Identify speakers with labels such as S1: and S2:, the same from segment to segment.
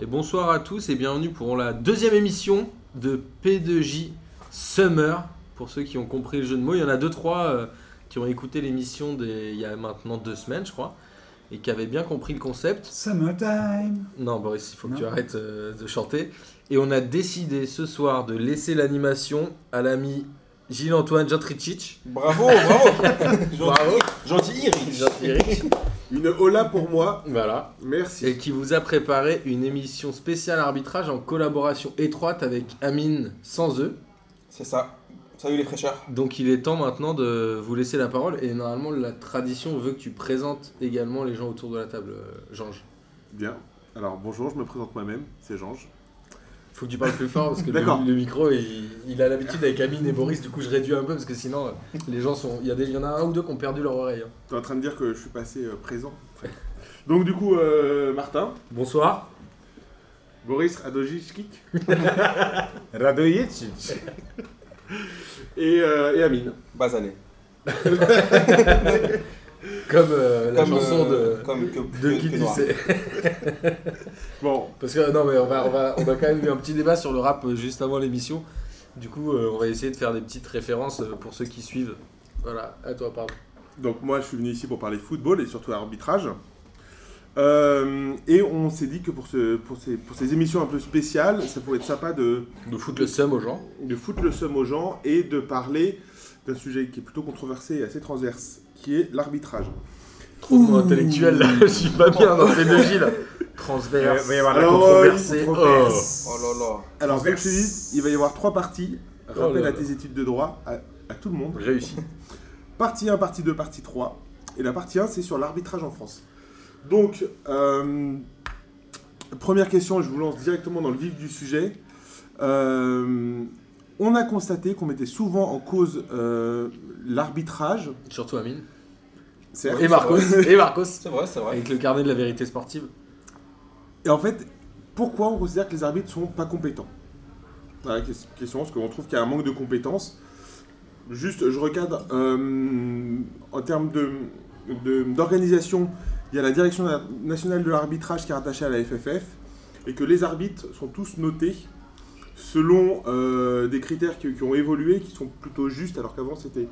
S1: Et bonsoir à tous et bienvenue pour la deuxième émission de P2J Summer. Pour ceux qui ont compris le jeu de mots, il y en a deux, trois euh, qui ont écouté l'émission des- il y a maintenant deux semaines, je crois, et qui avaient bien compris le concept.
S2: Summertime
S1: Non, Boris, il faut que
S2: Non.
S1: tu arrêtes euh, de chanter. Et on a décidé ce soir de laisser l'animation à l'ami Gilles-Antoine Jantricic.
S3: Bravo, bravo
S1: Bravo,
S3: Gentil Irish
S1: Jantricic.
S4: Une hola pour moi,
S1: Voilà. et
S4: merci.
S1: qui vous a préparé une émission spéciale arbitrage en collaboration étroite avec Amine sans eux.
S3: C'est ça. Salut les fraîcheurs.
S1: Donc il est temps maintenant de vous laisser la parole et normalement la tradition veut que tu présentes également les gens autour de la table, euh, Jange.
S4: Bien. Alors bonjour, je me présente moi-même, c'est Jange.
S1: Faut que tu parles plus fort parce que
S4: D'accord.
S1: le, le micro il, il a l'habitude avec Amine et Boris, du coup je réduis un peu parce que sinon euh, les gens sont. Il y, a des- il y en a un ou deux qui ont perdu leur oreille. hein.
S4: T'es en train de dire que je suis passé euh, présent. Donc du coup, euh, Martin,
S1: Bonsoir.
S4: Boris Radojicic
S2: Radojic
S4: et, euh, et Amine.
S3: Basané.
S1: Comme euh, la chanson
S3: euh,
S1: de.
S3: Comme que,
S1: De
S3: que-
S1: qui
S3: que
S1: tu
S3: noir.
S1: sais
S4: Bon,
S1: Parce que non mais on va, on va- on a quand même eu un petit débat sur le rap euh, juste avant l'émission. Du coup, euh, on va essayer de faire des petites références euh, pour ceux qui suivent. Voilà, à toi, pardon.
S4: donc moi je suis venu ici pour parler football et surtout arbitrage. Euh, et on s'est dit que pour, ce, pour, ces, pour ces émissions un peu spéciales, ça pourrait être sympa de,
S1: De foutre le seum aux gens.
S4: de foutre le seum aux gens et de parler d'un sujet qui est plutôt controversé et assez transverse, qui est l'arbitrage.
S1: Trop de mots intellectuels là, je suis pas bien dans ces deux J, là. Transverse.
S2: Il va y avoir la
S4: Alors,
S2: controversée.
S1: oh,
S3: Oh là là.
S4: Alors, comme je te
S2: Transverse.
S4: dis, il va y avoir trois parties.
S1: Oh
S4: Rappel
S1: là
S4: à
S1: là.
S4: tes études de droit, à, à tout le monde.
S1: Réussi.
S4: Partie 1, partie 2, partie 3. Et la partie 1, c'est sur l'arbitrage en France. Donc, euh, première question, je vous lance directement dans le vif du sujet. Euh, on a constaté qu'on mettait souvent en cause euh, l'arbitrage.
S1: Surtout Amine.
S4: C'est-
S1: Et Marcos. Et Marcos.
S3: C'est vrai, c'est vrai.
S1: Avec le carnet de la vérité sportive.
S4: Et en fait, pourquoi on considère que les arbitres sont pas compétents Voilà la ques- question, parce qu'on trouve qu'il y a un manque de compétences. Juste, je regarde euh, en termes d'organisation, de, d'organisation, il y a la direction na- nationale de l'arbitrage qui est rattachée à la FFF, et que les arbitres sont tous notés selon euh, des critères qui, qui ont évolué, qui sont plutôt justes, alors qu'avant c'était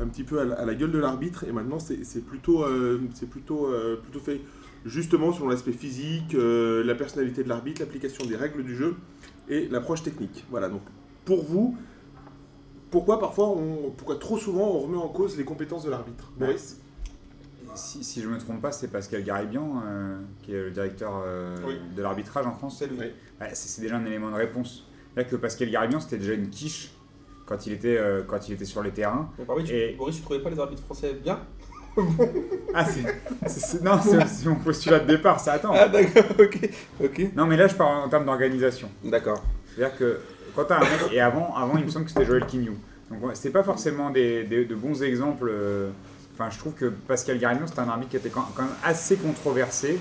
S4: un petit peu à la, à la gueule de l'arbitre, et maintenant c'est c'est plutôt, euh, c'est plutôt, euh, plutôt fait justement selon l'aspect physique, euh, la personnalité de l'arbitre, l'application des règles du jeu et l'approche technique. Voilà, donc pour vous, pourquoi parfois, on, pourquoi trop souvent on remet en cause les compétences de l'arbitre Boris
S2: Si, si je me trompe pas, c'est Pascal Garibian euh, qui est le directeur euh,
S3: Oui.
S2: de l'arbitrage en France.
S3: C'est lui.
S4: Oui.
S2: Ouais, c'est c'est déjà un élément de réponse. Là que Pascal Garibian, c'était déjà une quiche quand il était, euh, quand il était sur les terrains.
S3: Mais par contre, tu-
S2: Et-
S3: Boris, tu trouvais pas les arbitres français bien
S2: Ah, c'est. c'est- c'est- non, c'est c'est mon postulat de départ, ça attend.
S3: d'accord, ok. Ok.
S2: Non, mais là, je parle en termes d'organisation.
S3: D'accord.
S2: C'est-à-dire que quand t'as un mec, et avant, avant, il me semble que c'était Joël Quignou. Donc ouais, c'est pas forcément des, des- de bons exemples. euh, Enfin, je trouve que Pascal Garignon, c'était un arbitre qui était quand, quand même assez controversé.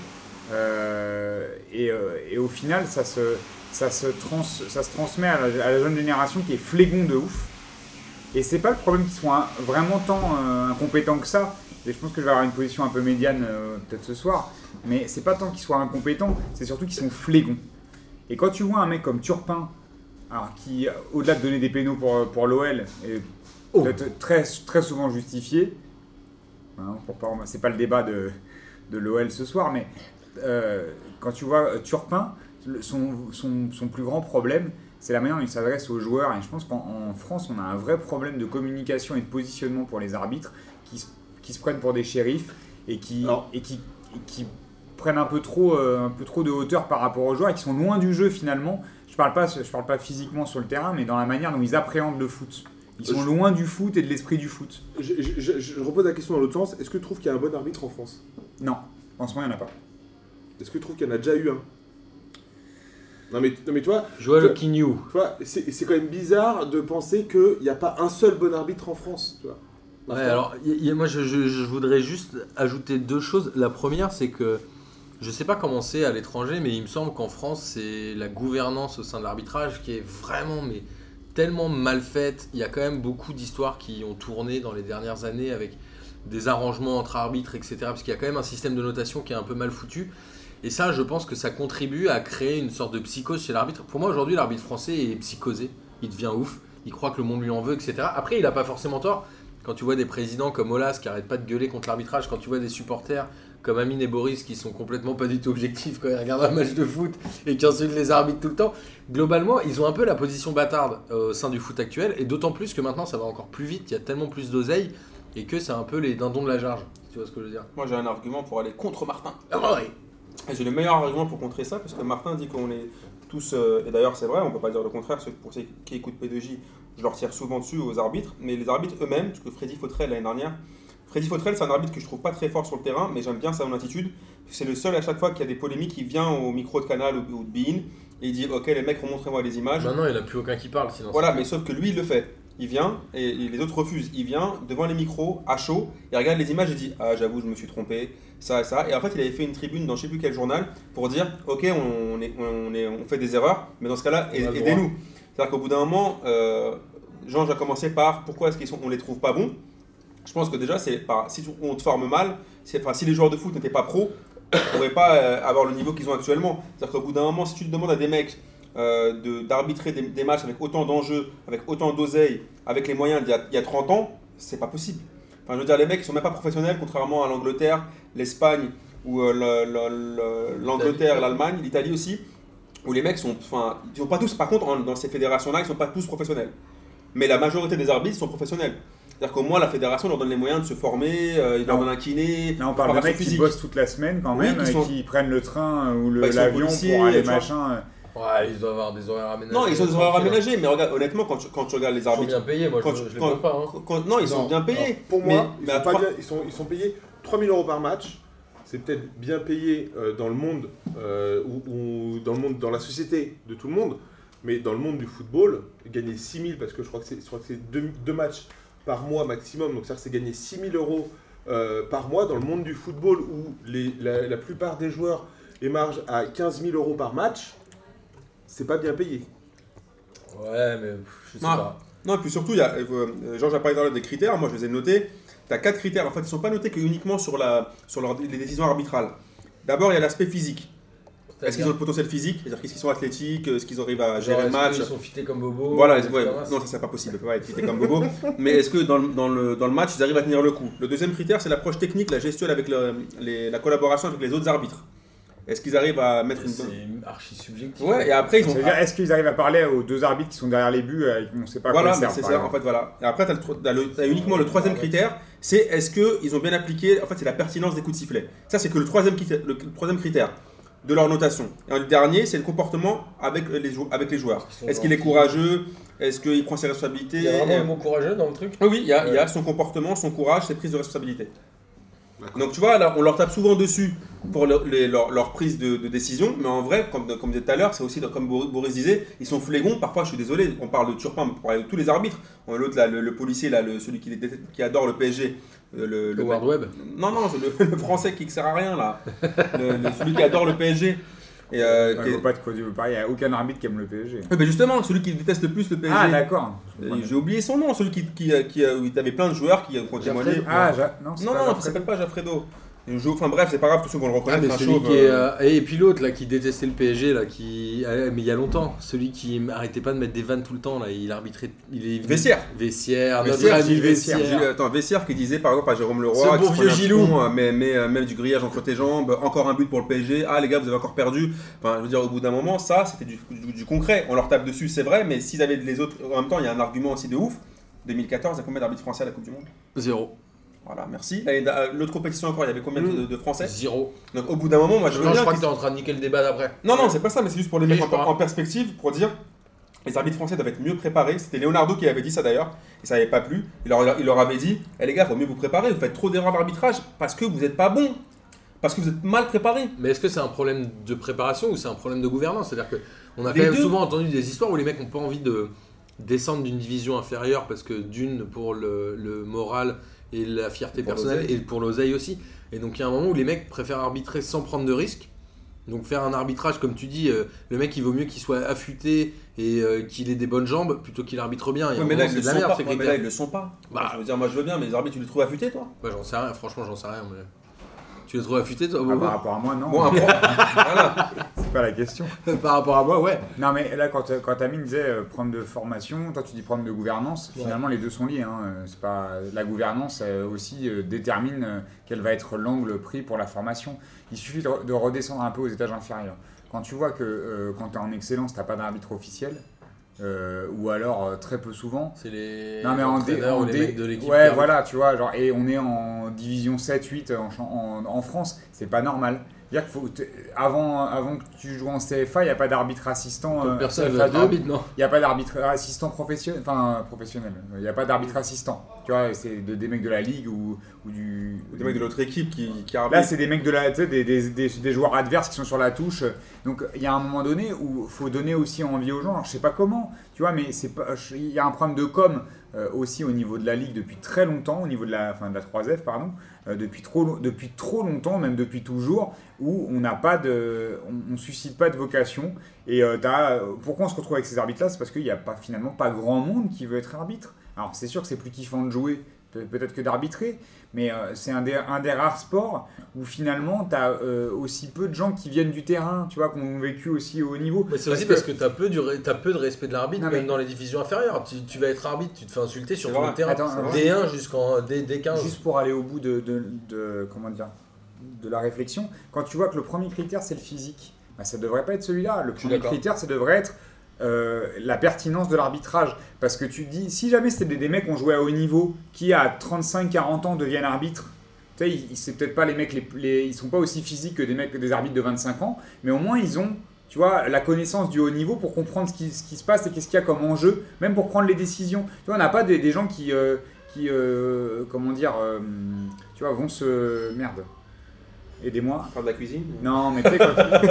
S2: euh, et, euh, et au final, ça se, ça se, trans, ça se transmet à la, à la jeune génération qui est flégon de ouf. Et c'est pas le problème qu'ils soient un- vraiment tant euh, incompétents que ça. Et je pense que je vais avoir une position un peu médiane euh, peut-être ce soir. Mais c'est pas tant qu'ils soient incompétents, c'est surtout qu'ils sont flégons. Et quand tu vois un mec comme Turpin, alors qui, au-delà de donner des pénaux pour, euh, pour l'OL, est
S1: Oh.
S2: peut-être très, très souvent justifié, hein, pour pas, c'est pas le débat de, de l'OL ce soir, mais euh, quand tu vois euh, Turpin, le- son, son- son plus grand problème, c'est la manière dont il s'adresse aux joueurs. Et je pense qu'en en France, on a un vrai problème de communication et de positionnement pour les arbitres qui, se- qui se prennent pour des shérifs et qui,
S4: Alors.
S2: et qui, et qui prennent un peu, trop, euh, un peu trop de hauteur par rapport aux joueurs et qui sont loin du jeu finalement. Je parle pas, je parle pas physiquement sur le terrain, mais dans la manière dont ils appréhendent le foot. Ils sont
S4: Je-
S2: loin du foot et de l'esprit du foot.
S4: je, je- je- je repose la question dans l'autre sens. Est-ce que tu trouves qu'il y a un bon arbitre en France
S2: Non, en ce moment, il n'y en a pas.
S4: Est-ce que tu trouves qu'il y en a déjà eu un non mais, non mais toi,
S1: Joël Quignou.
S4: toi c'est c'est quand même bizarre de penser qu'il n'y a pas un seul bon arbitre en France. Tu vois.
S1: Ouais, alors, y- y- moi, je, je- je voudrais juste ajouter deux choses. La première, c'est que je sais pas comment c'est à l'étranger, mais il me semble qu'en France, c'est la gouvernance au sein de l'arbitrage qui est vraiment, mais tellement mal faite. Il y a quand même beaucoup d'histoires qui ont tourné dans les dernières années avec des arrangements entre arbitres, etc. Parce qu'il y a quand même un système de notation qui est un peu mal foutu. Et ça, je pense que ça contribue à créer une sorte de psychose chez l'arbitre. Pour moi, aujourd'hui, l'arbitre français est psychosé. Il devient ouf. Il croit que le monde lui en veut, etc. Après, il n'a pas forcément tort. Quand tu vois des présidents comme Olas qui arrêtent pas de gueuler contre l'arbitrage, quand tu vois des supporters comme Amine et Boris qui sont complètement pas du tout objectifs quand ils regardent un match de foot et qui insultent les arbitres tout le temps, globalement, ils ont un peu la position bâtarde euh, au sein du foot actuel. Et d'autant plus que maintenant, ça va encore plus vite. Il y a tellement plus d'oseille et que c'est un peu les dindons de la charge. Tu vois ce que je veux dire
S3: Moi j'ai un argument pour aller contre Martin.
S1: Ah ouais.
S3: Et j'ai le meilleur argument pour contrer ça, parce que Martin dit qu'on est tous, euh, et d'ailleurs c'est vrai, on peut pas dire le contraire, ceux- pour ceux qui écoutent P2J, je leur tire souvent dessus aux arbitres, mais les arbitres eux-mêmes, parce que Freddy Fautrel l'année dernière, Freddy Fautrel c'est un arbitre que je trouve pas très fort sur le terrain, mais j'aime bien sa attitude, c'est le seul à chaque fois qu'il y a des polémiques, il vient au micro de canal ou, ou de Bein, et il dit ok les mecs remontrez-moi les images,
S1: Maintenant, il n'y en a plus aucun qui parle sinon.
S3: voilà, mais sauf que lui, il le fait. Il vient et les autres refusent. Il vient devant les micros, à chaud, il regarde les images et dit Ah, j'avoue, je me suis trompé, ça et ça. Et en fait, il avait fait une tribune dans je sais plus quel journal pour dire Ok, on, est, on, est, on fait des erreurs, mais dans ce cas-là,
S1: On a le droit.
S3: aidez-nous. C'est-à-dire qu'au bout d'un moment, euh, Georges a commencé par Pourquoi est-ce qu'on les trouve pas bons Je pense que déjà, c'est par, si on te forme mal, c'est- enfin, si les joueurs de foot n'étaient pas pros, ils ne pourraient pas euh, avoir le niveau qu'ils ont actuellement. C'est-à-dire qu'au bout d'un moment, si tu te demandes à des mecs euh, de- d'arbitrer des, des matchs avec autant d'enjeux, avec autant d'oseille, avec les moyens d'il y a, il y a 30 ans, c'est pas possible. Enfin, je veux dire, les mecs, ils sont même pas professionnels, contrairement à l'Angleterre, l'Espagne, ou euh, le- le- le- l'Angleterre, l'Allemagne, l'Italie aussi, où les mecs sont. Enfin, ils sont pas tous, par contre, en- dans ces fédérations-là, ils sont pas tous professionnels. Mais la majorité des arbitres sont professionnels. C'est-à-dire qu'au moins, la fédération leur donne les moyens de se former, euh, ils leur
S2: Non.
S3: donnent un kiné,
S2: Là, on parle de mecs
S3: préparation
S2: qui bossent toute la semaine quand
S3: Oui,
S2: même,
S3: qui
S2: et
S3: sont-
S2: qui prennent le train euh, ou le-
S3: Bah, ils sont
S2: l'avion
S3: policiers,
S2: pour aller
S3: tu vois.
S2: machin. euh.
S1: Ouais, ils doivent avoir des horaires aménagés.
S3: Non, ils sont des horaires
S1: tranquilles, hein.
S3: aménagés, mais regarde, honnêtement, quand tu, quand tu regardes les
S1: Ils sont
S3: arbitres.
S1: bien payés, moi
S3: quand
S1: je,
S3: tu-
S1: je les
S3: quand-
S1: peux pas. hein.
S3: quand- quand- non, ils sont
S4: Non,
S3: bien payés.
S4: Alors, Pour moi,
S3: Mais-
S4: ils,
S3: mais à
S4: sont pas
S3: trois-
S4: bien- ils, sont, ils sont payés 3000 euros par match. C'est peut-être bien payé euh, dans le monde euh, ou, ou dans le monde, dans la société de tout le monde, mais dans le monde du football, gagner 6000 parce que je crois que c'est, je crois que c'est deux, deux matchs par mois maximum, donc ça c'est gagner 6000 euros euh, par mois dans le monde du football où les- la, la plupart des joueurs émargent à 15 000 euros par match. C'est pas bien payé.
S1: hein. Ouais, mais pff, je sais
S3: Non.
S1: pas.
S3: Non, et puis surtout, il y a, euh, euh, Georges a parlé tout à l'heure des critères, moi je les ai notés. Tu as quatre critères, en fait, ils ne sont pas notés que uniquement sur, la, sur leur- les décisions arbitrales. D'abord, il y a l'aspect physique. Est-ce qu'ils ont le potentiel physique C'est-à-dire qu'est-ce qu'ils sont athlétiques, est-ce qu'ils arrivent à
S1: Genre,
S3: gérer le
S1: est-ce
S3: match
S1: qu'ils sont fités comme Bobo
S3: Voilà,
S1: etc.
S3: ouais, non, ça c'est pas possible, ils peuvent pas être fités comme Bobo. Mais est-ce que dans le, dans, le, dans le match, ils arrivent à tenir le coup Le deuxième critère, c'est l'approche technique, la gestuelle avec le- les- la collaboration avec les autres arbitres. Est-ce qu'ils arrivent à mettre une bonne.
S1: C'est archi subjectif.
S3: Ouais, et après, ils ont.
S2: C'est-à-dire, est-ce qu'ils arrivent à parler aux deux arbitres qui sont derrière les buts euh, et qu'on ne sait pas à quoi
S3: Voilà,
S2: ils
S3: mais
S2: servent,
S3: c'est
S2: par
S3: ça, en
S2: exemple.
S3: fait, voilà. Et après, tu as, uniquement le troisième critère, c'est est-ce qu'ils ont bien appliqué, en fait, c'est la pertinence des coups de sifflet. Ça, c'est que le troisième, critère- le, troisième critère de leur notation. Et le dernier, c'est le comportement avec les, jou- avec les joueurs.
S1: Est-ce qu'ils sont
S3: Est-ce qu'il est
S1: gentils
S3: courageux Est-ce qu'il prend ses responsabilités
S1: Il y a vraiment
S3: Et- euh,
S1: le mot courageux dans le truc.
S3: Ah Oui, il y, a, il y
S2: Euh.
S3: a son comportement, son courage, ses prises de responsabilité.
S4: D'accord.
S3: Donc tu vois, là, on leur tape souvent dessus pour leur, les- leur- leur prise de, de décision, mais en vrai, comme, comme disait tout à l'heure, c'est aussi, comme Boris Boris disait, ils sont flégons, parfois je suis désolé, on parle de Turpin, mais on parle de tous les arbitres, On a l'autre là, le, le policier, là, le- celui qui, les déteste- qui adore le PSG, euh,
S1: Le
S3: le, le-
S1: World Web.
S3: Non, non, c'est le, le français qui ne sert à rien là, Le- le- celui qui adore le PSG. Et, euh,
S2: Ouais,
S3: qui
S2: je
S3: est-
S2: vois pas de quoi tu veux parler, il n'y a aucun arbitre qui aime le PSG.
S3: Eh ben, justement, celui qui déteste le plus le PSG.
S2: Ah, d'accord.
S3: Euh, J'ai oublié son nom, celui qui, qui, qui, euh, où il avait plein de joueurs qui ont témoigné.
S2: Ah, j'a- non, c'est
S3: Non,
S2: pas
S3: non, non,
S2: Alfred.
S3: il s'appelle pas Jafredo. Il joue, enfin bref, c'est pas grave, tous ceux vont le
S1: Ah,
S3: reconnaître.
S1: mais
S3: c'est un
S1: celui
S3: chauve,
S1: qui est,
S3: euh,
S1: euh, Et puis l'autre là qui détestait le PSG là, qui. ah, Mais il y a longtemps, celui qui arrêtait pas de mettre des vannes tout le temps là, il arbitrait. Il est
S3: Vestiaire.
S1: Vestiaire, notre
S3: Vestiaire,
S1: ami
S2: Gilles Vestiaire,
S1: Vestiaire.
S3: Gilles- attends, Vessière qui disait par exemple à Jérôme Leroy,
S1: Ce bon
S3: qui se
S1: vieux
S3: prenait un
S1: Gilou.
S3: tronc, euh, mais, mais, euh, même du grillage entre tes jambes, encore un but pour le PSG, ah les gars vous avez encore perdu. Enfin, je veux dire, au bout d'un moment, ça c'était du, du- du concret. On leur tape dessus, c'est vrai, mais s'ils avaient les autres. En même temps, il y a un argument aussi de ouf. 2014, il y a combien d'arbitres français à la Coupe du Monde
S1: Zéro.
S3: Voilà, merci. L'année d'a- L'autre compétition encore, il y avait combien de,
S1: Mm.
S3: de Français
S1: Zéro.
S3: Donc au bout d'un moment, moi je veux
S1: Non, Ah, je
S3: bien
S1: crois
S3: qu'ils-
S1: que t'es en train de niquer le débat d'après.
S3: Non, non, c'est pas ça, mais c'est juste pour les
S1: Oui,
S3: mettre
S1: je
S3: en,
S1: crois.
S3: en perspective, pour dire les arbitres français doivent être mieux préparés. C'était Leonardo qui avait dit ça d'ailleurs, et ça n'avait pas plu. Il leur, il leur avait dit Eh les gars, faut mieux vous préparer, vous faites trop d'erreurs d'arbitrage parce que vous n'êtes pas bon, parce que vous êtes mal préparé.
S1: Mais est-ce que c'est un problème de préparation ou c'est un problème de gouvernance C'est-à-dire que on a
S3: Les
S1: quand même
S3: deux.
S1: souvent entendu des histoires où les mecs n'ont pas envie de descendre d'une division inférieure parce que d'une pour le, le moral et la fierté
S3: Pour
S1: personnelle et pour l'oseille aussi. Et donc il y a un moment où les mecs préfèrent arbitrer sans prendre de risques. Donc faire un arbitrage, comme tu dis, euh, le mec il vaut mieux qu'il soit affûté et euh, qu'il ait des bonnes jambes plutôt qu'il arbitre bien. Il y a un
S3: Ouais, mais
S1: moment,
S3: là, ils
S1: c'est
S3: le
S1: de la
S3: sont
S1: merde,
S3: pas.
S1: c'est
S3: Ouais, mais
S1: clair.
S3: là, ils le sont pas.
S1: Bah.
S3: Je veux dire, moi je veux bien, mais les arbitres, tu les trouves affûtés, toi
S1: Bah, j'en sais rien, franchement j'en sais rien. mais- Tu les trouves affûtés, toi,
S2: Ah,
S1: Bobo
S2: par rapport à moi, non,
S3: Bon, un pro- voilà.
S2: c'est pas la question.
S3: bah.
S1: Par rapport à moi, ouais.
S2: Non, mais là, quand, euh, quand Amine disait euh, prendre de formation, toi tu dis prendre de gouvernance,
S1: Ouais.
S2: finalement les deux sont liés. hein, euh, C'est pas... La gouvernance euh, aussi euh, détermine euh, quel va être l'angle pris pour la formation. Il suffit de, re- de redescendre un peu aux étages inférieurs. Quand tu vois que euh, quand tu es en excellence, tu pas d'arbitre officiel, euh, ou alors euh, très peu souvent,
S1: C'est les.
S2: Non mais en D,
S1: entraîneurs
S2: en
S1: ou les
S2: D-
S1: mecs de l'équipe.
S2: ouais
S1: qui-
S2: voilà tu vois genre et on est en division 7 8 en, chan- en, en France c'est pas normal dire qu'il faut t- avant avant que tu joues en CFA il y a pas d'arbitre assistant euh,
S1: Personne ne
S2: CFA
S1: va
S2: 2,
S1: être arbitre, non
S2: il y a pas d'arbitre assistant professionnel enfin euh, professionnel il y a pas d'arbitre assistant tu vois c'est de- des mecs de la ligue ou, ou du
S3: Ou Des mecs de l'autre équipe qui, qui arbitrent.
S2: Là, c'est des mecs de la, tu sais, des, des, des, des joueurs adverses qui sont sur la touche. Donc, il y a un moment donné où faut donner aussi envie aux gens. Alors, je sais pas comment, tu vois, mais c'est pas, je- il y a un problème de com euh, aussi au niveau de la ligue depuis très longtemps, au niveau de la, enfin, de la 3F, pardon, euh, depuis trop, lo- depuis trop longtemps, même depuis toujours, où on n'a pas de, on, on suscite pas de vocation. Et euh, t'as- euh, pourquoi on se retrouve avec ces arbitres-là, c'est parce qu'il n'y a pas finalement pas grand monde qui veut être arbitre. Alors, c'est sûr que c'est plus kiffant de jouer. peut- Peut-être que d'arbitrer, mais euh, c'est un des, un des rares sports où finalement tu as aussi peu de gens qui viennent du terrain, tu vois, qui ont vécu aussi au haut niveau.
S1: Mais c'est
S2: Parce
S1: aussi
S2: que-
S1: parce que, t'as peu du re- t'as peu de respect de l'arbitre,
S2: Non,
S1: même
S2: mais-
S1: dans les divisions inférieures. Tu, tu vas être arbitre, tu te fais insulter sur
S3: C'est
S1: tout
S3: vrai.
S1: le terrain.
S2: Attends, euh,
S3: c'est
S1: D1 jusqu'en D, D15.
S2: Juste pour aller au bout de, de- de- comment dire, de la réflexion, quand tu vois que le premier critère c'est le physique, bah, ça devrait pas être celui-là. Le
S3: suis
S2: premier
S3: d'accord.
S2: critère, ça devrait être euh, la pertinence de l'arbitrage. Parce que tu te dis, si jamais c'était des, des mecs qui ont joué à haut niveau, qui à 35-40 ans deviennent arbitres, tu sais, ils, ils- c'est peut-être pas les mecs, les, les- ils sont pas aussi physiques que des mecs, que des arbitres de 25 ans, mais au moins ils ont, tu vois, la connaissance du haut niveau pour comprendre ce qui, ce qui se passe et qu'est-ce qu'il y a comme enjeu, même pour prendre les décisions. Tu vois, on n'a pas des, des gens qui, euh, qui euh, comment dire, euh, tu vois, vont se merde. Aidez-moi.
S3: Faire de la cuisine.
S2: Non, mais tu sais, quand,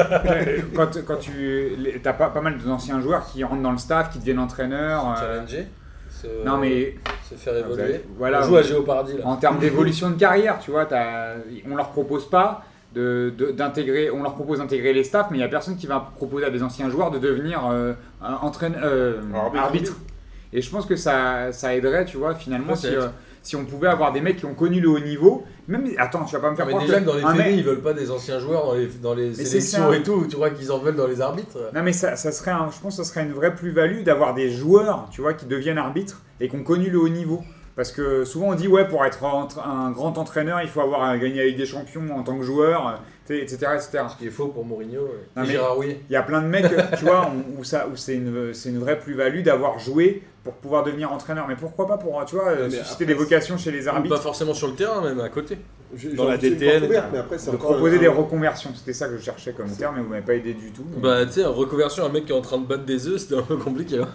S2: quand, quand tu. les- T'as pas, pas mal d'anciens joueurs qui rentrent dans le staff, qui deviennent entraîneurs. euh,
S1: Challenger. se-
S2: non, mais. Ah,
S1: Se faire évoluer.
S2: Voilà.
S1: On joue à Géopardy, là.
S2: En termes d'évolution de carrière, tu vois, t'as- on leur propose pas de- de- d'intégrer, on leur propose d'intégrer les staffs, mais il y a personne qui va proposer à des anciens joueurs de devenir euh, un- entraîne- euh,
S3: Arbitre.
S2: arbitre. Et je pense que ça, ça aiderait, tu vois, finalement, si,
S1: Peut-être.
S2: euh, si on pouvait avoir des mecs qui ont connu le haut niveau. Même, attends, tu vas pas me
S1: Non,
S2: faire
S1: mais
S2: croire
S1: déjà
S2: que
S1: que dans les
S2: un
S1: fémis,
S2: mec-
S1: ils veulent pas des anciens joueurs dans les, dans les
S2: c'est
S1: sélections
S2: ça.
S1: et tout. Tu vois qu'ils en veulent dans les arbitres.
S2: Non mais ça, ça serait un- je pense que ça serait une vraie plus-value d'avoir des joueurs, tu vois, qui deviennent arbitres et qui ont connu le haut niveau. Parce que souvent on dit ouais pour être entre- un grand entraîneur il faut avoir euh, gagné avec des champions en tant que joueur, euh, t'sais, etc. etc.
S1: Ce qui est faux pour Mourinho ouais.
S2: Non,
S1: et
S2: mais-
S1: Gérard Rouillet.
S2: Il y a plein de mecs, tu vois, on- où, ça, où c'est une, c'est une vraie plus-value d'avoir joué pour pouvoir devenir entraîneur. Mais pourquoi pas pour, tu vois, euh,
S4: mais
S2: susciter
S4: après,
S2: des vocations chez les
S1: Ou Pas
S2: arbitres,
S1: forcément sur le terrain, même à côté.
S4: J'ai-
S5: Dans
S4: j'ai
S5: la
S4: envie de dire une
S5: DTN,
S4: porte ouverte, mais après, c'est
S2: de
S4: encore euh,
S2: proposer
S4: un-
S2: des reconversions. C'était ça que je cherchais comme terme, mais vous m'avez pas aidé du tout. mais-
S1: Bah, tu sais, reconversion, un mec qui est en train de battre des œufs, c'était un peu compliqué. hein.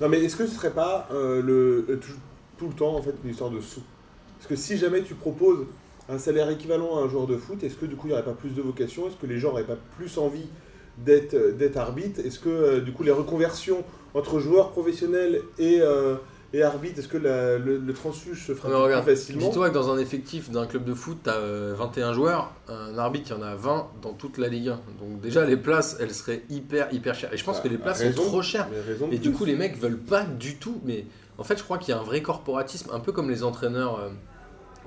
S4: Non, mais est-ce que ce serait pas euh, le, euh, tout, tout le temps en fait une histoire de sous Parce que si jamais tu proposes un salaire équivalent à un joueur de foot, est-ce que du coup il n'y aurait pas plus de vocation Est-ce que les gens n'auraient pas plus envie d'être euh, d'être arbitre Est-ce que euh, du coup les reconversions entre joueurs professionnels et, euh, et arbitres, est-ce que la- le, le transfuge se ferait
S1: Mais
S4: plus
S1: regarde,
S4: facilement
S1: Dis-toi que dans un effectif d'un club de foot, t'as euh, 21 joueurs, un arbitre, il y en a 20 dans toute la Ligue 1. Donc déjà, les places, elles seraient hyper, hyper chères. Et je pense
S4: Bah,
S1: que les places
S4: raison.
S1: sont trop chères.
S4: Mais raison de
S1: Et du
S4: plus.
S1: coup, les mecs veulent pas du tout. Mais en fait, je crois qu'il y a un vrai corporatisme, un peu comme les entraîneurs euh,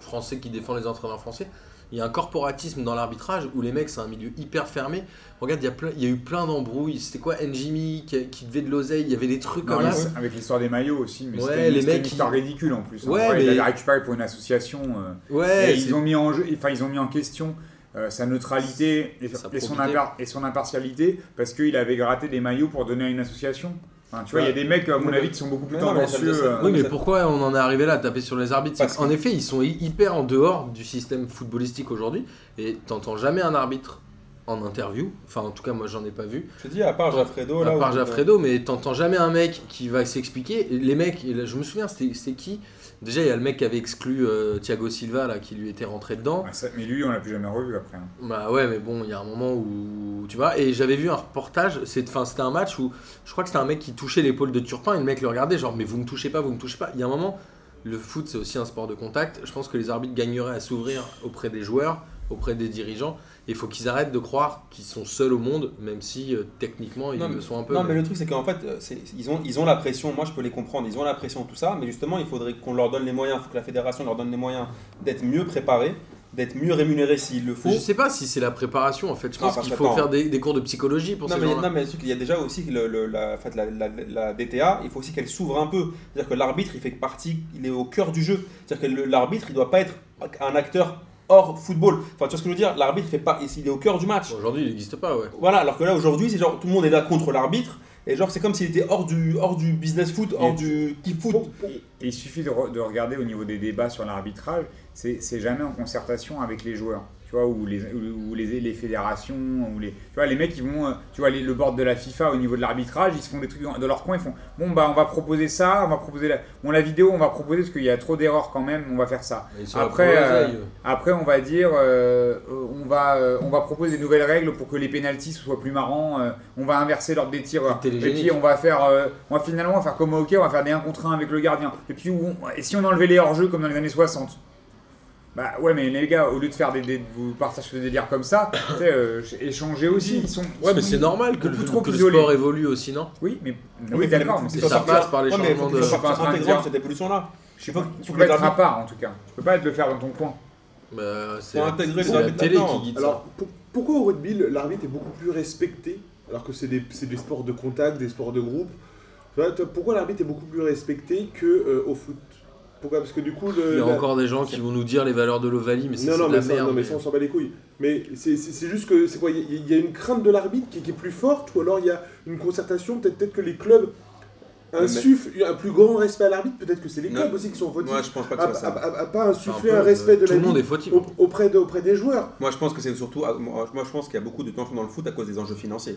S1: français qui défendent les entraîneurs français. Il y a un corporatisme dans l'arbitrage où les mecs, c'est un milieu hyper fermé. Regarde, il y a, plein, il y a eu plein d'embrouilles. C'était quoi, Njimi qui, qui devait de l'oseille Il y avait des trucs
S2: Non,
S1: comme
S2: mais
S1: ça.
S2: c'est- avec l'histoire des maillots aussi, mais
S1: Ouais,
S2: c'était une-
S1: les
S2: c'était
S1: mecs
S2: une
S1: qui-
S2: histoire ridicule en plus. hein.
S1: Ouais,
S2: Ils
S1: mais-
S2: avaient récupéré pour une association. euh,
S1: Ouais,
S2: et
S1: c'est-
S2: ils ont mis en jeu, enfin ils ont mis en question euh, sa neutralité et,
S1: Sa
S2: et son
S1: probité.
S2: impar- et son impartialité parce qu'il avait gratté des maillots pour donner à une association. Enfin, tu vois, il y a des mecs à mon
S3: Ouais.
S2: avis qui sont beaucoup plus
S3: Non, non, Ah, mais ça faisait
S2: tendancieux.
S3: ça.
S2: euh,
S1: Oui, mais
S3: Ça-
S1: pourquoi on en est arrivé là à taper sur les arbitres
S3: Parce
S1: En effet, ils sont hy- hyper en dehors du système footballistique aujourd'hui et t'entends jamais un arbitre en interview. Enfin, en tout cas, moi, j'en ai pas vu.
S3: Je te dis, à part Jaffredo,
S1: à
S3: Oh là.
S1: part
S3: où- euh,
S1: Jaffredo, mais t'entends jamais un mec qui va s'expliquer. Et Les mecs, et là, je me souviens, c'était c'était qui Déjà, il y a le mec qui avait exclu euh, Thiago Silva, là, qui lui était rentré dedans.
S2: ouais, ça- mais lui, on l'a plus jamais revu après. hein.
S1: Bah ouais, mais bon, il y a un moment où tu vois. Et j'avais vu un reportage, c'est- enfin, c'était un match où je crois que c'était un mec qui touchait l'épaule de Turpin et le mec le regardait, genre, mais vous me touchez pas, vous me touchez pas. Il y a un moment, le foot c'est aussi un sport de contact. Je pense que les arbitres gagneraient à s'ouvrir auprès des joueurs, auprès des dirigeants. Et il faut qu'ils arrêtent de croire qu'ils sont seuls au monde, même si euh, techniquement ils
S3: Non,
S1: le sont un peu.
S3: non,
S1: mais-
S3: mais le truc, c'est qu'en fait, euh, c'est- ils, ont, ils ont la pression. Moi, je peux les comprendre. Ils ont la pression, tout ça. Mais justement, il faudrait qu'on leur donne les moyens. Il faut que la fédération leur donne les moyens d'être mieux préparés. d'être mieux rémunéré s'il le faut.
S1: Je sais pas si c'est la préparation en fait. Je
S3: Ah,
S1: pense
S3: parce
S1: qu'il
S3: que
S1: faut
S3: attends.
S1: faire des, des cours de psychologie pour
S3: Non
S1: ces
S3: mais,
S1: gens-là.
S3: non, mais il y a déjà aussi le, le- la, en fait, la, la- la DTA, il faut aussi qu'elle s'ouvre un peu. C'est-à-dire que l'arbitre, il fait partie, il est au cœur du jeu. C'est-à-dire que le- l'arbitre, il doit pas être un acteur hors football. Enfin, tu vois ce que je veux dire L'arbitre, il, fait pas- il est au cœur du match.
S1: Aujourd'hui, il n'existe pas, ouais.
S3: Voilà, alors que là, aujourd'hui, c'est genre tout le monde est là contre l'arbitre. Et genre, c'est comme s'il était hors du, hors du business foot, hors
S2: Et-
S3: du kick foot.
S2: Et- et il suffit de, re- de regarder au niveau des débats sur l'arbitrage, c'est c'est jamais en concertation avec les joueurs, tu vois, ou les, ou, ou les, les fédérations, ou les, tu vois, les mecs ils vont, euh, tu vois, les- le board de la FIFA au niveau de l'arbitrage, ils se font des trucs dans- de leur coin, ils font, bon bah on va proposer ça, on va proposer la, bon la vidéo, on va proposer parce qu'il y a trop d'erreurs quand même, on va faire ça.
S1: Mais sur la
S2: Après, euh,
S1: pro-oseille,
S2: après, on va dire, euh, euh, on, va, euh, on va proposer des nouvelles règles pour que les pénalties soient plus marrants. euh, on va inverser l'ordre des tireurs. Et
S1: Télégénique.
S2: puis, on va faire, euh, on va finalement faire comme au hockey, on va faire des 1 contre 1 avec le gardien. Et puis, où on- et si on enlevait les hors-jeux comme dans les années 60 bah ouais mais les gars au lieu de faire des, des- de vous partager des délires comme ça, tu sais, euh, échanger aussi ils sont
S1: Ouais, mais
S2: sont-
S1: c'est normal que,
S2: beaucoup
S1: le-
S2: trop
S1: que le
S2: isolé.
S1: sport évolue aussi, non
S2: Oui mais
S3: Oui,
S2: oui,
S3: mais
S2: d'accord mais
S3: faut
S2: c'est
S1: ça
S2: ça.
S3: sortir-
S1: passe par les
S3: Ouais, mais faut
S1: changements
S3: que
S1: de-
S3: tu sois
S2: Je suis pas en train de
S3: intégrant
S2: dire.
S3: cette évolution-là.
S2: Tu peux,
S3: faut
S2: tu
S3: que
S2: peux
S3: les
S2: être à
S3: arbitres-
S2: part en tout cas. Tu peux pas être le faire dans ton coin.
S1: Bah, C'est
S3: Faut
S1: la,
S3: intégrer les
S1: c'est la
S3: arbitres
S1: télé
S3: là-dedans.
S1: qui guide ça.
S4: Alors, pour- pourquoi au rugby, le- l'arbitre est beaucoup plus respecté alors que c'est des, c'est des sports de contact, des sports de groupe Tu vois, tu vois, Pourquoi l'arbitre est beaucoup plus respecté que euh, au foot Pourquoi Parce que du coup, le,
S1: Il y a
S4: euh, la-
S1: encore des gens qui vont nous dire les valeurs de l'Ovalie, mais c'est
S4: non,
S1: c'est
S4: non,
S1: de
S4: mais
S1: la
S4: ça,
S1: merde.
S4: non, mais ça, on s'en bat les couilles. Mais c'est c'est- c'est juste que c'est quoi Il y, il y a une crainte de l'arbitre qui, qui est plus forte, ou alors il y a une concertation. Peut-être peut-être que les clubs insufflent un plus grand respect à l'arbitre. Peut-être que c'est les
S3: Non.
S4: clubs aussi qui sont fautifs.
S3: Moi, je pense pas que
S4: à,
S3: ce soit ça.
S4: à- à- à pas
S1: Enfin, un
S4: insuffler
S1: peu,
S4: un,
S1: euh,
S4: respect de
S1: Tout le monde est
S4: l'arbitre
S1: fautif.
S4: au- auprès, de, auprès des joueurs.
S3: Moi, je pense que c'est surtout. ah, Moi, je pense qu'il y a beaucoup de tensions dans le foot à cause des enjeux financiers.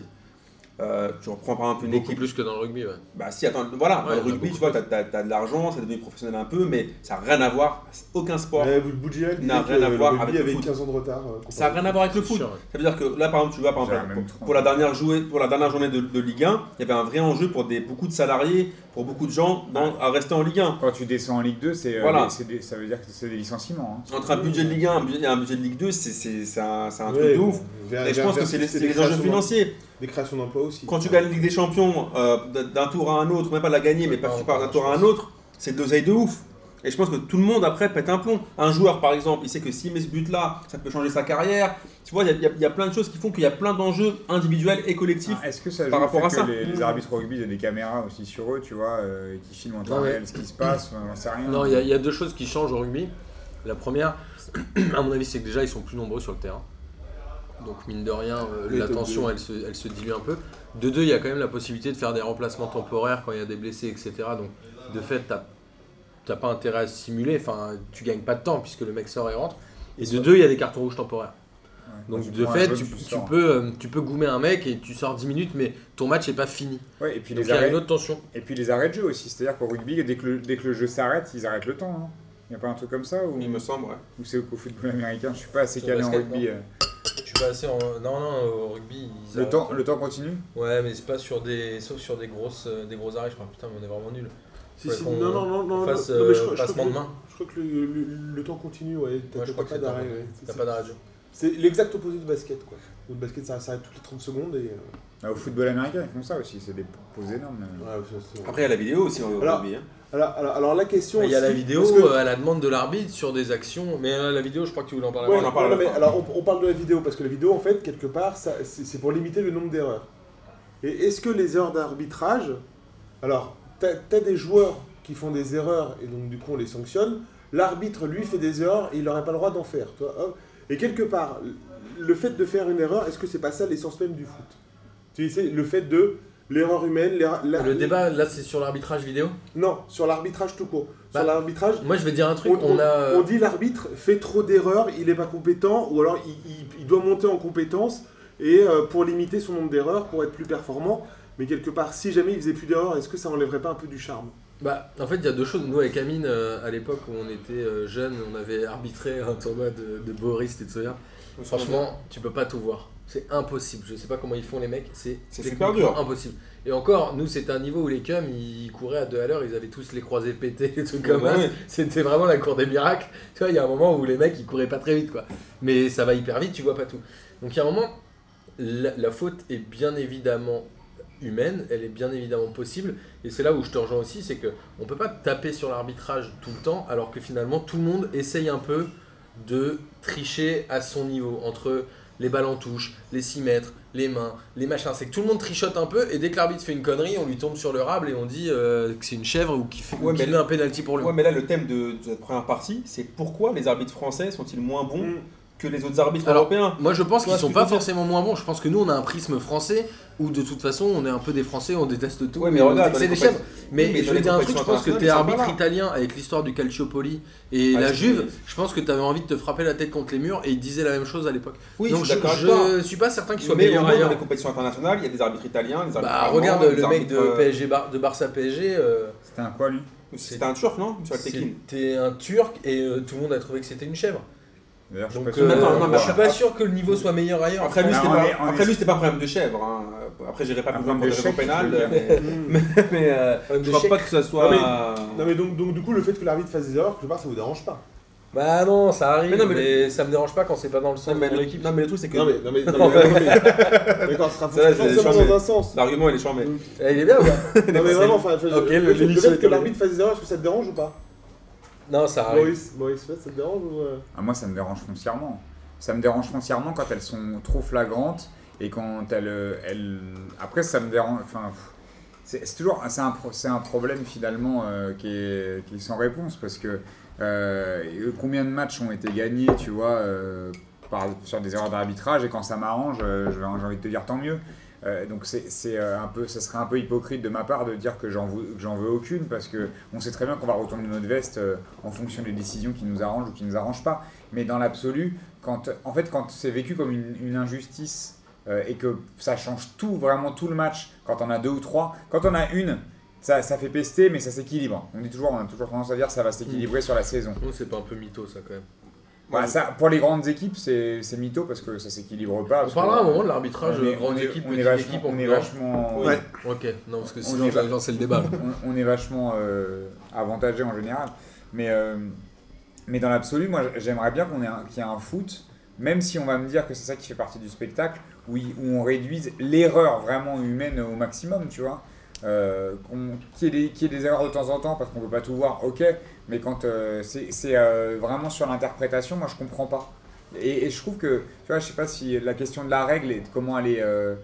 S3: Euh, tu reprends par exemple une
S1: Beaucoup
S3: équipe.
S1: plus que dans le rugby, ouais.
S3: Bah, si, attends, voilà,
S1: Ouais,
S3: dans
S1: il y en a
S3: le rugby, tu
S1: beaucoup.
S3: vois, t'as, t'as- t'as de l'argent, c'est devenu professionnel un peu, mais ça n'a rien à voir. Aucun sport.
S4: Euh, Boudjel
S3: n'a
S4: disait
S3: rien
S4: que
S3: à
S4: le
S3: voir
S4: rugby
S3: avec le
S4: avait
S3: foot.
S4: 15 ans de retard. euh,
S3: Ça n'a rien à voir avec le foot.
S1: Sûr, ouais.
S3: Ça veut dire que là, par exemple, tu vois, par
S2: J'ai
S3: exemple,
S2: la
S3: pour,
S2: même trempe.
S3: pour la dernière jouée, pour la dernière journée de, de Ligue 1, il y avait un vrai enjeu pour des, beaucoup de salariés, pour beaucoup de gens dans- à rester en Ligue 1.
S2: Quand tu descends en Ligue 2, c'est euh,
S3: Voilà.
S2: des- c'est des- ça veut dire que c'est des licenciements. hein.
S3: Entre un budget de Ligue 1 et un budget de Ligue 2, c'est, c'est, c'est un, c'est un
S4: Ouais,
S3: truc de ouf.
S4: vers-
S3: Et je
S4: vers-
S3: pense que
S4: vers-
S3: c'est les,
S4: c'est
S3: c'est
S4: des
S3: les enjeux
S4: créations
S3: financiers.
S4: d'em- Des créations d'emplois aussi.
S3: Quand tu gagnes la Ligue des Champions euh, d'un- d'un tour à un autre, même pas la gagner, mais
S1: Ouais,
S3: passer
S1: non,
S3: par
S1: non,
S3: d'un
S1: je
S3: tour à un
S1: pense.
S3: autre, c'est de l'oseille de ouf. Et je pense que tout le monde après pète un plomb. Un joueur par exemple, il sait que s'il met ce but-là, ça peut changer sa carrière. Tu vois, il y a- il y, a- il y a plein de choses qui font qu'il y a plein d'enjeux individuels et collectifs.
S2: Ah, Est-ce que ça joue
S3: par
S2: le
S3: rapport
S2: fait
S3: à
S2: que
S3: ça.
S2: Les, les arbitres au rugby, il y a des caméras aussi sur eux, tu vois, euh, qui filment en temps
S1: Non, mais-
S2: réel ce qui se passe, enfin, j'en sais rien.
S1: Non, il y, a- il y a deux choses qui changent au rugby. La première, à mon avis, c'est que déjà ils sont plus nombreux sur le terrain. Donc mine de rien, euh,
S4: Oui,
S1: la
S4: t'es
S1: tension elle se, elle se dilue un peu. De deux, il y a quand même la possibilité de faire des remplacements temporaires quand il y a des blessés, etc. Donc de fait, t'as- t'as pas intérêt à simuler, enfin tu gagnes pas de temps puisque le mec sort et rentre. Et de deux, il y a des cartons rouges temporaires.
S2: Quand
S1: Donc
S2: tu
S1: de
S2: prends un
S1: fait,
S2: jaune,
S1: tu,
S2: tu
S1: tu
S2: sors.
S1: peux, euh, tu peux goumer un mec et tu sors 10 minutes, mais ton match est pas fini.
S2: Ouais, et, puis
S1: Donc
S2: les
S1: il y a
S2: arrêts,
S1: une autre tension.
S2: et puis les arrêts de jeu aussi, c'est-à-dire qu'au rugby, dès que, le, dès que le jeu s'arrête, ils arrêtent le temps. hein. Il n'y a pas un truc comme ça Ou,
S3: Il me semble, ouais.
S2: ou c'est au football américain Je suis pas assez
S1: C'est
S2: calé en
S1: basket,
S2: rugby. euh.
S1: Je suis pas assez en... Non, non, au rugby, ils
S2: Le
S1: arrêtent
S2: temps,
S1: pas.
S2: le temps continue
S1: Ouais, mais c'est pas sur des. sauf sur des grosses, euh, des gros arrêts, je crois. Putain, mais on est vraiment nul.
S4: Si,
S1: Ouais,
S4: si,
S1: qu'on-
S4: non, non, non, non.
S1: fasse,
S4: non, mais
S1: euh,
S4: crois-
S1: passement
S4: crois
S1: de
S4: que-
S1: main.
S4: Je crois que le, le- le temps continue, ouais. T'as
S1: Ouais, je
S4: t'as
S1: crois que
S4: pas
S1: c'est
S4: d'arrêt.
S1: pas-
S4: ouais.
S1: T'as
S4: C'est-
S1: pas d'arrêt de jeu.
S4: C'est l'exact opposé du basket, quoi. Le basket, ça s'arrête toutes les 30 secondes et. euh,
S2: Bah, Au football américain, ils font ça aussi, c'est des pauses énormes. euh.
S4: ouais, c'est- c'est-
S3: Après, il y a la vidéo aussi en
S4: Alors,
S3: rugby. hein.
S4: Alors, alors, alors, la question.
S1: Bah, Il y a
S4: aussi,
S1: la vidéo
S4: parce que-
S1: euh, à la demande de l'arbitre sur des actions. Mais euh, la vidéo, je crois que tu voulais en parler
S4: Ouais,
S3: on
S1: avant.
S3: en parle
S4: non,
S3: à la
S4: mais
S3: fin.
S4: alors on, on parle de la vidéo parce que la vidéo en fait quelque part ça- c'est c'est pour limiter le nombre d'erreurs. Et est-ce que les erreurs d'arbitrage, alors t'as as des joueurs qui font des erreurs et donc du coup on les sanctionne, l'arbitre lui fait des erreurs et il n'aurait pas le droit d'en faire. tu vois, hop. Et quelque part, le fait de faire une erreur, est-ce que c'est pas ça l'essence même du foot Tu sais, le fait de l'erreur humaine, l'erreur- la-
S1: Le débat, là, c'est sur l'arbitrage vidéo.
S4: Non, sur l'arbitrage tout court.
S1: Bah,
S4: sur l'arbitrage
S1: Moi, je vais dire un truc. On, a. euh,
S4: on dit l'arbitre fait trop d'erreurs, il n'est pas compétent, ou alors il, il- il doit monter en compétence et euh, pour limiter son nombre d'erreurs, pour être plus performant. Mais quelque part, si jamais il faisait plus d'erreurs, est-ce que ça enlèverait pas un peu du charme
S1: Bah, en fait, il y a deux choses. Nous, avec Amine, euh, à l'époque où on était euh, jeunes, on avait arbitré un tournoi de, de Boris Tetsuya. Franchement, tu peux pas tout voir. C'est impossible. Je sais pas comment ils font les mecs. C'est
S3: C'est
S1: techniquement
S3: super dur.
S1: Impossible. Et encore, nous, c'était un niveau où les cums, ils couraient à deux à l'heure, ils avaient tous les croisés pétés, les trucs comme
S3: Ouais,
S1: ça.
S3: ouais.
S1: C'était vraiment la cour des miracles. Tu vois, il y a un moment où les mecs, ils couraient pas très vite, quoi. Mais ça va hyper vite, tu vois pas tout. Donc, il y a un moment, la, la faute est bien évidemment humaine, elle est bien évidemment possible. Et c'est là où je te rejoins aussi, c'est que on peut pas taper sur l'arbitrage tout le temps, alors que finalement, tout le monde essaye un peu de tricher à son niveau entre les balles en touche, les 6 mètres, les mains, les machins. C'est que tout le monde trichote un peu et dès que l'arbitre fait une connerie, on lui tombe sur le rable et on dit euh, que c'est une chèvre ou qu'il fait
S3: Ouais,
S1: ou qu'il
S3: mais-
S1: met un pénalty pour lui.
S3: Ouais, mais là, le thème de, de cette première partie, c'est pourquoi les arbitres français sont-ils moins bons
S2: Mm.
S3: que les autres arbitres
S1: Alors,
S3: européens
S1: Moi je pense qu'ils
S3: Tu vois ce
S1: sont
S3: que
S1: pas
S3: je veux dire
S1: forcément moins bons. Je pense que nous on a un prisme français où de toute façon on est un peu des Français, on déteste tout.
S3: Ouais, mais
S1: on
S3: regarde,
S1: dit que c'est
S3: dans les
S1: des chèvres.
S3: compétitions-
S1: Mais,
S3: Oui, mais
S1: je
S3: dans
S1: vais
S3: les
S1: dire un truc, je
S3: compétitions
S1: pense que t'es
S3: internationales, ils sont
S1: arbitre
S3: pas là.
S1: italien avec l'histoire du Calciopoli et
S3: Ah,
S1: la
S3: c'est-
S1: Juve. Je pense que t'avais envie de te frapper la tête contre les murs et ils disaient la même chose à l'époque.
S3: Oui,
S1: Donc je,
S3: d'accord avec
S1: je
S3: toi.
S1: suis pas certain qu'ils soient
S3: Mais au
S1: meilleurs
S3: moins, dans
S1: ailleurs.
S3: les compétitions internationales, il y a des arbitres italiens, des arbitres
S1: Bah
S3: allemands,
S1: regarde le
S3: des
S1: mec
S3: arbitres,
S1: de
S3: euh,
S1: PSG Bar- de Barça PSG. euh,
S2: C'était un quoi lui
S3: C'était un turc, non Sur Tekin.
S1: C'était un turc et euh, tout le monde a trouvé que c'était une chèvre.
S2: D'ailleurs, je
S1: Donc
S2: suis pas
S1: euh,
S2: sûr.
S3: Attends, non, mais
S1: je suis pas sûr que le niveau soit meilleur ailleurs.
S3: bah, Après lui,
S2: Alors,
S3: c'était
S2: on
S3: pas,
S2: est- on
S3: après
S2: est-
S3: lui, c'était pas un problème de chèvre. hein. Après, j'irai pas
S2: Un
S3: plus loin
S2: problème
S3: pour
S2: de
S3: des raisons
S2: chèque,
S3: pénales.
S2: je veux
S3: Mais,
S4: Hmm.
S3: mais, euh,
S1: Problème
S3: je
S1: de
S3: crois
S1: chèque.
S3: pas que ça soit.
S4: Non mais donc, donc du coup le fait que l'arbitre fasse des erreurs quelque part ça vous dérange pas.
S1: Bah non, ça arrive.
S3: Mais
S1: Mais,
S3: non, mais
S1: ça me dérange pas quand c'est pas dans le
S3: Non,
S1: sens
S3: mais
S1: de
S3: le-
S1: l'équipe.
S3: non, mais le truc, c'est que
S4: Non mais non mais, non, mais- non, mais- d'accord ça
S3: Ça,
S4: sera
S3: c'est
S4: forcément
S3: changé.
S4: dans un sens. Non
S3: l'argument, il est charmé.
S1: Eh, il est bien. ou pas
S4: mais vraiment enfin je-
S1: Ok, le-
S4: le, fait- le Ah
S1: l'émission
S4: fait
S1: est
S4: que
S1: terminée.
S4: l'arbitre fasse des erreurs est-ce que ça te dérange ou pas
S1: non, ça arrive.
S4: Maurice Maurice ouais, ça te dérange ou euh
S2: Ah, moi, ça me dérange foncièrement. Ça me dérange foncièrement quand elles sont trop flagrantes et quand elles. euh, elles... Après, ça me dérange. Enfin, pff, c'est c'est toujours c'est un, pro- c'est un problème finalement euh, qui, est, qui est sans réponse parce que euh, et combien de matchs ont été gagnés, tu vois, euh, par- sur des erreurs d'arbitrage et quand ça m'arrange, euh, je vais- j'ai envie de te dire tant mieux. Euh, donc c'est c'est, euh, un peu, ça serait un peu hypocrite de ma part de dire que j'en vou- que j'en veux aucune parce que on sait très bien qu'on va retourner notre veste euh, en fonction des décisions qui nous arrangent ou qui nous arrangent pas. Mais dans l'absolu, quand en fait quand c'est vécu comme une, une injustice euh, et que ça change tout vraiment tout le match, quand on a deux ou trois, quand on a une, ça, ça fait pester mais ça s'équilibre. On dit toujours, on a toujours tendance à dire ça va s'équilibrer sur la saison.
S1: Non, c'est pas un peu mytho ça quand même.
S2: Bah, ça, pour les grandes équipes, c'est c'est mytho parce que ça s'équilibre pas.
S1: On
S2: parce
S1: parlera
S2: que-
S1: un moment de l'arbitrage euh,
S2: on est- on
S1: Ah, grande
S2: est-
S1: équipe,
S2: on est
S1: petite
S2: vachement-
S1: équipe,
S2: on est
S1: couleur.
S2: vachement.
S3: Ouais.
S1: Ok, non parce que
S2: On
S1: sinon
S2: est
S1: je vais
S2: va-
S1: lancer le débat. là.
S2: on, on est vachement euh, avantagé en général. Mais, euh, mais dans l'absolu, moi j'aimerais bien qu'on ait un- qu'il y ait un foot, même si on va me dire que c'est ça qui fait partie du spectacle, où, il- où on réduise l'erreur vraiment humaine au maximum, tu vois. Euh, qu'on- qu'il y, ait des- qu'il y ait des erreurs de temps en temps parce qu'on peut pas tout voir, ok, mais quand euh, c'est c'est, euh, vraiment sur l'interprétation, moi je comprends pas. Et, et je trouve que, tu vois, je sais pas si la question de la règle et de comment elle est, euh,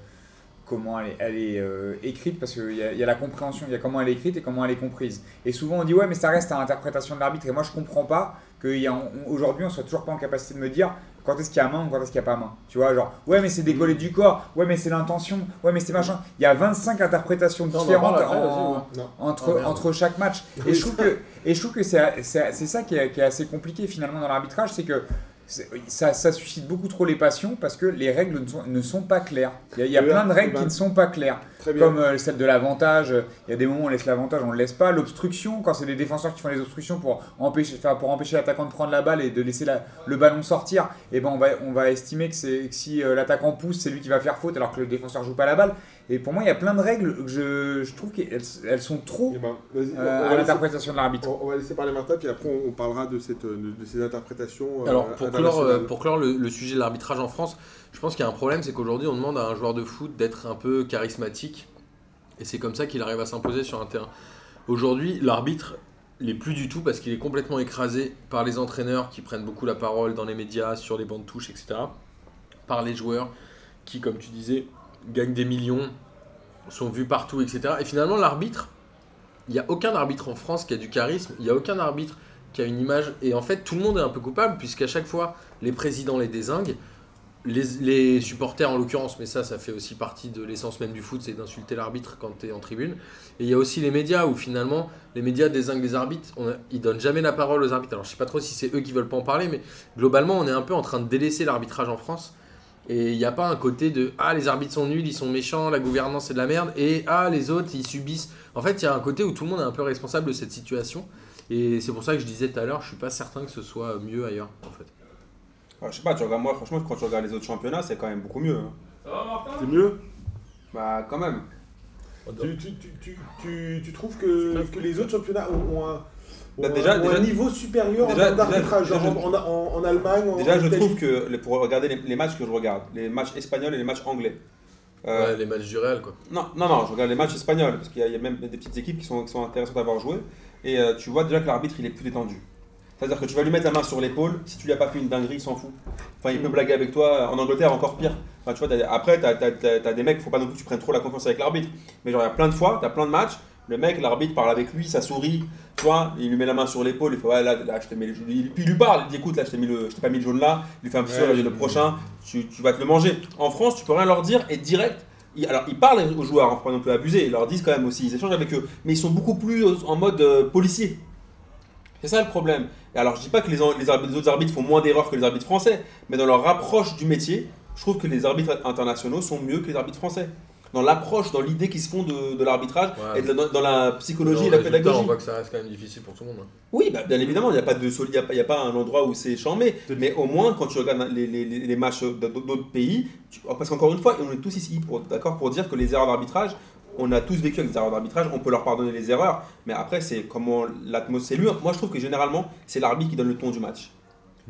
S2: comment elle est, elle est, euh, écrite, parce qu'il y, a- il y a la compréhension, il y a comment elle est écrite et comment elle est comprise. Et souvent on dit ouais, mais ça reste à l'interprétation de l'arbitre. Et moi je comprends pas qu'aujourd'hui on soit toujours pas en capacité de me dire quand est-ce qu'il y a main ou quand est-ce qu'il n'y a pas main. Tu vois, genre ouais, mais c'est
S1: Mm.
S2: décollé du corps, ouais, mais c'est l'intention, ouais, mais c'est machin. Il y a 25 interprétations
S1: Non, on en
S2: différentes
S1: parle après,
S2: en-
S1: vas-y, ouais.
S4: Non.
S1: Oh,
S2: entre,
S1: merde.
S2: entre chaque match. Et je trouve que, et je trouve que c'est, c'est, c'est ça qui est, qui est assez compliqué finalement dans l'arbitrage, c'est que c'est- ça, ça suscite beaucoup trop les passions parce que les règles ne sont, ne sont pas claires. Il y a, il y a
S4: Eh bien,
S2: plein de
S4: eh
S2: règles
S4: ben.
S2: qui ne sont pas claires,
S4: Très bien.
S2: comme euh, celle de l'avantage. euh, Il y a des moments où on laisse l'avantage, on ne le laisse pas. L'obstruction, quand c'est des défenseurs qui font les obstructions pour empêcher, enfin, pour empêcher l'attaquant de prendre la balle et de laisser la- le ballon sortir, et ben on va, on va estimer que, c'est, que si euh, l'attaquant pousse, c'est lui qui va faire faute alors que le défenseur joue pas la balle. Et pour moi, il y a plein de règles que je, je trouve qu'elles elles sont trop
S4: Eh ben, vas-y,
S2: euh,
S4: on- on
S2: à
S4: va laisser-
S2: l'interprétation de l'arbitre.
S4: On on va laisser parler Martha, puis après on on parlera de, cette, euh, de, de ces interprétations. euh,
S1: Alors pour clore,
S4: internationales.
S1: euh, pour clore le, le sujet de l'arbitrage en France, je pense qu'il y a un problème, c'est qu'aujourd'hui on demande à un joueur de foot d'être un peu charismatique et c'est comme ça qu'il arrive à s'imposer sur un terrain. Aujourd'hui, l'arbitre l'est plus du tout parce qu'il est complètement écrasé par les entraîneurs qui prennent beaucoup la parole dans les médias, sur les bancs de touche, etc. Par les joueurs qui, comme tu disais, gagnent des millions, sont vus partout, etc. Et finalement, l'arbitre, il n'y a aucun arbitre en France qui a du charisme, il n'y a aucun arbitre qui a une image. Et en fait, tout le monde est un peu coupable, puisqu'à chaque fois, les présidents les désinguent, les, les supporters en l'occurrence, mais ça, ça fait aussi partie de l'essence même du foot, c'est d'insulter l'arbitre quand tu es en tribune. Et il y a aussi les médias, où finalement, les médias désinguent les arbitres, on a- ils donnent jamais la parole aux arbitres. Alors, je sais pas trop si c'est eux qui veulent pas en parler, mais globalement, on est un peu en train de délaisser l'arbitrage en France. Et il n'y a pas un côté de Ah, les arbitres sont nuls, ils sont méchants, la gouvernance c'est de la merde, et Ah, les autres ils subissent. En fait, il y a un côté où tout le monde est un peu responsable de cette situation. Et c'est pour ça que je disais tout à l'heure, je suis pas certain que ce soit mieux ailleurs en fait.
S3: Ah, je sais pas, tu regardes, moi, franchement, quand tu regardes les autres championnats, c'est quand même beaucoup mieux. hein.
S4: C'est mieux
S3: Bah, quand même.
S1: Ah
S4: tu, tu, tu, tu, tu, tu trouves que, que les autres championnats ont, ont un, ont
S3: Bah,
S4: un-
S3: déjà-
S4: ont
S3: déjà-
S4: un niveau supérieur
S3: déjà-
S4: en termes d'arbitrage
S3: déjà-
S4: genre
S3: déjà,
S4: en, en- en Allemagne en
S3: Déjà, je
S4: Italie.
S3: trouve que les- pour regarder les, les matchs que je regarde, les matchs espagnols et les matchs anglais. euh,
S1: Ouais, les matchs du Real quoi.
S3: Non, non, non, je regarde les matchs espagnols, parce qu'il y, a- il y a même des petites équipes qui sont, qui sont intéressantes à avoir joué. Et euh, tu vois déjà que l'arbitre, il est plus détendu. Ça, C'est-à-dire que tu vas lui mettre la main sur l'épaule, si tu lui as pas fait une dinguerie, il s'en fout. Enfin,
S2: Mm.
S3: il peut blaguer avec toi. euh, En Angleterre, encore pire. Enfin, tu vois, t'as- après, t'as as, des mecs, faut pas non plus que tu prennes trop la confiance avec l'arbitre. Mais genre, il y a plein de fois, t'as plein de matchs, le mec, l'arbitre parle avec lui, ça sourit, tu vois, il lui met la main sur l'épaule, il fait, ouais, là, là, je te mets le jaune. Il- Puis il lui parle, il dit, écoute, là, je t'ai mis le- je t'ai pas mis le jaune là, il lui fait un petit
S2: Ouais,
S3: sourire, il
S2: je-
S3: dit, le prochain, tu, tu vas te le manger. En France, tu peux rien leur dire et direct. ils- alors, ils parlent aux joueurs, hein, faut pas non plus abuser, ils leur disent quand même aussi, ils échangent avec eux, mais ils sont beaucoup plus en mode euh, policier. C'est ça le problème. Et alors, je dis pas que les, en- les arbitres- les autres arbitres font moins d'erreurs que les arbitres français, mais dans leur approche du métier, je trouve que les arbitres internationaux sont mieux que les arbitres français. Dans l'approche, dans l'idée qu'ils se font de, de l'arbitrage
S1: Ouais.
S3: et de- dans, dans la psychologie et la
S1: Dans le résultat, On
S3: pédagogie.
S1: voit que ça reste quand même difficile pour tout le monde. hein.
S3: Oui, bah, bien évidemment, il n'y a, pas de soli- il y a, pas- il y a pas un endroit où c'est chambé, mais au moins quand tu regardes les, les- les- les matchs de- de- d'autres pays, tu- oh, parce qu'encore une fois, on est tous ici pour- d'accord pour dire que les erreurs d'arbitrage, on a tous vécu avec des erreurs d'arbitrage, on peut leur pardonner les erreurs, mais après, c'est comment l'atmosphère. c'est lui. Moi, je trouve que généralement, c'est l'arbitre qui donne le ton du match.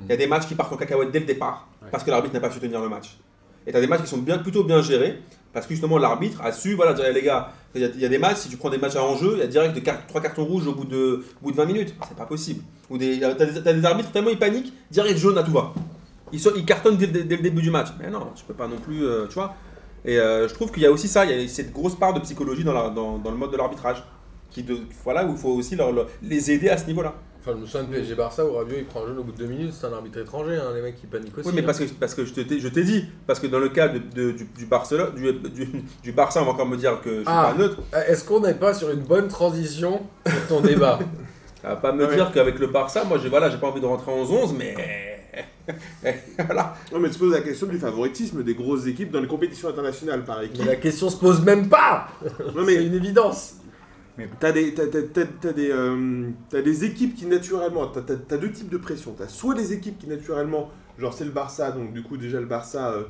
S3: Il y a des matchs qui partent en cacahuète dès le départ, parce que l'arbitre n'a pas su tenir le match. Et tu as des matchs qui sont bien, plutôt bien gérés, parce que justement l'arbitre a su, voilà, dire, Eh, les gars, il y, a- il y a des matchs, si tu prends des matchs à enjeu, il y a direct de quatre- trois cartons rouges au bout de, au bout de 20 minutes. C'est pas possible. Ou des, euh, t'as, des, t'as des arbitres tellement ils paniquent, direct jaune à tout va. Ils, sont- ils cartonnent dès, le- dès le début du match. Mais non, tu peux pas non plus, euh, tu vois. Et euh, je trouve qu'il y a aussi ça, il y a cette grosse part de psychologie dans, la- dans- dans le mode de l'arbitrage. Qui de, voilà, où il faut aussi leur- leur- les aider à ce niveau-là.
S1: Enfin, je me souviens de PSG Barça où Rabiot il prend un jaune au bout de deux minutes, c'est un arbitre étranger, hein, les mecs qui paniquent aussi.
S3: Oui, mais
S1: hein.
S3: parce que, parce que je te t'ai- je t'ai dit, parce que dans le cas de, de- du, du, Barcelone, du, du, du Barça, on va encore me dire que je suis
S1: Ah.
S3: pas neutre.
S1: Ah, Est-ce qu'on n'est pas sur une bonne transition pour ton débat
S3: Ça va pas
S1: Ah
S3: me
S4: Ouais.
S3: dire qu'avec le Barça, moi j'ai voilà, j'ai pas envie de rentrer en 11, mais voilà.
S4: Non, mais tu poses la question du favoritisme des grosses équipes dans les compétitions internationales, par
S1: Mais
S4: équipe.
S1: la question se pose même pas
S4: Non,
S1: C'est
S4: mais
S1: une évidence
S4: t'as des, t'as, t'as- t'as- t'as des, euh, t'as des équipes qui naturellement, t'as, t'as- t'as deux types de pression. T'as soit des équipes qui naturellement, genre c'est le Barça, donc du coup déjà le Barça, euh,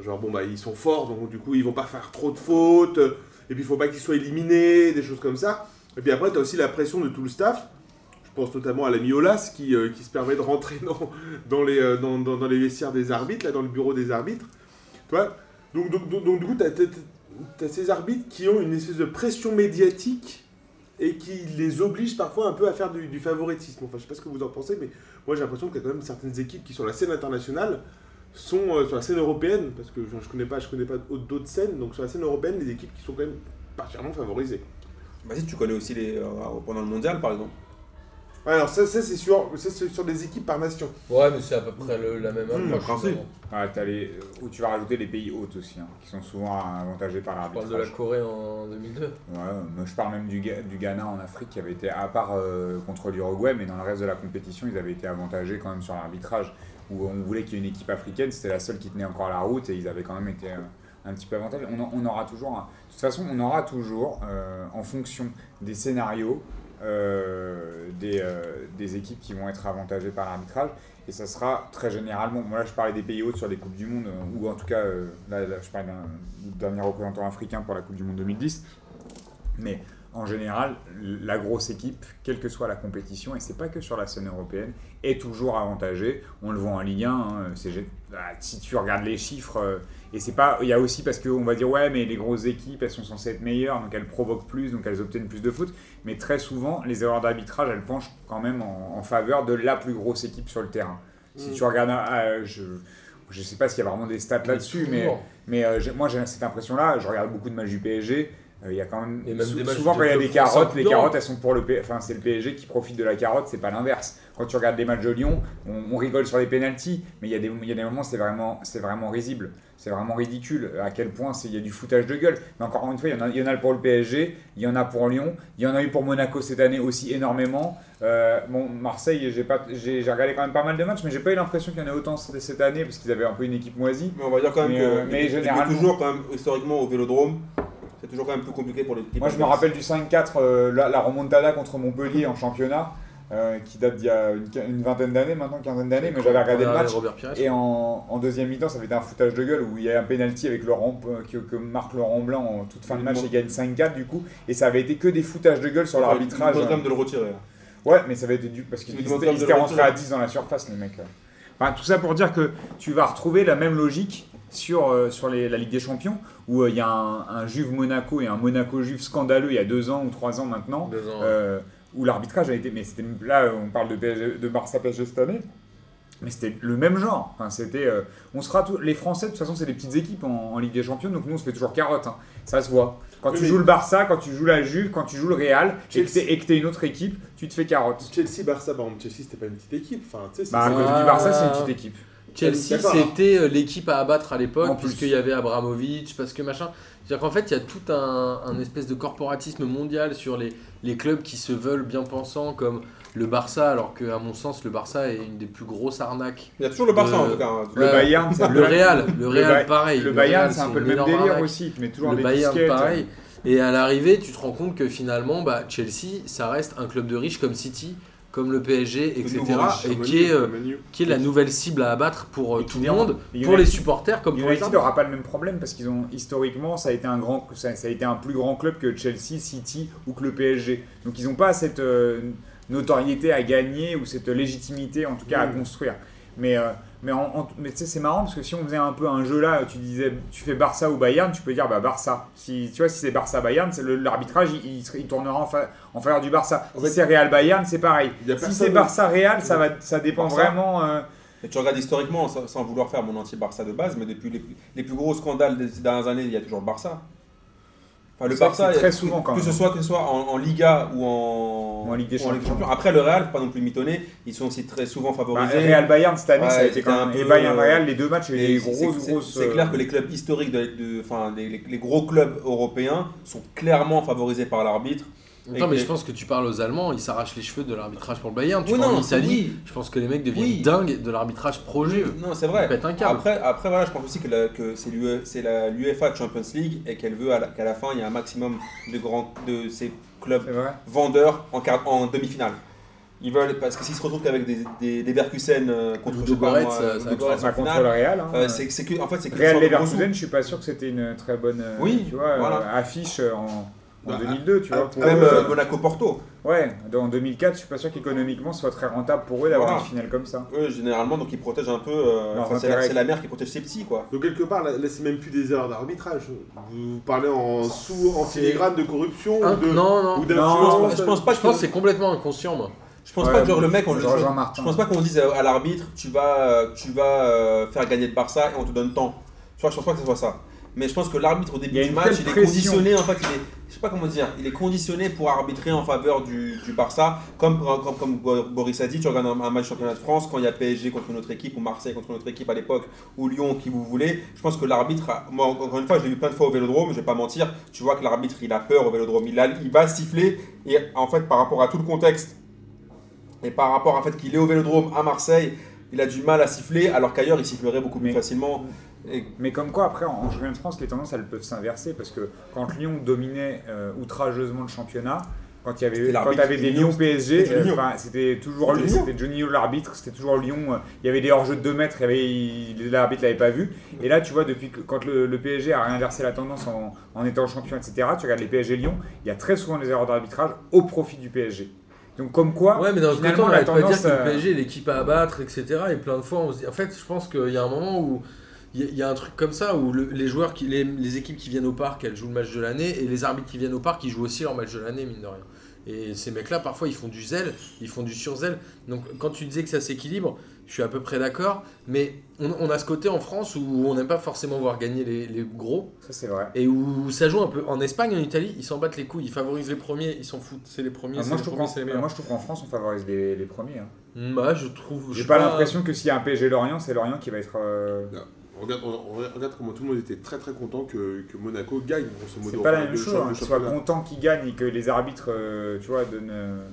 S4: genre bon bah ils sont forts, donc du coup ils vont pas faire trop de fautes, euh, et puis il faut pas qu'ils soient éliminés, des choses comme ça. Et puis après t'as aussi la pression de tout le staff. Je pense notamment à la Miolas qui, euh, qui se permet de rentrer dans, dans, les, euh, dans, dans- dans les vestiaires des arbitres, là dans le bureau des arbitres. Tu vois donc, donc, donc, donc, du coup, t'as, t'as- t'as ces arbitres qui ont une espèce de pression médiatique et qui les oblige parfois un peu à faire du, du favoritisme. Enfin, je sais pas ce que vous en pensez, mais moi j'ai l'impression qu'il y a quand même certaines équipes qui sur la scène internationale sont euh, sur la scène européenne, parce que enfin, je connais pas, je connais pas d'autres scènes, donc sur la scène européenne, les équipes qui sont quand même particulièrement favorisées.
S3: eh, Vas-y, tu connais aussi les euh, pendant le mondial par exemple.
S4: Ouais, alors ça, ça, c'est sur, ça, c'est sur des équipes par nation.
S1: Ouais, mais c'est à peu près le- la même approche.
S3: principe.
S1: finalement.
S2: Ah, t'as les- Ou tu vas rajouter les pays hôtes aussi, hein, qui sont souvent avantagés par
S1: On parle de la
S2: l'arbitrage.
S1: Corée en 2002.
S2: Ouais, moi, je parle même du, Ga- du Ghana en Afrique qui avait été, à part euh, contre l'Uruguay, mais dans le reste de la compétition, ils avaient été avantagés quand même sur l'arbitrage. Où on voulait qu'il y ait une équipe africaine, c'était la seule qui tenait encore la route et ils avaient quand même été euh, un petit peu avantagés. On, en- on aura toujours, un- de toute façon, on aura toujours, euh, en fonction des scénarios, euh, des, euh, des équipes qui vont être avantagées par l'arbitrage. Et ça sera très généralement, moi là je parlais des pays hauts sur les Coupes du Monde, euh, ou en tout cas, euh, là, là, je parle d'un du dernier représentant africain pour la Coupe du Monde 2010. Mais en général, la grosse équipe, quelle que soit la compétition, et c'est pas que sur la scène européenne, est toujours avantagée. On le voit en Ligue 1. hein, c'est gê- ah, si tu regardes les chiffres, euh, et c'est pas, il y a aussi parce qu'on va dire ouais, mais les grosses équipes, elles sont censées être meilleures, donc elles provoquent plus, donc elles obtiennent plus de fautes. Mais très souvent, les erreurs d'arbitrage, elles penchent quand même en, en faveur de la plus grosse équipe sur le terrain. Si
S4: Mm.
S2: tu regardes, euh, je, je sais pas s'il y a vraiment des stats là-dessus, mais
S1: Toujours.
S2: mais euh, j'ai- moi j'ai cette impression-là, je regarde beaucoup de matchs du PSG, euh, il y a quand même,
S1: Et même
S2: sou-
S1: des matchs
S2: souvent
S1: de
S2: quand il y a
S1: club
S2: des
S1: français
S2: carottes, les
S1: dedans.
S2: carottes elles sont pour le P- enfin c'est le PSG qui profite de la carotte, c'est pas l'inverse. Quand tu regardes les matchs de Lyon, on, on rigole sur les pénalties, mais il y a des, il y a des moments c'est vraiment c'est vraiment risible, c'est vraiment ridicule à quel point c'est- il y a du foutage de gueule. Mais encore une fois, il y en a il y en a pour le PSG, il y en a pour Lyon, il y en a eu pour Monaco cette année aussi énormément. Euh, bon, Marseille, j'ai pas j'ai j'ai regardé quand même pas mal de matchs, mais j'ai pas eu l'impression qu'il y en a autant cette cette année parce qu'ils avaient un peu une équipe moisie.
S3: Mais on va dire quand même
S2: Mais,
S3: que
S2: euh, mais
S3: depuis
S2: généralement-
S3: toujours quand même historiquement au Vélodrome, c'est toujours quand même plus compliqué pour les équipes.
S2: Moi, je me rappelle du 5-4, euh, la, la remontada contre Montpellier en championnat, euh, qui date d'il y a une, qui- une vingtaine d'années maintenant, quinzaine d'années, mais j'avais regardé le
S1: On a
S2: match.
S1: Robert Pires.
S2: Et en, en deuxième mi-temps, ça avait été un foutage de gueule où il y a un penalty avec Laurent, euh, que, que marque Laurent Blanc en toute fin de match et gagne 5-4 du coup. Et ça avait été que des foutages de gueule sur l'arbitrage. hein.
S3: On de le retirer. là.
S2: Ouais, mais ça avait été dû parce qu'ils
S3: Ils
S2: étaient
S3: demandaient de
S2: ils étaient
S3: le
S2: rentrés à
S3: retirer.
S2: 10 dans la surface, les mecs. Enfin, tout ça pour dire que tu vas retrouver la même logique sur, euh, sur les- la Ligue des Champions, où euh, il y a un, un Juve Monaco et un Monaco Juve scandaleux il y a deux ans ou trois ans maintenant,
S1: Deux ans.
S2: euh, où l'arbitrage a été. Mais c'était là, on parle de, PSG de Barça PSG cette année. Mais c'était le même genre. Enfin, c'était, euh, on sera tous- les Français, de toute façon, c'est des petites équipes en, en Ligue des Champions, donc nous, on se fait toujours carotte. hein. Ça se voit. Quand
S4: Oui,
S2: tu
S4: mais-
S2: joues le Barça, quand tu joues la Juve, quand tu joues le Real, et que
S4: Chelsea.
S2: t'es- et que t'es une autre équipe, tu te fais carotte.
S4: Chelsea, Barça, par exemple, Chelsea, c'était pas une petite équipe. Enfin, tu sais, c'est-
S2: Bah, à
S4: c'est-
S2: cause
S1: Ah.
S2: du Barça, c'est une petite équipe.
S1: Chelsea,
S4: D'accord.
S1: c'était euh, l'équipe à abattre à
S2: En
S1: l'époque,
S2: plus.
S1: puisqu'il y avait Abramovich, parce que machin. C'est-à-dire qu'en fait, il y a tout un, un espèce de corporatisme mondial sur les, les clubs qui se veulent bien pensants, comme le Barça, alors qu'à mon sens, le Barça est une des plus grosses arnaques.
S3: Il y a toujours le Barça
S1: Euh,
S3: en tout cas. hein.
S2: Le
S1: Ouais.
S2: Bayern, c'est un peu
S1: Le
S2: la-
S1: Real, le Real,
S2: Ba-
S1: pareil.
S2: Le Bayern,
S1: Real,
S2: c'est un peu
S1: une
S2: le même
S1: énorme
S2: délire
S1: arnaque.
S2: aussi. Mais toujours
S1: le
S2: des
S1: Bayern,
S2: disquettes.
S1: pareil. Et à l'arrivée, tu te rends compte que finalement, bah, Chelsea, ça reste un club de riches comme City, comme le PSG, etc.
S3: nouveau riche,
S1: Et
S4: Manu,
S1: qui est, euh,
S4: Manu.
S1: qui est la nouvelle cible à abattre pour euh,
S2: Et
S1: tout
S2: qui
S1: le
S2: est en-
S1: monde,
S2: United-
S1: pour les supporters comme pour les
S2: United
S1: arbitres.
S2: n'aura pas le même problème parce qu'ils ont historiquement ça a été un grand ça, ça a été un plus grand club que Chelsea, City ou que le PSG. Donc ils n'ont pas cette euh, notoriété à gagner ou cette légitimité en tout cas à
S4: Mm.
S2: construire. Mais euh, mais en- en- mais tu sais c'est marrant parce que si on faisait un peu un jeu là, tu disais tu fais Barça ou Bayern, tu peux dire bah Barça. Si tu vois si c'est Barça Bayern, c'est le- l'arbitrage il, il serait- il tournera en, fa- en faveur du Barça.
S4: En
S2: Si
S4: fait-
S2: c'est Real Bayern, c'est pareil.
S4: Il y a
S2: Si
S4: personne-
S2: c'est Barça Real, ça va ça dépend
S3: Barça.
S2: vraiment euh,
S3: Et tu regardes historiquement, sans, sans vouloir faire mon anti-Barça de base, mais depuis les, les plus gros scandales des ces dernières années, il y a toujours le Barça. Enfin, le
S2: C'est vrai
S3: Barça,
S2: que c'est
S3: il y a-
S2: très souvent, quand
S3: que
S2: même. hein.
S3: ce soit, que ce soit en, en Liga ou en,
S2: Ou en Ligue des Champions.
S3: Après, le Real, faut pas non plus mitonner, ils sont aussi très souvent
S2: Bah,
S3: favorisés.
S2: Real Bayern cette année,
S3: Ouais,
S2: ça a été
S3: c'était
S2: quand
S3: un
S2: même.
S3: peu,
S2: Et Bayern
S3: euh,
S2: Real, les deux matchs, il y a eu
S3: Et
S2: des
S3: c'est-
S2: grosses,
S3: c'est-
S2: grosses.
S3: C'est
S2: euh,
S3: clair que les clubs historiques, de, de- enfin, les, les- les gros clubs européens sont clairement favorisés par l'arbitre.
S1: Attends, mais
S3: Et-
S1: je pense que tu parles aux Allemands, ils s'arrachent les cheveux de l'arbitrage pour le Bayern. Tu
S3: Oui,
S1: vas en
S3: non,
S1: Italie,
S3: oui.
S1: je pense que les mecs deviennent
S3: Oui.
S1: dingues de l'arbitrage pro-jeu.
S3: Non, c'est vrai.
S1: Ils pètent un câble.
S3: Après, après voilà, je pense aussi que, la- que c'est l'UE c'est la- l'UEFA Champions League et qu'elle veut à la- qu'à la fin, il y a un maximum de, grands, de ces clubs
S2: euh, C'est vrai.
S3: vendeurs en, quart- en demi-finale. Ils veulent, parce que s'ils se retrouvent qu'avec des, des, des Leverkusen euh, contre
S1: Ludo
S3: je sais pas
S1: Goretz,
S3: moi,
S1: ça- ça
S3: Ludo
S1: va être
S3: Goretz en
S2: Enfin, contre
S3: finale,
S2: le Real. hein.
S3: euh, c'est c'est que, en fait, c'est que
S2: Real
S3: sur le gros sou.
S2: Leverkusen, je suis pas sûr que c'était une très bonne. euh,
S3: Oui,
S2: Tu vois, euh,
S3: voilà.
S2: affiche euh, en. en
S4: Bah,
S2: 2002, tu
S4: à-
S2: vois. pour
S3: Même
S2: eux,
S3: euh,
S2: euh,
S3: Monaco-Porto.
S2: ouais, dans- en 2004, je suis pas sûr qu'économiquement ce soit très rentable pour eux d'avoir
S3: Voilà.
S2: une finale comme ça.
S3: Eux, généralement, donc ils protègent un peu. euh,
S2: Leurs
S3: enfin, c'est la,
S2: intérêts.
S3: c'est la mère qui protège ses petits, quoi.
S4: Donc quelque part, là, là, c'est même plus des erreurs d'arbitrage. Vous vous parlez en sous, en
S3: C'est-
S4: filigrane de corruption
S1: Hein
S4: ou de
S1: non, non.
S4: ou
S2: Non,
S4: d'influence.
S3: Ah, Je pense pas
S1: Je pense que
S3: que
S1: c'est complètement inconscient, moi.
S3: je pense
S2: Ouais,
S3: pas que genre, le mec, on lui
S2: Je
S3: dit-
S2: rejoins Martin.
S3: Je pense pas qu'on dise à à l'arbitre tu vas, euh, tu vas euh, faire gagner le Barça et on te donne temps. Tu vois, je pense pas que ce soit ça. Mais je pense que l'arbitre au
S2: Il y
S3: début
S2: a
S3: du
S2: une
S3: match,
S2: telle
S3: il est
S2: pression.
S3: conditionné en fait, il est, je sais pas comment dire, il est conditionné pour arbitrer en faveur du, du Barça, comme, comme, comme Bo- Boris a dit, tu regardes un, un match championnat de France quand il y a PSG contre notre équipe ou Marseille contre notre équipe à l'époque ou Lyon qui vous voulez. Je pense que l'arbitre, a- moi encore une fois, je l'ai vu plein de fois au Vélodrome, je vais pas mentir, tu vois que l'arbitre il a peur au Vélodrome, il, a- il va siffler et en fait par rapport à tout le contexte et par rapport à fait qu'il est au Vélodrome à Marseille, il a du mal à siffler, alors qu'ailleurs il sifflerait beaucoup plus
S2: Mais-
S3: facilement. Et
S2: Mais comme quoi, après, en, en championnat de France, les tendances, elles peuvent s'inverser. Parce que quand Lyon dominait euh, outrageusement le championnat, quand il y
S3: C'était
S2: avait, quand
S3: l'arbitre,
S2: t'avais des
S3: Lyon,
S2: Lyon PSG,
S3: c'était Juninho.
S2: euh, enfin, c'était toujours
S3: C'était Juninho.
S2: c'était Juninho l'arbitre, c'était toujours Lyon. euh, Il y avait des hors-jeux de 2 mètres, il y avait- il- l'arbitre l'avait pas vu. Et là, tu vois, depuis que quand le, le PSG a réinversé la tendance en, en étant champion, etc., tu regardes les PSG Lyon, il y a très souvent des erreurs d'arbitrage au profit du PSG. Donc, comme quoi,
S1: Ouais, mais dans le
S2: Hein, finalement,
S1: côté, on
S2: la
S1: n'arrête pas de dire
S2: tendance.
S1: que le
S2: euh,
S1: PSG est l'équipe à abattre, etc. Et plein de fois, on se dit. En fait, je pense qu'il y a un moment où. Il y a- il y, a un truc comme ça où le- les joueurs, qui, les, les équipes qui viennent au parc, elles jouent le match de l'année et les arbitres qui viennent au parc, ils jouent aussi leur match de l'année, mine de rien. Et ces mecs-là, parfois, ils font du zèle, ils font du surzèle. Donc, quand tu disais que ça s'équilibre, je suis à peu près d'accord. Mais on, on a ce côté en France où on n'aime pas forcément voir gagner les- les gros.
S2: Ça, c'est vrai.
S1: Et où ça joue un peu. En Espagne, en Italie, ils s'en battent les couilles, ils favorisent les premiers, ils s'en foutent, c'est les premiers,
S2: Ah,
S1: c'est
S2: moi,
S1: les
S2: je trouve
S1: premiers,
S2: qu'en-
S1: c'est les meilleurs.
S2: moi, je trouve qu'en France, on favorise les, les premiers. hein.
S1: Bah, je trouve. je
S2: J'ai
S1: sais euh,
S2: pas l'impression que s'il y a un PSG Lorient, c'est Lorient qui va être. euh,
S4: Regarde, on- on regarde comment tout le monde était très très content que, que Monaco gagne, grosso modo.
S2: C'est pas la
S4: Enfin,
S2: même
S4: le
S2: chose.
S4: champ-
S2: hein,
S4: le
S2: Qu'ils soient
S4: championnat.
S2: contents qu'ils gagnent et que les arbitres, euh, tu vois, donnent euh,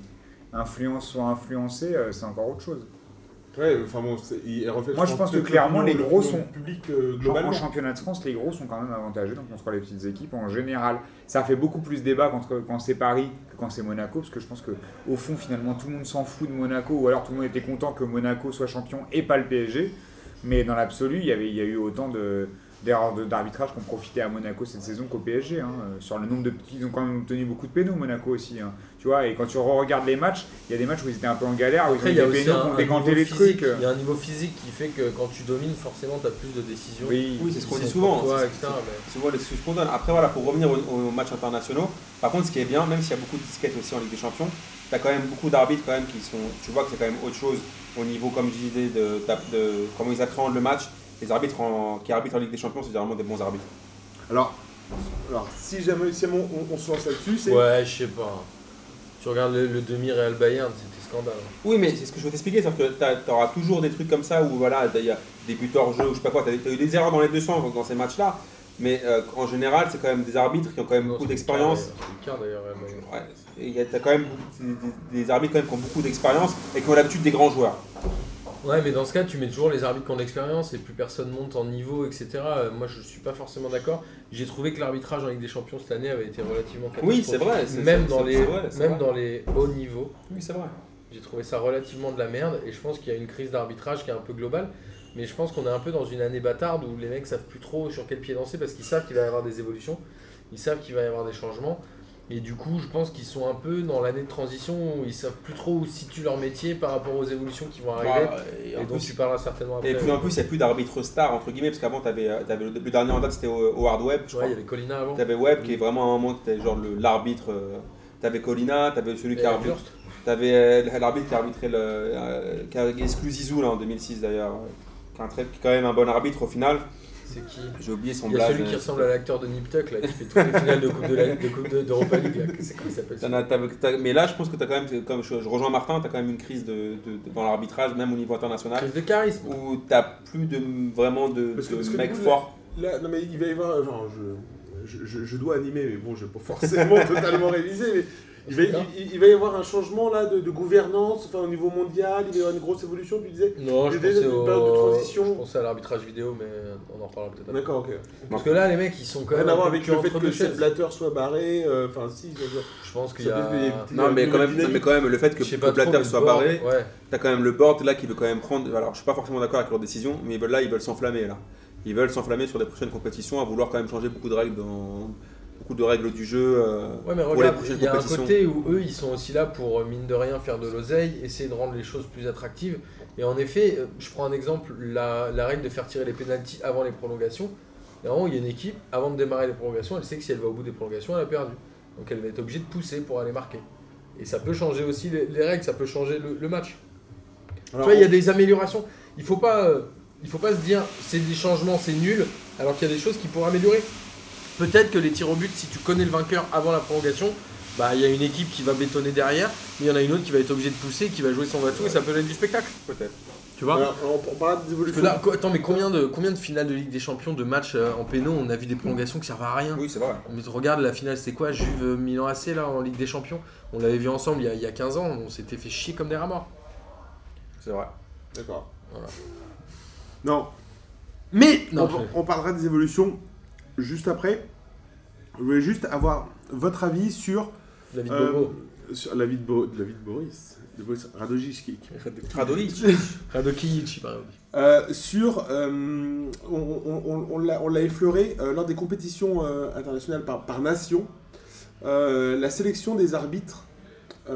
S2: influence soient influencés, euh, c'est encore autre chose.
S4: Ouais, enfin bon, c'est- il reflète.
S2: Moi, je pense que clairement, les
S4: l'opinion-
S2: gros
S4: l'opinion
S2: sont-
S4: publique euh,
S2: En
S4: globalement.
S2: championnat de France, les gros sont quand même avantagés donc contre les petites équipes en général. Ça fait beaucoup plus débat contre, quand c'est Paris que quand c'est Monaco, parce que je pense que au fond, finalement, tout le monde s'en fout de Monaco, ou alors tout le monde était content que Monaco soit champion et pas le PSG. Mais dans l'absolu, il y avait, il y a eu autant de, d'erreurs de- d'arbitrage qu'ont profité à Monaco cette saison qu'au PSG. hein. Euh, Sur le nombre de petits, ils ont quand même obtenu beaucoup de pénaux Monaco aussi. hein. Tu vois, et quand tu regardes les matchs, il y a des matchs où ils étaient un peu en galère, où
S1: Après, il
S2: ils
S1: y a
S2: ont eu des
S1: aussi
S2: pénaux,
S1: un,
S2: qui ont
S1: un
S2: décanté
S1: niveau
S2: les
S1: physique,
S2: trucs.
S1: il y a un niveau physique qui fait que quand tu domines, forcément, tu as plus de décisions.
S2: Oui,
S3: Oui, c'est ce
S1: qui
S3: qu'on
S1: sont
S3: dit
S1: pour
S3: souvent.
S1: toi,
S3: c'est-
S1: etc., mais-
S3: Tu vois les sous qu'on donne. Après, voilà, pour revenir aux, aux matchs internationaux, par contre, ce qui est bien, même s'il y a beaucoup de disquettes aussi en Ligue des Champions, tu as quand même beaucoup d'arbitres quand même qui sont. Tu vois que c'est quand même autre chose au niveau, comme je disais, de, d'app- de- comment ils appréhendent le match. Les arbitres en- qui arbitrent en Ligue des Champions, c'est généralement des bons arbitres.
S4: Alors, alors si jamais si on, on- on se lance là-dessus, c'est.
S1: Ouais, je sais pas. Tu regardes le, le demi-Real Bayern, c'était scandale.
S3: Oui, mais c'est ce que je veux t'expliquer, cest que tu auras toujours des trucs comme ça où voilà, il y a des buts hors jeu ou je sais pas quoi. Tu as, eu des erreurs dans les deux sens dans- dans ces matchs-là, mais euh, en général, c'est quand même des arbitres qui ont quand même beaucoup d'expérience.
S1: C'est le cas d'ailleurs, Real Bayern.
S3: Ouais, et il y a t'as quand même des, des arbitres quand même qui ont beaucoup d'expérience et qui ont l'habitude des grands joueurs.
S1: Ouais, mais dans ce cas, tu mets toujours les arbitres qui ont de l'expérience et plus personne monte en niveau, etc. Euh, Moi, je suis pas forcément d'accord. J'ai trouvé que l'arbitrage en Ligue des Champions cette année avait été relativement
S3: Oui,
S1: catastrophique.
S3: c'est vrai, c'est-
S1: Même
S3: c'est-
S1: dans
S3: c'est
S1: les,
S3: vrai, c'est
S1: même
S3: vrai.
S1: dans les hauts niveaux,
S3: Oui, c'est vrai.
S1: j'ai trouvé ça relativement de la merde. Et je pense qu'il y a une crise d'arbitrage qui est un peu globale. Mais je pense qu'on est un peu dans une année bâtarde où les mecs savent plus trop sur quel pied danser parce qu'ils savent qu'il va y avoir des évolutions, ils savent qu'il va y avoir des changements. Et du coup, je pense qu'ils sont un peu dans l'année de transition où ils savent plus trop où situe leur métier par rapport aux évolutions qui vont arriver.
S3: euh, et,
S1: Et,
S3: Bah, en
S1: donc
S3: plus,
S1: tu parleras certainement après.
S3: et puis en plus, il n'y a plus d'arbitre star entre guillemets, parce qu'avant, t'avais, euh, t'avais le, le dernier en date, c'était au, au Hard Web. Je
S1: Ouais,
S3: crois.
S1: il y avait Mm. Colina avant.
S3: T'avais Web qui est vraiment un moment que t'avais genre le- l'arbitre. euh, T'avais Colina, t'avais celui qui
S1: Et
S3: arbitre.
S1: Wurst.
S3: T'avais euh, l'arbitre qui arbitrait le. euh, qui a exclu Zizou là en 2006 d'ailleurs. euh, Qui est, un très- qui est quand même un bon arbitre au final.
S1: C'est qui
S3: J'ai oublié son
S1: Il y a
S3: blaze.
S1: celui qui ressemble à l'acteur de Nip Tuck là, qui fait toutes les finales de Coupe de la de Coupe de- d'Europa League là. C'est comment il s'appelle
S3: T'en as- t'as- t'as- mais là, je pense que tu as quand même, comme je, je rejoins Martin, tu as quand même une crise de, de- de- dans l'arbitrage, même au niveau international,
S1: Crise de charisme.
S3: où tu plus de, vraiment de,
S4: Parce que-
S3: de
S4: parce que
S3: mecs
S4: du coup,
S3: forts.
S4: Là, non mais il va y avoir. euh, Enfin, je, je, je- je dois animer, mais bon, je vais pas forcément totalement réviser. Mais il va, il, il va y avoir un changement là de, de gouvernance, enfin au niveau mondial, il va y avoir une grosse évolution. Tu disais.
S1: Non, je
S4: Il y a déjà
S1: pensais,
S4: une période de
S1: au-
S4: transition.
S1: je pensais à l'arbitrage vidéo, mais on en reparlera peut-être. après.
S4: D'accord, ok.
S1: Parce que là, les mecs, ils sont quand même.
S4: Rien à voir
S1: un peu
S4: avec le fait
S1: entre
S4: que
S1: deux
S4: cette
S1: chaises.
S4: Blatter soit barré. euh, Enfin, si. je veux dire.
S1: Je pense qu'il y
S4: Ça peut être
S1: a.
S4: des- Non, mais quand même- non, mais
S3: quand même, le fait
S1: Je sais pas trop, mais le board- Ouais.
S3: T'as quand même le board là qui veut quand même prendre. Alors, je suis pas forcément d'accord avec leur décision, mais ils veulent- là, ils veulent s'enflammer là. Ils veulent s'enflammer sur les prochaines compétitions, à vouloir quand même changer beaucoup de règles dans beaucoup de règles du jeu. euh,
S1: Ouais, mais
S3: Pour les
S1: regarde,
S3: prochaines
S1: il y a un
S3: compétitions.
S1: côté où eux, ils sont aussi là pour, euh, mine de rien, faire de l'oseille, essayer de rendre les choses plus attractives. Et en effet, euh, je prends un exemple, la, la règle de faire tirer les pénalties avant les prolongations. Normalement, il y a une équipe, avant de démarrer les prolongations, elle sait que si elle va au bout des prolongations, elle a perdu. Donc elle va être obligée de pousser pour aller marquer. Et ça peut changer aussi les, les règles, ça peut changer le, le match.
S4: Alors,
S1: tu vois, il y a des améliorations. Il faut pas, euh, il faut pas se dire c'est des changements, c'est nul, alors qu'il y a des choses qui pourraient améliorer. Peut-être que les tirs au but, si tu connais le vainqueur avant la prolongation, bah il y a une équipe qui va bétonner derrière, mais il y en a une autre qui va être obligée de pousser, qui va jouer son bateau et ça peut donner du spectacle.
S3: Peut-être.
S1: Tu vois
S4: alors, on, on parle des
S1: Parce
S4: évolutions.
S1: que là, co- attends, mais combien de combien de finales de Ligue des Champions, de matchs euh, en péno, on a vu des prolongations qui servent à rien
S3: Oui, c'est vrai.
S1: mais tu regardes la finale, c'était quoi Juve Milan AC là en Ligue des Champions On l'avait vu ensemble il y a, il y a 15 ans, on s'était fait chier comme des rats morts.
S3: C'est vrai.
S4: D'accord.
S1: Voilà.
S4: Non,
S1: Mais
S4: on, on parlera des évolutions juste après. Je voulais juste avoir votre avis sur,
S1: la vie de
S4: euh,
S1: Bobo.
S4: sur la vie de, Bo- de la vie de Boris, de Boris Radojicic.
S3: Radoïc.
S1: Radokic, par exemple.
S4: Euh, sur, euh, on, on- on- on l'a- on l'a effleuré euh, lors des compétitions euh, internationales par, par nation, euh, la sélection des arbitres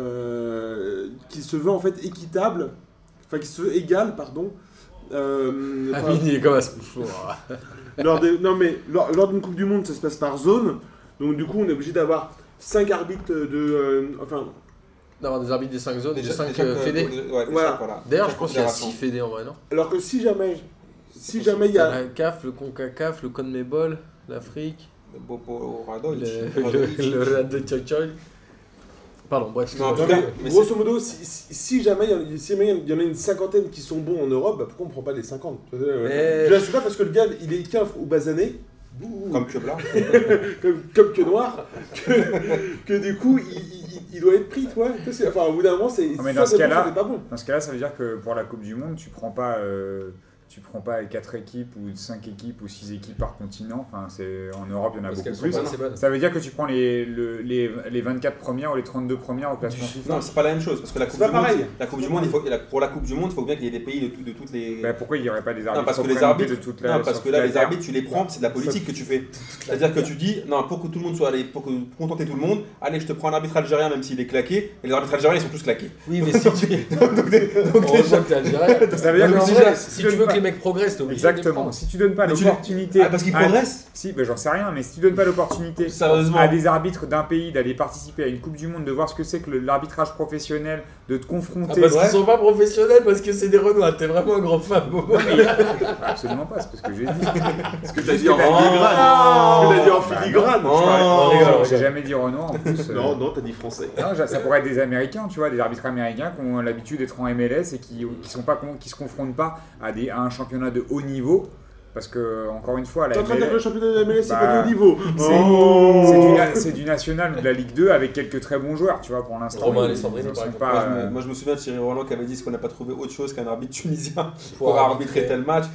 S4: euh, qui se veut en fait équitable, enfin qui se veut égale, pardon. euh, enfin,
S1: Amine, Ah il est comme à ce moment
S4: lors des- non mais lors, lors d'une Coupe du Monde, ça se passe par zone, donc du coup on est obligé d'avoir 5 arbitres de, euh, enfin
S1: D'avoir des arbitres des 5 zones et des 5 fédés.
S3: Ouais, des
S4: Voilà.
S3: cinq, voilà.
S1: euh, D'ailleurs,
S3: Chaque
S1: je pense qu'il y a
S3: confédération.
S1: 6 fédés en vrai, non
S4: alors que si jamais, si jamais il y a
S1: La CAF, le CONCACAF, le CONMEBOL, l'Afrique,
S3: Le Bobo
S1: le,
S3: Radoïc. Radoïc.
S1: le, le Rad de Tchotchoy. Pardon, bref.
S3: Non, en
S4: Non,
S1: excuse-moi.
S3: tout cas,
S4: mais
S3: mais
S4: grosso modo, si, si- si jamais il y, si jamais il y en a une cinquantaine qui sont bons en Europe, bah pourquoi on prend pas les 50
S1: Mais-
S4: Je ne sais pas parce que le gars, il est qu'un ou basané, ouh,
S3: Comme Kebla.
S4: comme, comme que noir, que, que du coup, il, il- il- il doit être pris, toi. Tu sais, Enfin, au bout d'un moment, c'est
S2: mais dans
S4: ça,
S2: ce
S4: c'est bon,
S2: cas-là-
S4: ça, c'est pas bon.
S2: Dans ce cas-là, ça veut dire que pour la Coupe du Monde, tu prends pas euh, tu prends pas 4 équipes ou 5 équipes ou 6 équipes par continent. Enfin, c'est- en Europe, il y en a
S1: Parce
S2: beaucoup
S1: qu'elles sont
S2: plus. hein.
S1: pas assez bonnes.
S2: Ça veut dire que tu prends les, le- les, les 24 premières ou les 32 premières au classement FIFA.
S3: Non, c'est pas la même chose parce que la Coupe
S5: pas
S3: du Monde,
S5: pareil.
S3: la coupe du monde il faut, la- pour la Coupe du Monde, il faut bien qu'il y ait des pays de, tout- de toutes les.
S2: Bah, pourquoi il n'y aurait pas des arbitres
S3: non, parce que les
S2: représentés
S3: arbitres,
S2: de toute la
S3: non, parce
S2: sur
S3: que
S2: toute
S3: là,
S2: la
S3: les
S2: terre
S3: arbitres, tu les prends, c'est de la politique que tu fais. C'est-à-dire que tu dis, non, pour que tout le monde soit allé, pour que pour contenter tout le monde, allez, je te prends un arbitre algérien, même s'il est claqué. Et les arbitres algériens, ils sont tous claqués.
S1: Oui, mais si tu.
S3: Donc, des- donc
S1: Heureusement
S3: déjà-
S1: que t'es algérien.
S2: Ça veut dire
S1: Non, mais
S2: qu'en
S1: déjà,
S2: vrai,
S1: si tu veux que les mecs progressent, t'es obligé de les
S2: Exactement. Ah,
S1: prendre.
S2: Si tu donnes pas
S3: Mais tu les-
S2: l'opportunité.
S3: Ah, parce qu'ils
S2: à-
S3: progressent
S2: Si, bah, j'en sais rien, mais si tu donnes pas l'opportunité
S3: Sérieusement.
S2: à des arbitres d'un pays d'aller participer à une Coupe du Monde, de voir ce que c'est que le- l'arbitrage professionnel, de te
S1: Ah,
S2: confronter.
S1: parce
S2: Ouais.
S1: qu'ils sont pas professionnels, parce que c'est des Renois. T'es vraiment un grand fan, Bobo.
S2: Absolument pas, c'est pas ce que j'ai dit.
S4: Ce que t'as dit en filigrane. Ce que t'as dit
S3: Oh
S4: en filigrane.
S3: Oh.
S4: je parlais.
S1: On rigole, on
S2: J'ai
S1: rigole.
S2: jamais dit Renoir en plus. euh.
S4: Non, non, t'as dit français.
S2: Non, ça ça pourrait être des Américains, tu vois, des arbitres américains qui ont l'habitude d'être en MLS et qui, qui sont pas con- qui se confrontent pas à, des, à un championnat de haut niveau, parce que encore une fois, la
S4: T'es en train de dire que le
S2: MLS,
S4: championnat de la MLS, c'est
S2: Bah,
S4: pas du haut niveau.
S2: c'est
S4: Oh.
S2: c'est du, na- c'est du national ou de la Ligue 2 avec quelques très bons joueurs, tu vois, pour l'instant.
S1: Romain
S2: ils-
S1: Alessandrini,
S2: ils
S1: par
S2: sont
S1: exemple.
S2: pas,
S3: Moi, je
S2: euh,
S3: me- moi, je me souviens de Thierry Roland qui avait dit qu'on n'a pas trouvé autre chose qu'un arbitre tunisien pour arbitrer tel match.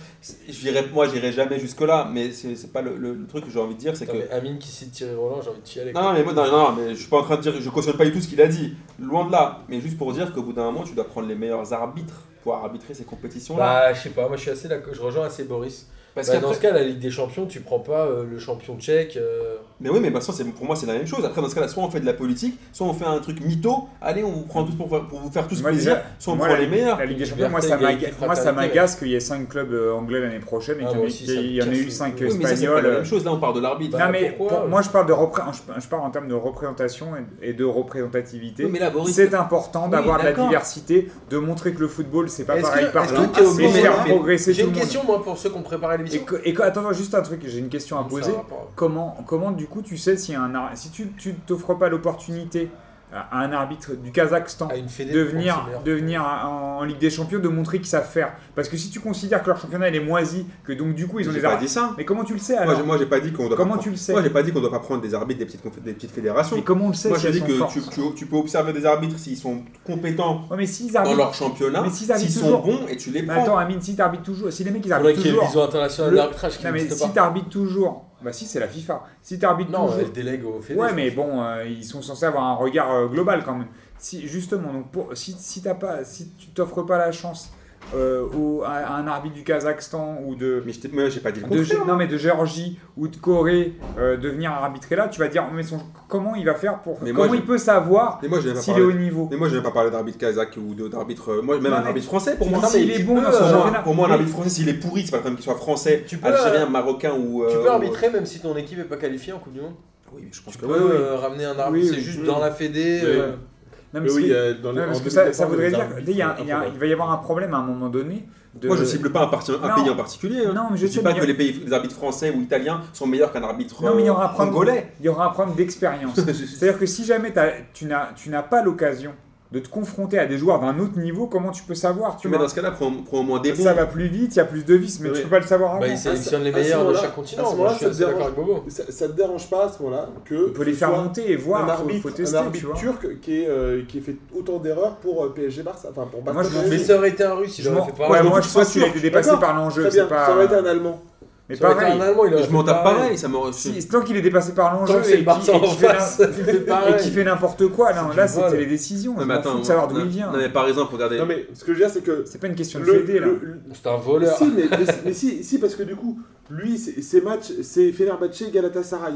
S3: Je dirais- moi, j'irai jamais jusque-là, mais c'est c'est pas le, le- le truc que j'ai envie de dire, c'est
S1: Putain,
S3: que
S1: mais Amine qui cite Thierry Roland, j'ai envie de chialer.
S3: Non, non, mais moi, non, non, mais je suis pas en train de dire, je cautionne pas du tout ce qu'il a dit. Loin de là. Mais juste pour dire qu'au bout d'un moment, tu dois prendre les meilleurs arbitres pour arbitrer ces compétitions-là.
S1: Bah, je sais pas, moi je suis assez d'accord, je rejoins assez Boris.
S3: Parce
S1: Bah,
S3: qu'après-
S1: dans ce cas, la Ligue des Champions, tu prends pas euh, le champion tchèque. euh,
S3: Mais oui, mais bah, ça, c'est- pour moi, c'est la même chose. Après, dans ce cas-là, soit on fait de la politique, soit on fait un truc mytho. Allez, on vous prend tous pour, pour vous faire tous
S2: Moi,
S3: plaisir.
S2: déjà,
S3: soit on
S2: moi,
S3: prend
S2: la-
S3: les meilleurs.
S2: La Ligue des Champions, moi ça,
S1: Liberté,
S2: m'aga-
S1: égalité,
S2: moi, ça
S1: fraternité,
S2: m'agace qu'il y ait 5 clubs euh, anglais l'année prochaine
S1: Ah,
S2: et qu'il y en
S1: moi
S2: ait-
S1: aussi,
S2: qu'il
S1: ça me
S2: y en ait eu
S1: casse
S2: 5
S1: les
S3: Oui, mais ça, c'est pas
S2: espagnols. euh,
S3: la même chose. Là, on parle de l'arbitre.
S1: Bah,
S2: non mais
S1: pourquoi
S2: pour- moi je parle de repré- je- je parle en termes de représentation et- et de représentativité.
S3: Oui, mais là, Boris.
S2: C'est important
S3: Oui,
S2: d'avoir de la
S3: d'accord.
S2: diversité, de montrer que le football c'est pas
S1: Est-ce
S2: pareil
S1: que- est-ce
S2: partout,
S1: que t'es
S2: mais
S1: obligé de
S2: faire
S1: faire-
S2: progresser
S1: J'ai
S2: tout
S1: une
S2: le monde.
S1: question, moi, pour ceux qui ont préparé
S2: Et,
S1: l'émission.
S2: que- et que- attends, juste un truc, j'ai une question à
S1: Ça
S2: poser.
S1: va pas.
S2: Comment, comment du coup tu sais si, un, ar- si tu tu t'offres pas l'opportunité à à un arbitre du Kazakhstan
S3: Ah,
S1: À une fédé
S2: de
S1: pour prendre
S2: venir,
S1: ses meilleurs.
S2: de venir en, en Ligue des Champions, de montrer qu'ils savent faire Parce que si tu considères que leur championnat il est moisi, que donc du coup ils ont
S3: J'ai
S2: des
S3: pas
S2: arbitres.
S3: dit ça.
S2: Mais comment tu le sais
S3: Moi,
S2: alors
S3: j'ai- Moi, j'ai pas dit qu'on doit. pas
S2: Comment
S3: prendre-
S2: tu le sais
S3: Moi, j'ai pas dit qu'on doit pas prendre des arbitres des petites, confé- des petites fédérations.
S2: Mais comment on le sait
S3: Moi,
S2: si
S3: je
S2: elles
S3: dis
S2: sont
S3: que
S2: fortes
S3: tu, tu- tu peux observer des arbitres s'ils sont compétents
S2: Ouais, mais s'ils
S3: dans
S2: arbitrent-
S3: leur championnat,
S2: Ah Mais s'ils
S3: s'ils
S2: arbitrent
S3: sont
S2: toujours-
S3: bons et tu les
S2: Mais
S3: prends.
S2: attends, Amine, si t'arbitres toujours, si les mecs ils
S1: Il faudrait
S2: arbitrent
S1: qu'il y ait une
S2: toujours.
S1: vision internationale
S2: Le-
S1: d'arbitrage qui
S2: Non, mais
S1: n'existe
S2: si
S1: pas.
S2: t'arbitres toujours, bah si, c'est la FIFA. Si t'arbitres
S1: Non,
S2: toujours.
S1: elle délègue au fédé.
S2: ouais, mais bon, euh, ils sont censés avoir un regard euh, global quand même. Si, justement, donc pour, si, si, t'as pas, si tu t'offres pas la chance euh, au- à, à un arbitre du Kazakhstan ou de.
S3: Mais je t'ai- mais j'ai pas dit le
S2: de
S3: contraire.
S2: Gé- non mais de Géorgie ou de Corée euh, de venir arbitrer là tu vas dire mais son- comment il va faire pour
S3: Mais moi,
S2: comment
S3: j'ai-
S2: il peut savoir
S3: Mais moi, je n'ai pas
S2: s'il est
S3: parlé.
S2: au niveau
S3: Mais moi, je n'ai pas parlé d'arbitre kazakh ou de- d'arbitre. euh, Moi, même
S2: Non,
S3: un
S2: mais-
S3: arbitre français, pour moi.
S1: Non, mais
S2: s'il
S1: tu
S2: est bon dans
S1: peux,
S2: son
S1: euh,
S3: Pour moi,
S2: championnat
S3: pour moi, un
S2: Mais-
S3: arbitre français, s'il est pourri, c'est pas le problème qu'il soit français,
S1: Tu peux,
S3: algérien,
S1: euh,
S3: marocain ou.
S1: Tu
S3: euh,
S1: peux
S3: ou-
S1: arbitrer même si ton équipe est pas qualifiée en Coupe du Monde.
S3: Oui, mais je pense
S1: Tu
S3: que
S1: peux
S3: oui. oui.
S1: euh, ramener un arbitre,
S2: Oui,
S1: c'est
S2: oui,
S1: juste
S4: oui.
S1: dans la fédé.
S4: Oui.
S1: euh,
S2: Non, mais
S4: Mais
S2: ce qui-
S4: oui, euh, dans les-
S2: Ouais, parce
S4: en
S2: que ça,
S4: 2014,
S2: ça voudrait
S4: les
S2: dire
S4: arbitres,
S2: qu'il y a-
S4: un
S2: hein, il y a-
S4: problème.
S2: il va y avoir un problème à un moment donné. De...
S3: Moi, je cible pas un, parti- un
S2: Non.
S3: pays en particulier. hein.
S2: Non, mais je
S3: je ne dis
S2: sais,
S3: pas
S2: mais
S3: que
S2: il y a-
S3: les, pays, les arbitres français ou italiens sont meilleurs qu'un arbitre
S2: Non, mais il y aura
S3: euh,
S2: un problème.
S3: congolais.
S2: Il y aura un problème d'expérience. C'est-à-dire que si jamais t'as- tu n'as tu n'as pas l'occasion de te confronter à des joueurs d'un autre niveau, comment tu peux savoir tu
S3: Mais
S2: vois
S3: dans ce cas-là, prends, prends au moins des bons.
S2: Ça va plus vite, il y a plus de vices, mais
S4: Oui.
S2: tu peux pas le savoir avant.
S1: Bah, ils sélectionnent les
S4: à ce
S1: meilleurs de
S4: moment-là-
S1: chaque
S4: à
S1: continent.
S4: ce
S1: Moi, je
S4: moment-là,
S1: suis
S4: ça
S1: assez d'accord
S4: dérange.
S1: avec Bobo.
S4: Ça, ça te dérange pas à ce moment-là que
S2: On peut les
S4: ce
S2: faire
S4: soit
S2: monter et voir,
S4: un
S2: faut-
S4: arbitre,
S2: faut
S4: un
S2: tester, tu
S4: arbitre
S2: vois.
S4: turc qui, est, euh, qui ait fait autant d'erreurs pour euh, PSG Barça, enfin pour Barça.
S2: Moi, je m'en
S1: Mais
S2: fous.
S4: PSG.
S1: ça aurait été un russe, il
S2: Je
S1: aurait
S2: m'en-
S1: fait
S2: ouais,
S1: pareil.
S2: moi
S4: je
S2: je
S4: suis
S2: pense qu'il a
S4: sûr.
S2: été dépassé
S4: D'accord.
S2: par l'enjeu,
S4: Très bien,
S2: c'est pas.
S4: ça aurait été un Allemand.
S2: Mais
S1: Ça aurait été
S2: pareil.
S1: un Allemand, il aurait
S3: Je m'en
S1: fait
S3: tape pareil, ça m'aurait.
S2: Si, tant qu'il est dépassé par l'enjeu
S1: Tant que c'est
S2: et
S1: le
S2: qu'il-
S1: Barça
S2: et
S1: en
S2: qu'il fait
S1: face,
S2: n'im-
S1: tu fais
S2: et qu'il
S1: pareil.
S2: fait n'importe quoi, non,
S1: C'est
S2: là
S1: du vol.
S2: c'était les décisions.
S3: Non,
S2: Je
S3: mais
S2: m'en fous
S3: attends,
S2: de savoir d'où
S3: non,
S2: il vient.
S3: Non, mais par exemple, regardez.
S4: Non mais ce que je veux dire c'est que
S2: C'est pas une question de
S4: le,
S2: fédé là.
S4: le- le-
S1: C'est un voleur. Ah,
S4: si, mais, mais- mais si, si, parce que du coup, lui, c'est- ses matchs, c'est Fenerbahçe, Galatasaray.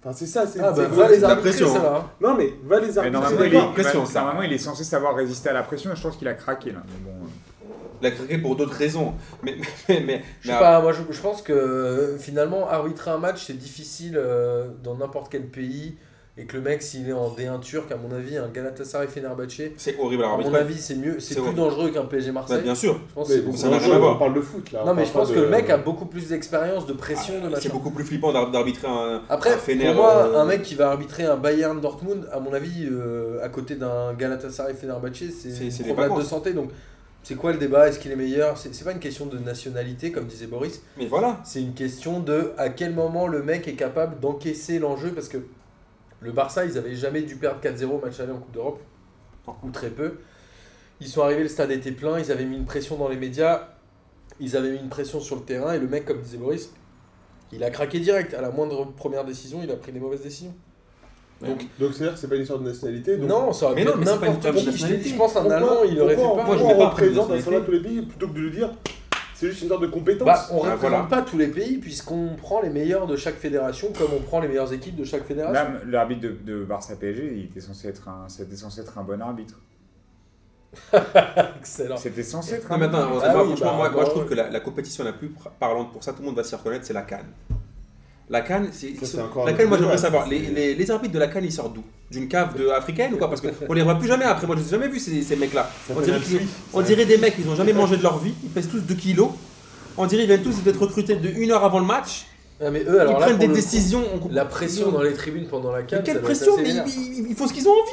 S4: Enfin, c'est ça, c'est.
S1: Ah
S4: c'est
S1: bah,
S4: vrai.
S1: va les
S3: la
S1: arbitrer,
S3: pression,
S1: ça
S3: hein.
S1: là.
S4: Non, mais va les
S2: Mais
S4: arbitrer.
S2: normalement, il
S4: d'accord.
S2: est,
S3: Pression,
S2: bah,
S3: ça.
S2: normalement, il est censé savoir résister à la pression et je pense qu'il a craqué là. Mais bon, euh,
S3: l'a craqué pour d'autres raisons. Mais, mais, mais, mais-
S1: Je sais pas, moi je, je pense que euh, finalement arbitrer un match c'est difficile euh, dans n'importe quel pays et que le mec s'il est en D1 turc, à mon avis, un Galatasaray Fenerbahçe,
S3: c'est horrible
S1: à mon
S3: l'arbitrage.
S1: avis c'est mieux, c'est
S3: C'est
S1: plus
S3: horrible.
S1: dangereux qu'un PSG
S3: Bah,
S1: Marseille.
S3: bien sûr,
S1: Je pense que
S4: Mais
S1: c'est
S4: bon,
S1: beaucoup
S3: ça
S4: on
S3: n'a
S1: plus-
S3: rien à voir.
S4: on parle de foot là. on
S1: Non mais
S4: parle
S1: je
S4: pas
S1: pense
S4: de-
S1: que le mec a beaucoup plus d'expérience de pression de
S3: Ah, c'est
S1: machin.
S3: beaucoup plus flippant d'ar- d'arbitrer
S1: Ah,
S3: un,
S1: bah, Après,
S3: un Fener,
S1: pour moi,
S3: euh,
S1: un mec qui va arbitrer un Bayern Dortmund, à mon avis, euh, à côté d'un Galatasaray Fenerbahçe,
S3: C'est-
S1: c'est
S3: c'est
S1: un
S3: des
S1: problème de
S3: vacances.
S1: santé. Donc, c'est quoi le débat Est-ce qu'il est meilleur C'est c'est pas une question de nationalité, comme disait Boris.
S3: Mais voilà.
S1: C'est une question de à quel moment le mec est capable d'encaisser l'enjeu. Parce que le Barça, ils avaient jamais dû perdre 4-0 au match aller en Coupe d'Europe, ou très peu. Ils sont arrivés, le stade était plein, ils avaient mis une pression dans les médias. ils avaient mis une pression sur le terrain et le mec, comme disait Boris, il a craqué direct. À la moindre première décision, il a pris des mauvaises décisions. Donc,
S4: Donc c'est-à-dire que c'est pas une histoire de nationalité. Donc
S1: non, ça aurait
S3: Mais
S1: pu
S3: non,
S1: être
S3: mais c'est pas une
S1: n'importe
S3: femme
S1: qui.
S3: de
S1: Je,
S3: nationalité.
S1: je pense un
S4: Pourquoi-
S1: Allemand, il aurait fait pas.
S4: pourquoi-
S1: Bah,
S3: Moi, je
S4: pourquoi
S3: l'ai pas
S4: on
S3: appris de
S4: représente à
S3: nationalité.
S4: ce moment-là tous les pays plutôt que de lui dire c'est juste une histoire de compétence.
S1: Bah, on
S3: Ah,
S1: représente
S3: voilà.
S1: pas tous les pays puisqu'on prend les meilleurs de chaque fédération comme on prend les meilleures équipes de chaque
S3: Ah,
S1: fédération.
S2: Là, l'arbitre de, de Barça PSG, il était censé être un, c'était censé être un bon arbitre.
S3: Ah.
S1: Excellent.
S2: C'était censé être
S3: Non,
S2: un
S3: mais
S2: bon
S3: attends,
S2: arbitre.
S3: moi,
S1: Ah
S4: oui,
S3: franchement,
S4: bah,
S3: moi, moi, je
S4: bah,
S3: trouve
S4: ouais.
S3: que la, la compétition la plus pr- parlante pour ça, tout le monde va s'y reconnaître, c'est la Cannes. La Cannes, c'est.
S4: Ça, c'est
S3: c'est-
S4: encore
S3: La
S4: un
S3: Cannes, moi,
S4: autre
S3: j'aimerais
S4: débat,
S3: savoir,
S4: ça,
S3: les,
S4: c'est-
S3: les- les arbitres de la Cannes, ils sortent d'où D'une cave de africaine ou quoi Parce qu'on les revoit plus jamais après, moi, je les ai jamais vus, ces, ces mecs-là.
S4: Ça
S3: On
S4: fait
S3: dirait,
S4: la
S3: qu'ils-
S4: suite.
S3: on dirait des mecs, ils n'ont jamais mangé de leur vie, ils pèsent tous 2 kilos. On dirait qu'ils viennent tous d'être recrutés de une heure avant le match.
S1: Ah, mais eux, alors
S3: ils
S1: là,
S3: prennent
S1: pour
S3: des
S1: le coup,
S3: décisions. on comprend-
S1: La pression dans les tribunes pendant la
S3: Mais
S1: canne.
S3: quelle
S1: ça doit être
S3: pression
S1: assez
S3: Mais
S1: vénère.
S3: ils, ils- ils font ce qu'ils ont envie.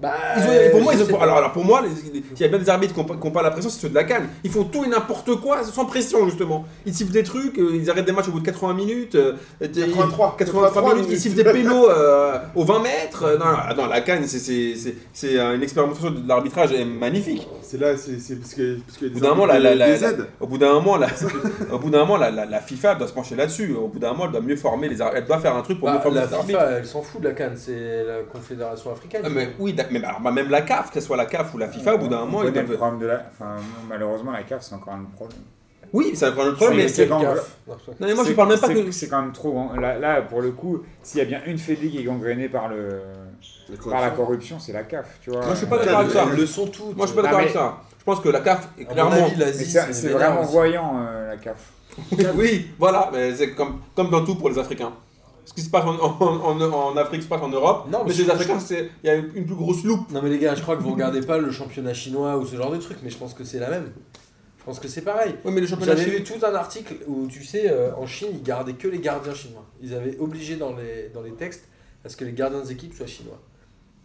S1: Bah,
S3: Ils ont- pour moi,
S1: je
S3: ils ont-
S1: sais pas.
S3: alors, alors pour moi, les- les- s'il y a bien des arbitres qui ont pas- qui ont pas la pression, c'est ceux de la canne. Ils font tout et n'importe quoi sans pression justement. Ils sifflent des trucs, euh, ils arrêtent des matchs au bout de 80 minutes, euh, des-
S4: 83,
S3: 83 minutes, ils
S4: minutes.
S3: sifflent des pénaux euh, aux 20 mètres. Euh, Non, non, non, la canne, c'est- c'est c'est- c'est euh, une expérimentation de l'arbitrage euh, magnifique.
S4: C'est là, c'est c'est parce que parce que
S3: Au bout d'un moment, la, la- la-
S4: des
S3: la-
S4: aides.
S3: au bout d'un moment, la, au bout d'un moment, la, la- la FIFA doit se pencher là-dessus. Au bout d'un moment, elle doit mieux former les arbitres. Elle doit faire un truc pour
S1: Bah,
S3: mieux former
S1: la
S3: les arbitres.
S1: FIFA, elle s'en fout de la canne, c'est la Confédération africaine.
S3: Ah, mais oui, d'ac- mais bah, alors, bah, même la CAF, que ce soit la CAF ou la FIFA, au bout d'un
S2: On
S3: moment, ils
S2: connaît le
S3: doivent-
S2: problème de la. Enfin, malheureusement, la CAF, c'est encore un problème.
S3: Oui, c'est un problème. problème,
S2: c'est
S3: mais c'est-
S1: Quelle
S2: quand-
S1: gaffe. Non, c'est pas-
S3: Non, mais moi, je
S2: C'est-
S3: parle même pas
S2: c'est-
S3: que.
S2: C'est quand même trop. hein. Là, là, pour le coup, s'il y a bien une fédé qui est gangrénée par, le, par la corruption, c'est la CAF. Tu vois.
S3: Moi, je suis pas d'accord avec ça.
S1: Elles le sont toutes.
S3: Moi, je suis pas d'accord avec ça. Je pense que la CAF est
S1: À mon
S3: clairement.
S1: avis,
S2: Mais
S1: l'Asie,
S2: c'est c'est
S1: vénère
S2: vraiment
S1: aussi.
S2: voyant, euh, la CAF.
S3: Oui, voilà, mais c'est comme, comme dans tout pour les Africains. Ce qui se passe en, en- en- en Afrique se passe en Europe.
S1: Non, mais
S3: mais chez les
S1: je-
S3: Africains, c'est- il y a une, une plus grosse loupe.
S1: Non mais les gars, je crois que vous regardez pas le championnat chinois ou ce genre de truc, mais je pense que c'est la même. Je pense que c'est pareil.
S3: Oui, mais le championnat
S1: J'avais
S3: chinois.
S1: vu tout un article où tu sais, euh, en Chine, ils gardaient que les gardiens chinois. Ils avaient obligé dans les, dans les textes à ce que les gardiens des équipes soient chinois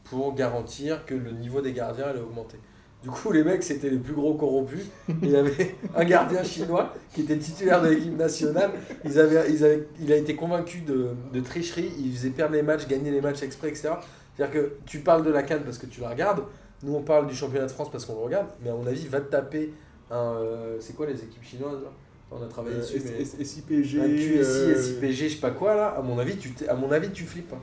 S1: pour garantir que le niveau des gardiens allait augmenter. Du coup, les mecs, c'était les plus gros corrompus. Il y avait un gardien chinois qui était titulaire de l'équipe nationale. Ils avaient, ils avaient- il a été convaincu de, de tricherie. Il faisait perdre les matchs, gagner les matchs exprès, etc. C'est-à-dire que tu parles de la Cannes parce que tu la regardes. Nous, on parle du championnat de France parce qu'on le regarde. Mais à mon avis, va te taper un. euh, c'est quoi les équipes chinoises là On a travaillé
S4: Euh,
S1: dessus. mais-
S4: S- S- SIPG.
S1: un QSI,
S4: euh,
S1: SIPG, je sais pas quoi là. À mon avis, tu, t'es- à mon avis, tu flippes. hein.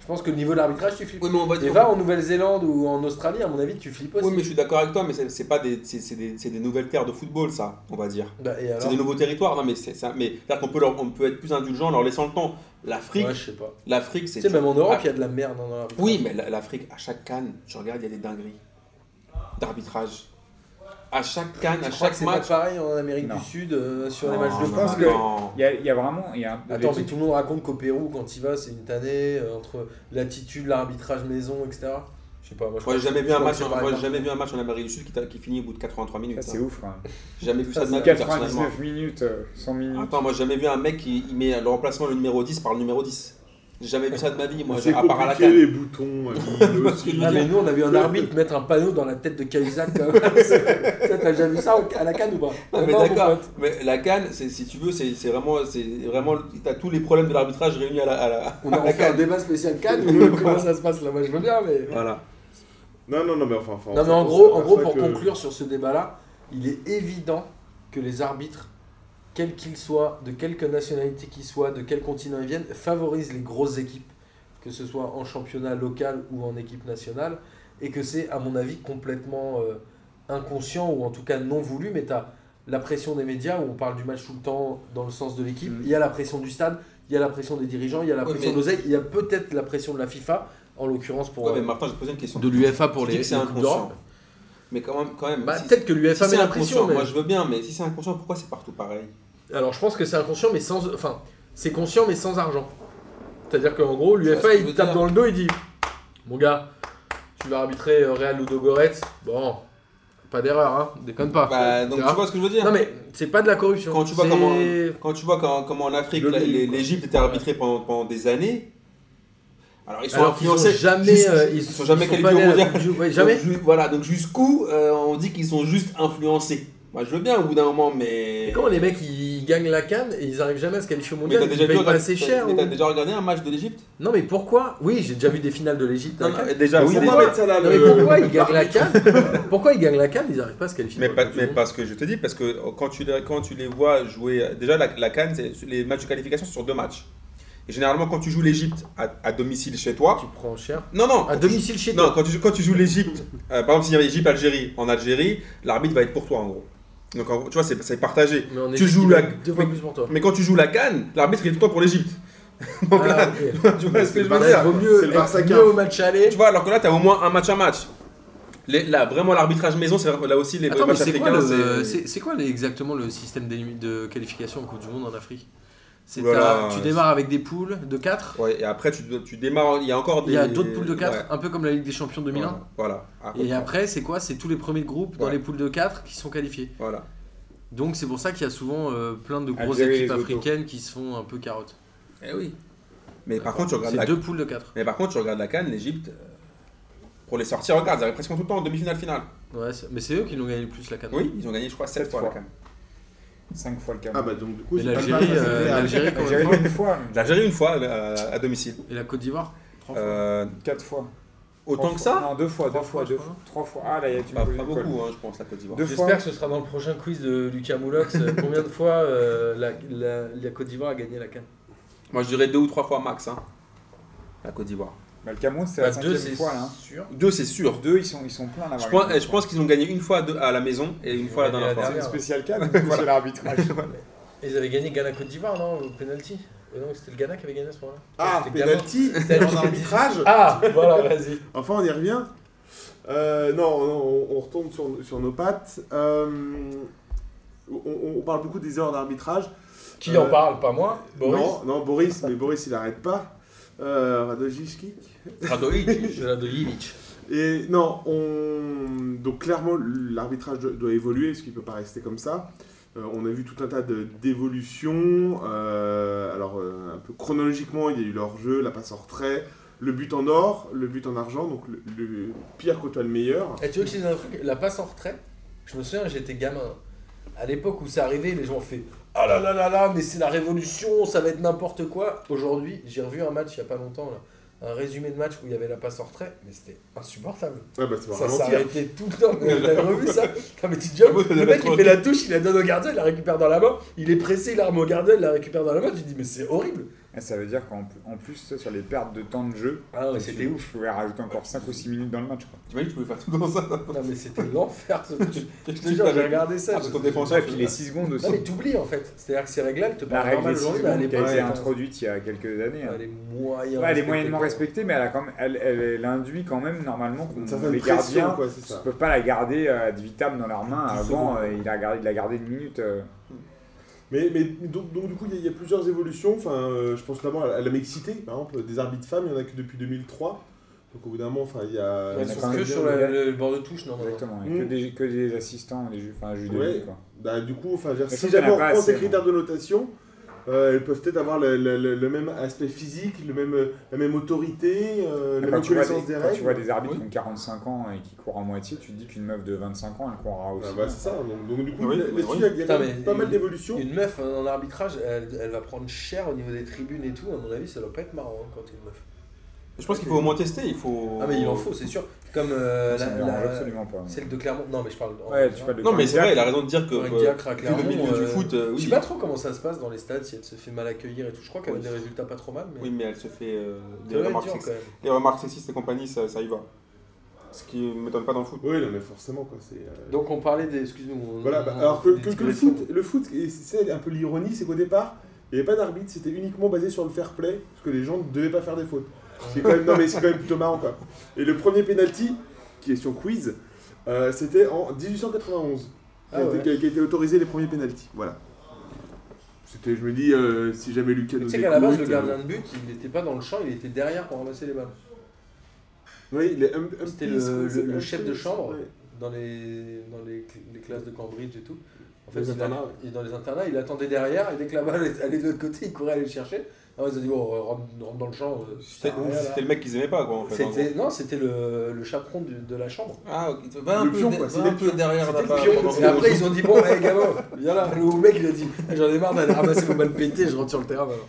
S1: Je pense que le niveau de l'arbitrage, tu flippes.
S3: Oui, mais on va
S1: Et
S3: dire.
S1: va en Nouvelle-Zélande ou en Australie, à mon avis, tu flippes aussi.
S3: Oui, mais je suis d'accord avec toi, mais c'est c'est pas des, c'est- c'est des, c'est des nouvelles terres de football, ça, on va dire.
S1: Bah, et
S3: C'est
S1: alors
S3: des nouveaux territoires, non mais c'est ça. Mais c'est-à-dire qu'on peut, leur- on peut être plus indulgent en leur laissant le temps. L'Afrique,
S1: Ouais, je sais pas.
S3: l'Afrique, c'est. Ah.
S1: Tu sais, même en Europe, il y a de la merde hein, dans l'arbitrage.
S3: Oui, mais la- l'Afrique, à chaque canne, je regarde, il y a des dingueries d'arbitrage. À chaque canne,
S1: Je
S3: à
S1: crois que
S3: chaque
S1: c'est pas
S3: match.
S1: pareil en Amérique
S2: Non.
S1: du Sud euh, sur les
S3: Non,
S1: matchs de
S3: non,
S1: France.
S2: pense
S3: non,
S2: que-
S3: non.
S2: Il y a, il y a vraiment. il Y a,
S1: Attends,
S2: les-
S1: mais tout le monde raconte qu'au Pérou, quand il va, c'est une tannée euh, entre l'attitude, l'arbitrage maison, etc. Je sais pas, moi je
S3: Moi, j'ai
S1: crois que-
S3: jamais vu
S1: je
S3: un
S1: crois
S3: match,
S1: que c'est
S3: en-
S1: pareil
S3: moi, j'ai
S1: partout.
S3: jamais vu un match en Amérique du Sud qui, t'a- qui finit au bout de 83 minutes.
S2: Ça, c'est
S3: hein.
S2: ouf. quand même.
S3: J'ai jamais vu ça de ma vie, personnellement.
S2: 99 minutes, euh, 100 minutes.
S3: Attends, moi, j'ai jamais vu un mec qui il met le remplacement le numéro 10 par le numéro 10. J'ai jamais vu ça de ma vie, moi,
S4: C'est
S3: à part à la
S4: compliqué
S3: canne.
S4: les boutons. euh, le
S3: je
S4: style.
S1: Ah, mais nous on a vu un arbitre mettre un panneau dans la tête de Cahuzac quand même. Ça, T'as déjà vu ça au- à la canne ou pas
S3: Non, Ah, mais
S1: Non, mon
S3: d'accord,
S1: pote.
S3: mais la canne, c'est- si tu veux, c'est c'est vraiment, c'est vraiment, t'as tous les problèmes de l'arbitrage réunis à la, à la,
S1: On a
S3: à la
S1: on fait un
S3: canne.
S1: débat spécial canne ou comment ça se passe là Moi je veux bien, mais.
S3: Voilà.
S4: Non, non, non, mais enfin. enfin,
S1: Non mais
S4: on
S1: en gros, en
S4: s'aperçoit
S1: gros pour
S4: que-
S1: conclure sur ce débat-là, il est évident que les arbitres, quels qu'ils soient, de quelque nationalité qu'ils soient, de quel continent ils viennent, favorisent les grosses équipes, que ce soit en championnat local ou en équipe nationale, et que c'est à mon avis complètement euh, inconscient ou en tout cas non voulu, mais t'as la pression des médias où on parle du match tout le temps dans le sens de l'équipe,
S2: Mm.
S1: il y a la pression du stade, il y a la pression des dirigeants, il y a la
S3: Ouais,
S1: pression
S3: mais-
S1: de l'oseille, il y a peut-être la pression de la FIFA, en l'occurrence pour...
S3: Ouais, mais
S1: euh,
S3: Martin, je te posais une question.
S1: de l'UFA pour
S3: Je
S1: les,
S3: dis que c'est
S1: les Coupes d'Europe.
S3: inconscient. Mais quand même, quand même.
S1: Bah,
S3: si-
S1: peut-être que l'UFA
S3: si
S1: met
S3: c'est
S1: la pression.
S3: inconscient,
S1: mais-
S3: moi je veux bien, mais si c'est inconscient, pourquoi c'est partout pareil
S1: Alors je pense que c'est inconscient, mais sans. Enfin, c'est conscient, mais sans argent. C'est-à-dire qu'en gros,
S3: vois ce que
S1: l'UFA,
S3: je veux
S1: il tape
S3: dire.
S1: dans le dos, il dit Mon gars, tu vas arbitrer euh, Real ou Dogoretz. Bon, pas d'erreur, hein, déconne pas.
S3: Bah, donc
S1: Tu vois
S3: tu vois ce que je veux dire
S1: Non, mais c'est pas de la corruption.
S3: Quand tu vois
S1: c'est-
S3: comment- Quand tu vois comment, comment en Afrique,
S4: Le
S3: la-
S4: pays,
S3: les-
S4: quoi.
S3: l'Égypte était arbitrée pendant, pendant des années, alors ils sont
S1: Alors qu'ils
S3: influencés.
S1: ont jamais,
S3: jusqu'-
S1: euh,
S3: ils, sont jamais
S1: pas
S3: qualifiés au
S1: allés à la
S3: mondial.
S1: Coupe du- ouais, jamais.
S3: Donc, ju- voilà, donc jusqu'où euh, on dit qu'ils sont juste influencés Moi je veux bien au bout d'un moment, mais.
S1: Et comment les mecs ils ils gagnent la canne et ils arrivent jamais à se qualifier au
S3: Mais
S1: mondial.
S3: t'as déjà,
S1: ils
S3: vu-
S1: payent pas
S3: t'as-
S1: assez cher.
S3: mais
S1: ou-
S3: t'as déjà regardé un match de l'Egypte
S1: Non, mais pourquoi Oui, j'ai déjà vu des finales de l'Egypte. à la canne.
S3: Déjà,
S1: Mais
S3: oui,
S1: pourquoi-
S3: déjà.
S4: mettre ça là
S1: Non, mais
S3: Euh,
S1: pourquoi ils gagnent la canne Pourquoi ils gagnent la canne Ils arrivent pas à se qualifier.
S3: Mais,
S1: pour
S3: pas-
S1: la Coupe du
S3: mais
S1: Monde.
S3: parce que je te dis, parce que quand tu les, quand tu les vois jouer, déjà la, la Cannes, c'est- les matchs de qualification sont sur deux matchs. Et généralement, quand tu joues l'Egypte à, à domicile chez toi,
S1: tu prends cher.
S3: non, non,
S1: À
S3: quand tu-
S1: domicile chez
S3: non,
S1: toi.
S3: quand tu, quand tu joues l'Egypte, euh, par exemple, s'il y avait Egypte-Algérie en Algérie, l'arbitre va être pour toi en gros. Donc en gros, tu vois, c'est c'est partagé.
S1: Mais on
S3: Tu
S1: est
S3: joues la-
S1: deux fois
S3: mais-
S1: plus pour toi.
S3: Mais quand tu joues la Cannes, l'arbitre il est tout le temps pour l'Egypte. Donc
S1: Ah,
S3: là,
S1: ok.
S3: tu vois ce que je veux
S1: Bah,
S3: dire
S1: Il vaut
S4: C'est le
S1: mieux être
S4: Barça qui a-
S1: mieux au match aller.
S3: Tu vois, alors que là, t'as au moins un match à match. Les- là, vraiment, l'arbitrage maison, c'est là aussi les
S1: Attends, mais
S3: matchs
S1: c'est quoi,
S3: africains.
S1: le- euh,
S3: c'est-
S1: c'est- c'est quoi les- exactement le système d'élim- de qualification en Coupe du Monde en Afrique C'est
S3: Oulala,
S1: t'as- Tu
S3: ouais,
S1: démarres avec des poules de 4.
S3: Ouais, et après, tu, tu démarres. Il y a encore des.
S1: Il y a d'autres poules de 4,
S3: Ouais,
S1: un peu comme la Ligue des Champions 2001.
S3: Voilà. Ah, voilà.
S1: Et après, c'est quoi C'est tous les premiers de groupe dans
S3: Ouais.
S1: les poules de 4 qui sont qualifiés.
S3: Voilà.
S1: Donc c'est pour ça qu'il y a souvent euh, plein de grosses
S2: Algérie,
S1: équipes
S2: les autos.
S1: africaines qui se font un peu carottes.
S3: Eh oui. Mais par contre, tu regardes
S1: C'est
S3: la.
S1: deux poules de 4.
S3: Mais par contre, tu regardes la Cannes, l'Egypte. euh, Pour les sorties, regarde, ils arrivent presque tout le temps en demi-finale finale.
S1: Ouais, c'est- mais c'est eux qui l'ont gagné le plus la canne.
S3: Oui, ils ont gagné, je crois, 7
S2: Sept
S3: fois, la
S2: fois.
S3: Cannes.
S2: 5 fois le Cameroun.
S4: Ah bah donc du coup,
S1: Mais
S4: c'est pas le
S1: l'Algérie,
S4: Barça, c'est
S1: euh,
S4: le Real.
S1: l'Algérie, quand
S2: J'ai
S1: même.
S2: une fois,
S3: L'Algérie, une fois, euh, à domicile.
S1: Et la Côte d'Ivoire Trois fois.
S3: Euh,
S2: 4 fois.
S3: autant
S2: Trois
S3: que
S2: fois.
S3: ça
S2: Non, deux fois,
S1: Trois
S2: deux fois,
S1: fois,
S2: deux
S1: je crois.
S2: fois, trois fois. Ah là, il y a tu me
S3: Pas,
S2: poses
S3: pas
S2: une colle.
S3: beaucoup, hein, je pense, la Côte d'Ivoire.
S2: Deux fois.
S1: J'espère que ce sera dans le prochain quiz de Lucas Moulox. euh, Combien de fois euh, la, la- la Côte d'Ivoire a gagné la canne
S3: Moi, je dirais deux ou trois fois max, hein, la Côte d'Ivoire.
S2: Bah, le Cameroun, c'est
S1: Bah,
S2: la
S1: Deux, c'est
S2: cinquième fois là. hein.
S1: sûr.
S3: Deux, c'est sûr.
S2: Deux, ils sont, ils sont pleins là.
S3: Je pense, eh, je pense qu'ils ont gagné une fois à deux- à la maison et une
S1: Ils
S3: fois
S1: ont
S3: la dernière
S1: gagné la
S3: fois.
S2: C'est
S1: derrière.
S2: une spéciale cam, du coup, c'est l'arbitrage.
S1: Ils avaient gagné Ghana Côte d'Ivoire, non Au penalty Et donc c'était le Ghana qui avait gagné à ce moment-là
S4: Ah,
S1: C'était Ghana.
S4: penalty
S1: C'était
S4: en arbitrage.
S1: Ah Voilà, vas-y.
S4: Enfin, on y revient. Euh, non, non, on, on retourne sur, sur nos pattes. Euh, on, on parle beaucoup des erreurs d'arbitrage.
S1: Qui
S4: Euh,
S1: en parle Pas moi Boris
S4: Non, non, Boris, mais Boris, il arrête pas. Euh, Radojski.
S3: Radovic.
S1: Radojevic.
S4: Et non, on... donc clairement, l'arbitrage doit, doit évoluer, parce qu'il ne peut pas rester comme ça. Euh, on a vu tout un tas de- d'évolutions. euh, alors, euh, un peu chronologiquement, il y a eu leur jeu, la passe en retrait, le but en or, le but en argent, donc le, le pire côtoie le meilleur.
S1: Et tu veux que je te dise un truc La passe en retrait, je me souviens, j'étais gamin. À l'époque où ça arrivait, les gens ont fait Ah là là là là, mais c'est la révolution, ça va être n'importe quoi. Aujourd'hui, j'ai revu un match il n'y a pas longtemps, là, un résumé de match où il y avait la passe en retrait, mais c'était insupportable.
S4: Ah bah, c'est pas
S1: Ça
S4: ralentir.
S1: s'arrêtait tout le temps. Mais t'avais revu ça Non, mais tu te dis, le mec il fait la touche, il la donne au gardien, il la récupère dans la main, il est pressé, il la remet au gardien, il la récupère dans la main, tu te dis, mais c'est horrible.
S2: Et Ça veut dire qu'en en plus, ça, sur les pertes de temps de jeu,
S1: Ah,
S2: tu- Tu pouvais rajouter encore 5 ou 6 minutes dans le match. Quoi.
S3: T'imagines, tu pouvais faire tout dans ça.
S1: Non, mais c'était l'enfer ce truc.
S3: Je
S1: Je te jure, Ah, j'ai regardé ça.
S3: Avec ton
S1: je-
S3: défenseur,
S2: Et puis les 6 secondes aussi.
S1: Non mais t'oublies en fait, c'est-à-dire que ces règles-là, elles te
S4: Bah,
S2: La
S1: paraissent
S2: règle
S1: normales aujourd'hui,
S2: des 6
S1: mais à
S2: secondes qui
S1: l'époque,
S2: a été
S4: hein.
S1: c'était-
S2: introduite il y a quelques années. hein.
S1: elle est moyen.
S2: Ouais, elle est moyennement respectée, mais elle, a quand même- elle, elle- elle induit quand même normalement qu'on
S4: Ça fait une
S2: les
S4: pression,
S2: gardiens
S4: quoi, c'est
S2: ne
S4: ça.
S2: peuvent pas la garder euh, ad vitam dans leurs mains.
S4: Dix
S2: Avant,
S4: secondes.
S2: euh, il, a gardé, il a gardé une minute. euh.
S4: Mais, mais donc, donc, du coup, il y, a- il y a plusieurs évolutions. Enfin, euh, je pense notamment à, à la mixité, par exemple, des arbitres femmes, il n'y en a que depuis 2003. Donc au bout d'un moment, enfin, il y a...
S1: Elles
S2: sont
S1: sont
S2: que
S1: que
S2: bien,
S1: sur
S2: sur la-
S1: le bord de touche, normalement.
S2: Exactement. et
S4: Mm.
S2: Que, des, que des assistants, des juges, enfin, juges de
S4: Ouais.
S2: ligne, quoi.
S4: Bah, du coup, enfin, je veux dire,
S2: Mais
S4: si
S2: je trouve qu'il
S4: jamais
S2: y
S4: on
S2: en a pas
S4: prend ces
S2: assez, hein.
S4: critères de notation, euh, elles peuvent peut-être avoir le, le- le- le même aspect physique, le même, la même autorité, euh, la
S2: Quand
S4: même
S2: tu, vois
S4: connaissance
S2: des,
S4: des
S2: quand
S4: règles.
S2: tu vois des arbitres
S3: Oui.
S2: qui ont 45 ans et qui courent à moitié, tu te dis qu'une meuf de 25 ans, elle courra
S4: Ah,
S2: aussi. hein.
S4: bah, c'est ça. Donc, donc, du coup,
S3: Ah Oui,
S4: là-
S3: oui,
S4: là-dessus,
S3: oui.
S4: il y a- il y a
S1: Putain,
S4: quand même
S1: mais
S4: pas
S1: une-
S4: mal d'évolutions.
S1: Une meuf hein, en arbitrage, elle, elle va prendre cher au niveau des tribunes et tout. À mon avis, ça doit pas être marrant hein, quand t'es une meuf.
S3: Je pense qu'il faut au moins tester. Il faut...
S1: Ah, mais il en faut, c'est sûr. Comme euh,
S2: Ça
S1: la-
S2: me dérange
S1: la-
S2: absolument pas.
S1: celle de Clermont. Non, mais je parle. en-
S2: Ouais, tu vois, le
S3: Non, mais c'est
S2: candidat,
S3: vrai, il a raison de dire que.
S1: Corinne
S3: euh,
S1: Diacre à
S3: vu le milieu
S1: Clermont,
S3: du
S1: euh,
S3: foot, euh,
S1: Je
S3: oui.
S1: sais pas trop comment ça se passe dans les stades, si elle se fait mal accueillir et tout. Je crois qu'elle a
S3: Oui.
S1: des résultats pas trop mal, mais.
S3: Oui, mais elle se fait. euh,
S1: Ça
S3: des,
S1: doit être
S3: remarques
S1: dur, quand
S3: sexistes.
S1: même.
S3: les remarques sexistes et compagnie, ça, ça y va. Ce qui ne m'étonne pas dans le foot.
S4: Oui, non, mais forcément, quoi. C'est, euh,
S1: Donc on parlait des. Excuse-nous. on-
S4: voilà,
S6: Euh,
S4: bah,
S1: on-
S4: alors que,
S1: des
S4: que- que le
S1: digressions.
S4: foot, le foot et c'est un peu l'ironie, c'est qu'au départ, il n'y avait pas d'arbitre, c'était uniquement basé sur le fair play, parce que les gens ne devaient pas faire des fautes. C'est quand même, non, mais c'est quand même plutôt marrant, quoi. Et le premier penalty, question quiz, euh, c'était en 1891. qui a
S1: Ah
S4: été-
S1: ouais.
S4: qui, a, qui a été autorisé les premiers pénaltys. Voilà. C'était, je me dis, euh, si jamais Lucas
S1: Tu
S4: nous
S1: sais
S4: écoute...
S1: qu'à la base, le
S4: euh,
S1: gardien de but, il n'était pas dans le champ, il était derrière pour ramasser les balles.
S4: oui, il est hum, un- un
S1: C'était
S4: petit-
S1: le-
S4: c'est-
S1: le-
S4: c'est-
S1: le chef de
S4: c'est-
S1: chambre.
S4: hum, ouais.
S1: Dans les, dans les, cl- les classes de Cambridge et tout. En fait,
S4: Les
S1: il a-
S4: internats, ouais.
S1: il- dans les internats, il attendait derrière et dès que la balle allait de l'autre côté, il courait aller le chercher. Ah, ils ont dit, bon, rentre, rentre dans le champ. euh,
S3: C'était
S1: putain, voilà.
S3: c'était le mec qu'ils aimaient pas, quoi, en fait. hein. en gros.
S1: C'était- Non, c'était le, le chaperon du- de la chambre.
S3: Ah, ok. Va un
S4: Le
S3: peu,
S4: pion,
S3: de-
S4: quoi,
S3: va
S4: c'était
S3: un peu derrière
S1: C'était
S3: là-bas.
S1: le pion.
S3: pendant
S1: Et
S3: que-
S1: après, ils ont dit Bon, hé, gamin, viens là. Le mec, il a dit J'en ai marre d'aller ramasser mon balle pété, je rentre sur le terrain maintenant.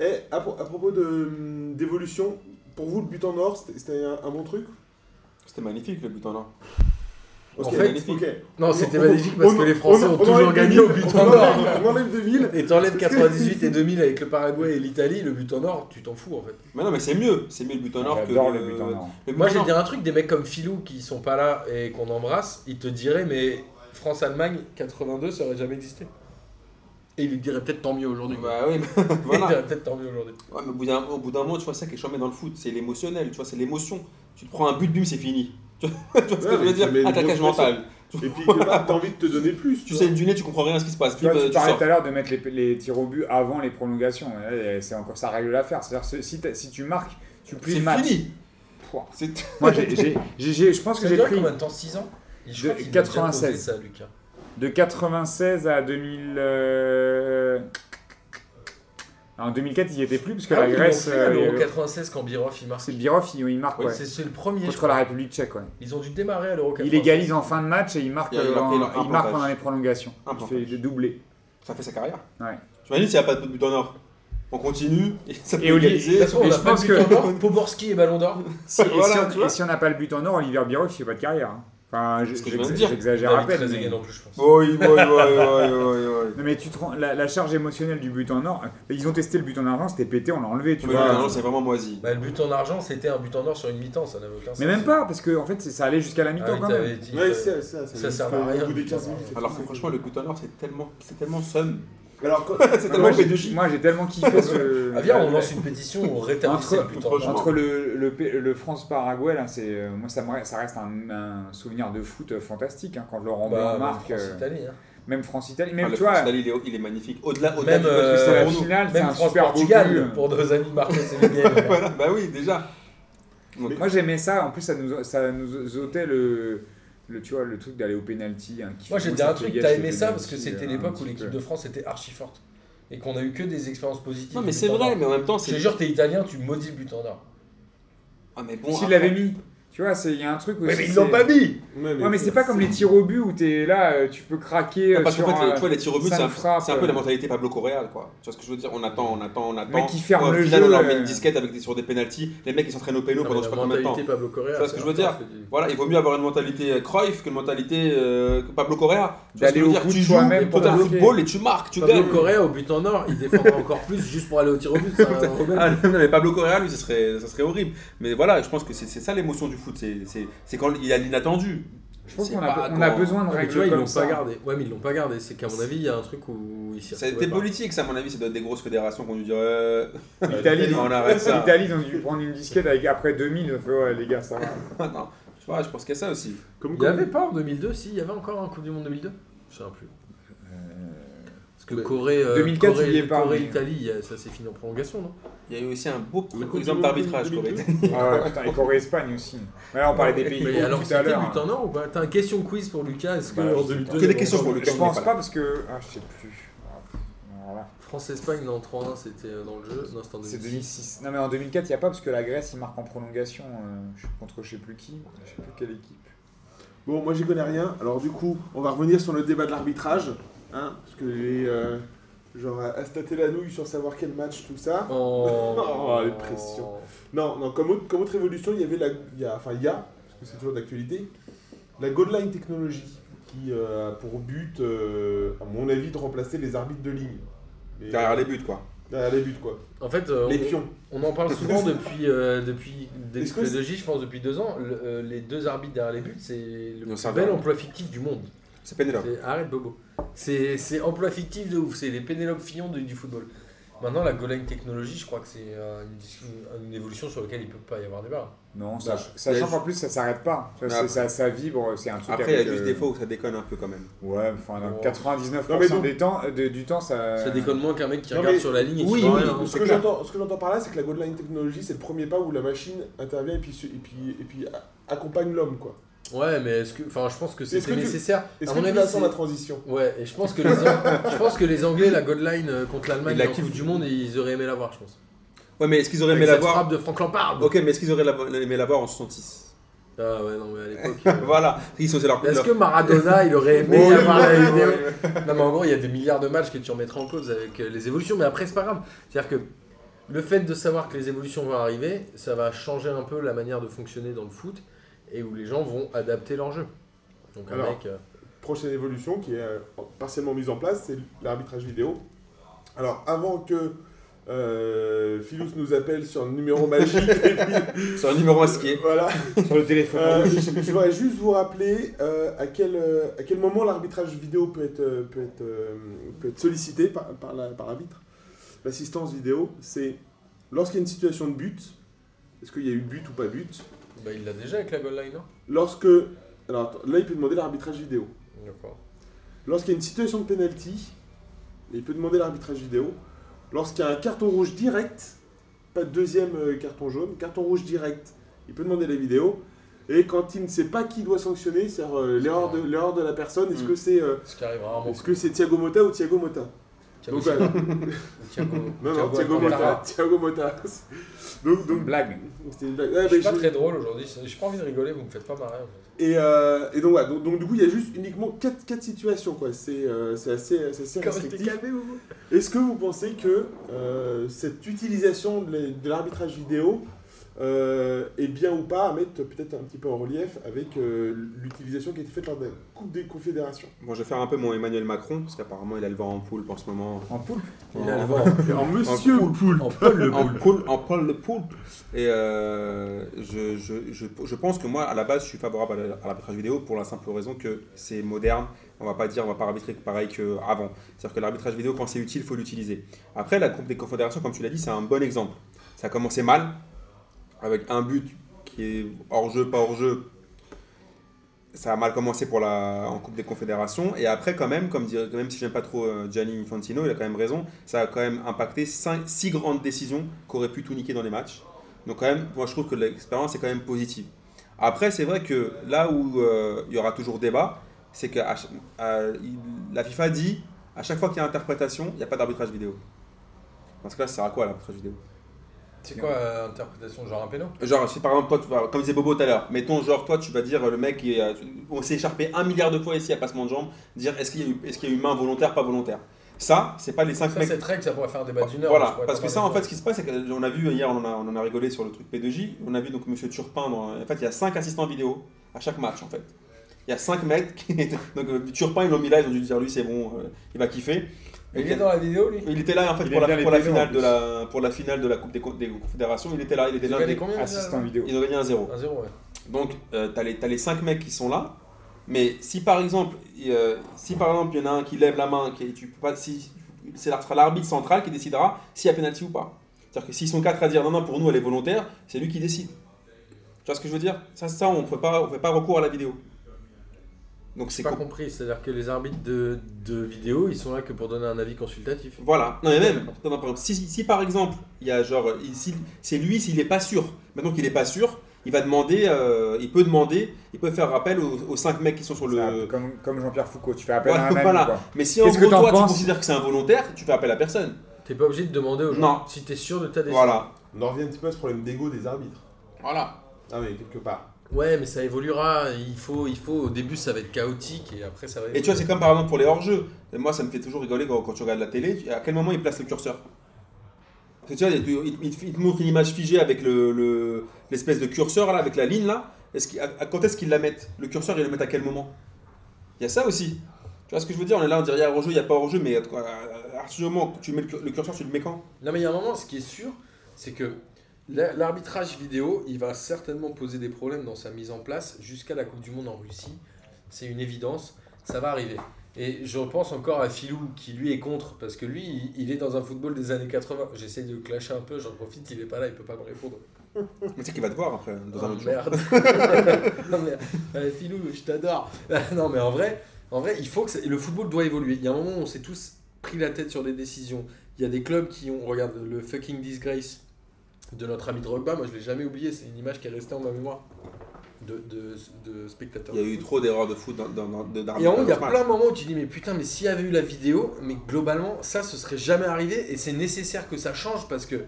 S4: Et Eh, à, pro- à propos de, hum, d'évolution, pour vous, le but en or, c'était- c'était un, un bon truc
S3: C'était magnifique le but en or.
S4: Ok,
S6: En fait,
S4: magnifique.
S3: ok.
S6: Non, c'était
S4: On-
S6: magnifique
S4: on-
S6: parce
S4: on-
S6: que les Français
S4: on-
S6: ont
S4: on
S6: toujours
S4: enlève
S6: gagné
S4: 2000,
S6: au but
S4: on
S6: en or.
S4: enlève- On enlève 2000.
S1: Et t'enlèves 98 et 2000 avec le Paraguay et l'Italie, le but en or, tu t'en fous en fait.
S3: Mais non, mais c'est mieux. C'est mieux le but en or que.
S2: J'adore le but en or.
S3: le but
S1: Moi,
S3: en
S1: j'ai
S3: or.
S1: dit un truc des mecs comme Filou qui sont pas là et qu'on embrasse, ils te diraient Mais France-Allemagne 82, ça aurait jamais existé. Et ils lui diraient peut-être tant mieux aujourd'hui.
S3: Bah oui, mais
S1: Ils
S3: voilà.
S1: diraient peut-être tant mieux aujourd'hui.
S3: Ouais, mais au bout d'un au bout d'un moment, tu vois, ça qui est charmé dans le foot, c'est l'émotionnel, tu vois, c'est l'émotion. Tu te prends un but, bim, c'est fini. Tu vois tu vois ce que
S4: Ouais,
S3: je veux
S4: mais ça met
S3: dire
S4: une
S3: Attaquage
S4: grosse
S3: mental.
S4: Et puis, de là, t'as envie de te donner plus.
S3: Tu
S4: vois.
S3: sais du nez, tu comprends rien à ce qui se passe.
S2: Tu, vois,
S3: Bim,
S2: tu
S3: tu
S2: parlais
S3: sors.
S2: tout à l'heure de mettre les, les tirs au but avant les prolongations. Et là, C'est encore sa règle d'affaire. C'est-à-dire que si, t'as- si tu marques, tu plies
S3: C'est
S2: le match.
S3: fini.
S2: Pouah.
S3: C'est
S2: Moi, j'ai- j'ai- j'ai- j'ai- je pense que
S1: Ça
S2: j'ai
S1: dure
S2: pris
S1: combien de temps 6 ans Je
S2: De-
S1: crois qu'il a déjà posé
S2: 96.
S1: ça, Lucas.
S2: de 96 à 2000. euh, En 2004, il n'y était plus parce que
S1: Ah
S2: la
S1: oui, ils
S2: Grèce.
S1: l'ont fait
S2: euh,
S1: à l'Euro
S2: il y avait-
S1: 96 quand Birov il marque.
S2: C'est Birov, il, il marque
S3: Oui,
S2: ouais,
S1: C'est c'est le premier. je
S2: contre
S1: crois.
S2: la République tchèque. Ouais.
S1: Ils ont dû démarrer à l'Euro 96.
S2: Il égalise en fin de match et il marque,
S3: Il a- il a
S2: en-
S3: pris leur- un
S2: il marque
S3: avantage.
S2: pendant les prolongations.
S3: Un
S2: Il fait
S3: avantage.
S2: de doublé.
S3: Ça fait sa carrière.
S2: Ouais.
S3: Tu imagines s'il n'y a pas de but en or On continue, et ça peut
S2: Et Olivier-
S1: De
S3: égaliser.
S1: toute façon, on
S2: Et
S1: a
S2: je
S1: pas
S2: pense
S1: de
S2: que-
S1: but en or, Poborski et Ballon d'Or.
S2: Si- et,
S3: Voilà,
S2: si
S3: tu
S2: on,
S3: vois.
S2: et si on n'a pas le but en or, Olivier Birov, il fait pas de carrière. hein. Enfin, je-
S3: ce que je viens de
S2: j'exa-
S3: dire.
S2: j'exagère à
S1: David
S2: peine. mais-
S1: Trezeguet non plus, je pense.
S3: Oui, oui, oui, oui, oui, oui.
S2: Non mais tu te rends- la, la charge émotionnelle du but en or, euh, ils ont testé le but en argent, c'était pété, on l'a enlevé, tu
S3: Mais
S2: vois.
S3: le but en or, c'est vraiment moisi.
S1: Bah, le but en argent, c'était un but en or sur une mi-temps, ça n'avait aucun sens.
S2: mais même pas, parce que en fait c'est- ça allait jusqu'à la
S1: Ah oui,
S2: mi-temps quand
S1: t'avais
S2: même.
S1: dit,
S4: Ouais,
S1: euh,
S4: c'est- ça, ça,
S1: ça sert à
S4: au
S1: rien,
S4: bout des
S1: putain.
S4: 15 minutes, c'est
S3: Alors que
S4: fini.
S3: franchement, le but en or, c'est tellement, c'est tellement somme.
S4: Alors, quand-
S3: C'est
S2: Moi
S3: tellement
S2: j'ai,
S3: pédophile.
S2: moi, j'ai tellement kiffé ce.
S1: Ah, viens, on lance une pétition, on rétablissait
S2: Entre-
S1: le but en argent.
S2: Entre le, le, P- le France-Paraguay, là, c'est, euh, moi ça, me reste- ça reste un, un souvenir de foot fantastique. hein, quand
S1: Bah,
S2: Laurent Blanc marque, euh,
S1: France-Italie. hein.
S2: même France-Italie,
S3: Ah,
S2: même
S3: le
S2: tu vois,
S3: France d'Ali, il est- il est magnifique. Au-delà au-delà
S1: Même,
S3: du fait que
S2: c'est
S3: c'est
S1: euh,
S2: la
S3: pour nous.
S2: finale, c'est
S1: Même
S2: un super beau but.
S1: France-Portugal, pour nos amis Marcos et Miguel.
S3: Voilà, bah oui, déjà. Donc,
S2: Moi j'aimais ça, en plus ça nous, ça nous ôtait le, le, tu vois, le truc d'aller au pénalty. hein, qui
S1: Moi
S2: fait-
S1: j'ai dit
S2: ça
S1: un
S2: te
S1: truc,
S2: gâche
S1: t'as
S2: le
S1: aimé ça parce
S2: penalty,
S1: que c'était
S2: euh,
S1: l'époque
S2: un
S1: où
S2: petit
S1: l'équipe
S2: peu.
S1: de France était archi forte et qu'on a eu que des expériences positives.
S3: Non,
S1: du
S3: mais
S1: but
S3: c'est
S1: en
S3: vrai,
S1: or.
S3: mais en même temps,
S1: Je te
S3: c'est.
S1: jure, t'es italien, tu maudis le but en or.
S3: Ah, mais bon.
S2: S'il
S3: après-
S2: l'avait mis, tu vois, c'est- il y a un truc aussi. c'est-
S1: mis
S4: Ouais,
S2: Ouais, mais c'est pas comme les tirs au but où t'es là, euh, tu peux craquer.
S3: Ah,
S2: euh,
S3: Parce qu'en
S2: sur
S3: fait,
S2: un-
S3: les- tu vois, les tirs au but,
S2: ça
S3: c'est un,
S2: me frappe,
S3: c'est un peu
S2: euh.
S3: la mentalité Pablo Correa, quoi. Tu vois ce que je veux dire On attend, on attend, on attend.
S2: mec qui ferme
S3: Au
S2: le
S3: final,
S2: jeu,
S3: on leur
S2: euh.
S3: met une disquette avec des, sur des pénalties. Les mecs, ils s'entraînent au péno pendant je sais pas combien de temps.
S1: mentalité Pablo Correa.
S3: Tu vois ce que je veux dire Voilà, il vaut mieux avoir une mentalité euh, Cruyff qu'une mentalité euh, que Pablo Correa. Tu vois
S2: D'aller
S3: ce que je
S2: au
S3: veux dire
S2: bout de
S3: Tu joues
S2: soi-même
S3: tout
S2: pour
S3: un
S2: bloquer.
S3: football et tu marques, tu
S1: Pablo
S3: gagnes.
S1: Correa au but en or, il défendra encore plus juste pour aller au tir au but. C'est un rebelle.
S3: Ah, non, mais Pablo Correa, lui, ça serait, ça serait horrible. Mais voilà, je pense que c'est c'est ça l'émotion du foot. c'est- C'est c'est quand il y a l'inattendu.
S2: Je pense
S3: C'est
S2: qu'on
S3: pas
S2: a, on a
S3: quand-
S2: besoin de
S1: Ouais, mais tu
S2: règles
S1: vois, ils
S2: comme
S1: l'ont
S2: ça.
S1: pas gardé. Ouais, mais ils l'ont pas gardé. C'est qu'à mon avis, il y a un truc où ils s'y
S3: Ça a été
S1: retrouvaient pas.
S3: politique, ça, à mon avis. Ça doit être des grosses fédérations qu'on lui dirait. euh,
S2: L'Italie,
S3: on arrête ça.
S2: l'Italie, ils ont dû prendre une disquette avec après 2000. ils ont fait, ouais, les gars, ça va.
S3: Non, tu vois, je pense qu'il y a ça aussi.
S4: Comme
S1: Il y avait pas en 2002, si, il y avait encore un Coupe du Monde 2002 Je sais plus. Parce que
S4: Ouais.
S1: Corée, euh,
S2: 2004,
S1: Corée,
S2: il y est pas,
S1: Corée,
S2: mais-
S1: Italie, il y a- ça s'est fini en prolongation, non
S3: Il y a eu aussi un beau
S4: Mais Coupe du
S3: exemple
S4: Monde
S3: d'arbitrage,
S4: 2002.
S3: Corée.
S2: Ah ouais, putain, et Corée-Espagne aussi. Ouais, on parlait des pays
S1: Mais
S2: pauvres
S1: alors,
S2: tout à
S1: c'était
S2: l'heure. hein.
S1: but en or ou pas T'as une question quiz pour Lucas. Est-ce que
S2: Bah,
S1: en
S2: je sais
S1: 2002
S2: pas.
S3: Que des questions pour Lucas,
S2: Je
S3: on
S2: pense
S3: est
S2: pas parce que. Ah, je sais plus. Ah, Voilà.
S1: France-Espagne, non, 3-1, c'était euh, dans le jeu. Non, c'était en
S2: C'est
S1: 2006.
S2: 2006. Non, mais en 2004, il n'y a pas parce que la Grèce, il marque en prolongation euh, je- contre je sais plus qui. Je sais plus quelle équipe.
S4: Bon, moi j'y connais rien. Alors du coup, on va revenir sur le débat de l'arbitrage. Hein, parce que j'ai euh, genre à stater la nouille sur savoir quel match, tout ça.
S1: Oh,
S4: Oh, les pressions. Non, non, comme autre, comme autre évolution, il y avait la. il y a- enfin, il y a, parce que c'est toujours d'actualité, la Goal Line Technology, qui euh, a pour but, euh, à mon avis, de remplacer les arbitres de ligne. euh, Mais-
S3: Derrière les buts, quoi.
S4: derrière les buts, quoi.
S1: En fait, euh,
S4: les
S1: on-
S4: pions.
S1: on, en parle souvent depuis, euh, depuis des
S4: Est-ce que c'est-
S1: technologies, je pense, depuis deux ans. Le- euh, les deux arbitres derrière les buts, c'est le
S3: Ils ont
S1: plus
S3: servi à
S1: bel
S3: rien.
S1: emploi fictif du monde.
S3: C'est Pénélope.
S1: C'est- Arrête Bobo. C'est c'est emploi fictif de ouf, c'est les Pénélope Fillon du, du football. Maintenant, la goal line technologie, je crois que c'est euh, une, discussion- une évolution sur laquelle il peut pas y avoir débat.
S2: Non,
S3: ça-
S2: ça,
S3: il y a
S2: Bah, sachant qu'en plus, ça s'arrête pas. Ça,
S3: Mais
S2: c'est-
S3: après-
S2: ça, ça vibre, c'est un truc.
S3: Après, il y a
S2: avec,
S3: juste
S2: euh,
S3: des fois où ça déconne un peu quand même.
S2: Ouais, enfin, dans
S1: Oh.
S2: 99%
S4: Non, mais donc-
S2: des temps, euh, de- du temps, ça.
S1: Ça déconne moins qu'un mec qui
S4: Euh, Non,
S1: regarde
S4: mais-
S1: sur la ligne et
S3: oui,
S1: qui voit
S3: oui,
S1: rien, hein.
S4: Ce
S3: c'est
S4: que
S3: clair.
S4: j'entends- ce que j'entends par là, c'est que la Goal Line Technology, c'est le premier pas où la machine intervient et puis, se- et puis, et puis a- accompagne l'homme, quoi.
S1: Ouais, mais est-ce que, enfin, je pense que
S4: Est-ce
S1: c'était
S4: que tu-
S1: nécessaire.
S4: Est-ce
S1: À
S4: que
S1: mon
S4: tu
S1: avis,
S4: la sens,
S1: c'est-
S4: la transition
S1: Ouais, et je pense que les, Ang- je pense que les Anglais, la God Line euh, contre l'Allemagne,
S3: Ils la
S1: la Coupe
S3: kiffent.
S1: du Monde, ils auraient aimé l'avoir, je pense.
S3: Ouais, mais est-ce qu'ils auraient
S1: Avec
S3: aimé
S1: cette
S3: l'avoir
S1: frappe de Franck Lampard.
S3: Ok, mais est-ce qu'ils auraient la- aimé l'avoir en 66
S1: Ah ouais, non, mais à l'époque. euh,
S3: Voilà, ils sont c'est leur
S1: Est-ce
S3: leur-
S1: que Maradona, il aurait aimé
S4: Oh,
S3: Ouais,
S1: avoir la
S3: ouais,
S1: vidéo
S3: ouais.
S1: Non, mais en gros, il y a des milliards de matchs que tu remettras en cause avec euh, les évolutions, mais après, c'est pas grave. C'est-à-dire que le fait de savoir que les évolutions vont arriver, ça va changer un peu la manière de fonctionner dans le foot et où les gens vont adapter leur jeu. Donc, un
S4: Alors.
S1: mec. euh,
S4: prochaine évolution qui est euh, partiellement mise en place, c'est l'arbitrage vidéo. Alors, avant que euh, Philous nous appelle sur un numéro magique, et puis,
S3: C'est un numéro masqué.
S4: voilà,
S2: Sur le téléphone.
S4: Euh, je, je voudrais juste vous rappeler euh, à, quel, euh, à quel moment l'arbitrage vidéo peut être, euh, peut être, euh, peut être sollicité par, par la- par l'arbitre. L'assistance vidéo, c'est lorsqu'il y a une situation de but, est-ce qu'il y a eu but ou pas but
S1: Bah, il l'a déjà avec la goal line, hein. non
S4: Lorsque. Alors, attends, là, il peut demander l'arbitrage vidéo.
S1: D'accord.
S4: Lorsqu'il y a une situation de pénalty, il peut demander l'arbitrage vidéo. Lorsqu'il y a un carton rouge direct, pas de deuxième euh, carton jaune, carton rouge direct, il peut demander la vidéo. Et quand il ne sait pas qui doit sanctionner, c'est-à-dire euh, l'erreur de, l'erreur de la personne, est-ce
S3: Mm.
S1: Hmm.
S4: que c'est euh,
S1: Ce qui arrive rarement.
S4: est-ce que c'est Thiago Motta ou Thiago Motta
S1: Thiago
S4: donc,
S1: Silva,
S4: voilà.
S1: Thiago-
S4: Non, non,
S1: Thiago
S4: Thiago
S1: Alcantara.
S4: Motta. Thiago Motta. donc, donc,
S2: Blague.
S4: c'était une blague. Ouais,
S1: Je suis
S4: mais
S1: pas
S4: je-
S1: très drôle aujourd'hui, j'ai pas envie de rigoler, vous me faites pas marrer. en fait.
S4: Et, euh, et donc, voilà. donc, donc, du coup, il y a juste uniquement 4, situations. quoi. C'est euh, c'est assez, c'est assez restrictif. Est-ce que vous pensez que euh, cette utilisation de la- de l'arbitrage vidéo euh, est bien ou pas à mettre peut-être un petit peu en relief avec euh, l'utilisation qui a été faite lors de la Coupe des Confédérations
S3: Bon, je vais faire un peu mon Emmanuel Macron, parce qu'apparemment il a le vent en poulpe en ce moment.
S2: En poulpe.
S1: Il a le
S3: En-
S1: vent
S4: En monsieur Poulpe
S1: en Paul le
S3: en
S1: boule.
S3: poule, en Paul le poulpe. Et euh, je, je, je, je pense que moi, à la base, je suis favorable à la- à l'arbitrage vidéo pour la simple raison que c'est moderne. On va pas dire, on va pas arbitrer pareil qu'avant. C'est-à-dire que l'arbitrage vidéo, quand c'est utile, il faut l'utiliser. Après, la Coupe des Confédérations, comme tu l'as dit, c'est un bon exemple. Ça a commencé mal, avec un but qui est hors jeu, pas hors jeu. Ça a mal commencé pour la, en Coupe des Confédérations. Et après, quand même, comme dire, même si j'aime pas trop euh, Gianni Infantino, il a quand même raison ça a quand même impacté 6 grandes décisions qu'aurait pu tout niquer dans les matchs. Donc quand même, moi je trouve que l'expérience est quand même positive. Après, c'est vrai que là où euh, il y aura toujours débat, c'est que à ch- à- il- la FIFA dit, à chaque fois qu'il y a interprétation, il n'y a pas d'arbitrage vidéo. Parce que là, ça sert à quoi l'arbitrage vidéo
S1: C'est quoi euh, interprétation Genre un péno
S3: Genre, si par exemple, toi, tu vas- comme disait Bobo tout à l'heure, mettons, genre, toi, tu vas dire, le mec, il est, euh, on s'est écharpé un milliard de fois ici à passement de jambes, dire est-ce qu'il y, a eu- est-ce qu'il y a eu main volontaire, pas volontaire. Ça, c'est pas les 5
S1: Ça,
S3: mecs
S1: cette règle, ça pourrait faire un débat Bah, d'une heure. mais je
S3: Voilà,
S1: pourrais
S3: parce
S1: pas
S3: que ça, en
S1: parler
S3: fait,
S1: de
S3: ce qui se passe, c'est qu'on a vu hier, on en a, on en a rigolé sur le truc P2J, on a vu donc Monsieur Turpin, dans- en fait, il y a 5 assistants vidéo à chaque match, en fait. Il y a 5 mecs, qui étaient- donc euh, Turpin, ils l'ont mis là, ils ont dû dire lui, c'est bon, euh, il va kiffer.
S1: ça. Il
S3: Donc,
S1: est dans la vidéo, lui
S3: il était là, en fait,
S2: Il
S3: pour
S2: aime bien
S3: la,
S2: les
S3: pour la
S2: pédos, en
S3: finale de
S2: plus.
S3: la, pour la finale de la Coupe des, co- des Confédérations, il était là, il était
S1: Ils ont
S3: l'un
S1: gagné
S3: des...
S1: combien
S2: Assistant vidéo.
S3: Ils ont gagné un 0
S1: 1-0, ouais.
S3: donc, euh, t'as les, t'as les 5 mecs qui sont là, mais si par exemple, il, euh, si par exemple, il y en a un qui lève la main, qui, tu peux pas, si, c'est la- ce sera l'arbitre central qui décidera s'il y a pénalty ou pas. C'est-à-dire que s'ils sont 4 à dire non, non, pour nous, elle est volontaire, c'est lui qui décide. Tu vois ce que je veux dire Ça, ça on ne fait pas on fait pas recours à la vidéo. Donc, c'est
S1: J'ai pas
S3: com-
S1: compris, c'est-à-dire que les arbitres de, de vidéo, ils sont là que pour donner un avis consultatif.
S3: Voilà. Non, mais même, non, non, par exemple, si, si- si par exemple, il y a genre, il- si- c'est lui, s'il n'est pas sûr, maintenant qu'il n'est pas sûr, il va demander, euh, il peut demander, il peut faire appel aux, aux 5 mecs qui sont sur le.
S2: Ça, Comme, comme Jean-Pierre Foucault, tu fais appel
S3: Ouais,
S2: à un
S3: donc
S2: ami,
S3: voilà.
S2: quoi.
S3: Mais si en
S2: Qu'est-ce que
S3: gros,
S2: t'en
S3: toi, tu
S2: penses
S3: considères que c'est involontaire, tu fais appel à personne.
S1: T'es pas obligé de demander aux gens
S3: Non.
S1: si t'es sûr de ta décision.
S3: Voilà.
S4: On en revient un petit peu à ce problème d'ego des arbitres.
S3: Voilà.
S4: Ah mais quelque part.
S1: Ouais, mais ça évoluera, il faut, il faut, au début ça va être chaotique et après ça va
S3: Et tu vois, c'est comme par exemple pour les hors-jeux. Et Moi, ça me fait toujours rigoler quand, quand tu regardes la télé. tu- À quel moment ils placent le curseur Parce que tu vois, il, te- il te- il te montre une image figée avec le- le- l'espèce de curseur, là, avec la ligne, là. Est-ce qu'il- à- à- quand est-ce qu'ils la mettent Le curseur, ils le mettent à quel moment Il y a ça aussi. Tu vois ce que je veux dire On est là, on dirait il y a hors-jeu, il n'y a pas hors-jeu, mais à à- à partir du moment où tu mets le cur- le curseur, tu le mets quand
S1: Non, mais il y a un moment, ce qui est sûr, c'est que la- l'arbitrage vidéo, il va certainement poser des problèmes dans sa mise en place jusqu'à la Coupe du Monde en Russie. C'est une évidence, ça va arriver. Et je repense encore à Philou qui lui est contre parce que lui il- il est dans un football des années 80. J'essaie de clasher un peu, j'en profite, il est pas là, il peut pas me répondre.
S3: Mais tu sais qu'il va te voir après, dans un
S1: Oh,
S3: autre jour.
S1: merde. non, mais, euh, Philou, je t'adore. non, mais en vrai, en vrai, il faut que ça- le football doit évoluer. Il y a un moment où on s'est tous pris la tête sur des décisions. Il y a des clubs qui ont, regarde le fucking disgrace de notre ami Drogba. Moi, je l'ai jamais oublié. C'est une image qui est restée en ma mémoire. de, de, de spectateurs.
S3: Il y a eu trop d'erreurs de foot dans, dans, dans, de-
S1: Et en haut, il y a
S3: dans ce match.
S1: plein de moments où tu dis, mais putain, mais s'il y avait eu la vidéo, mais globalement, ça, ce serait jamais arrivé et c'est nécessaire que ça change parce que,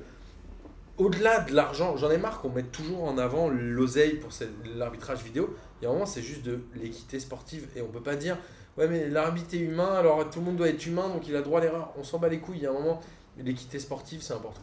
S1: au-delà de l'argent, j'en ai marre qu'on mette toujours en avant l'oseille pour cette- l'arbitrage vidéo. Il y a un moment, c'est juste de l'équité sportive et on peut pas dire, ouais, mais l'arbitre est humain, alors tout le monde doit être humain, donc il a droit à l'erreur. On s'en bat les couilles, il y a un moment, l'équité sportive, c'est important.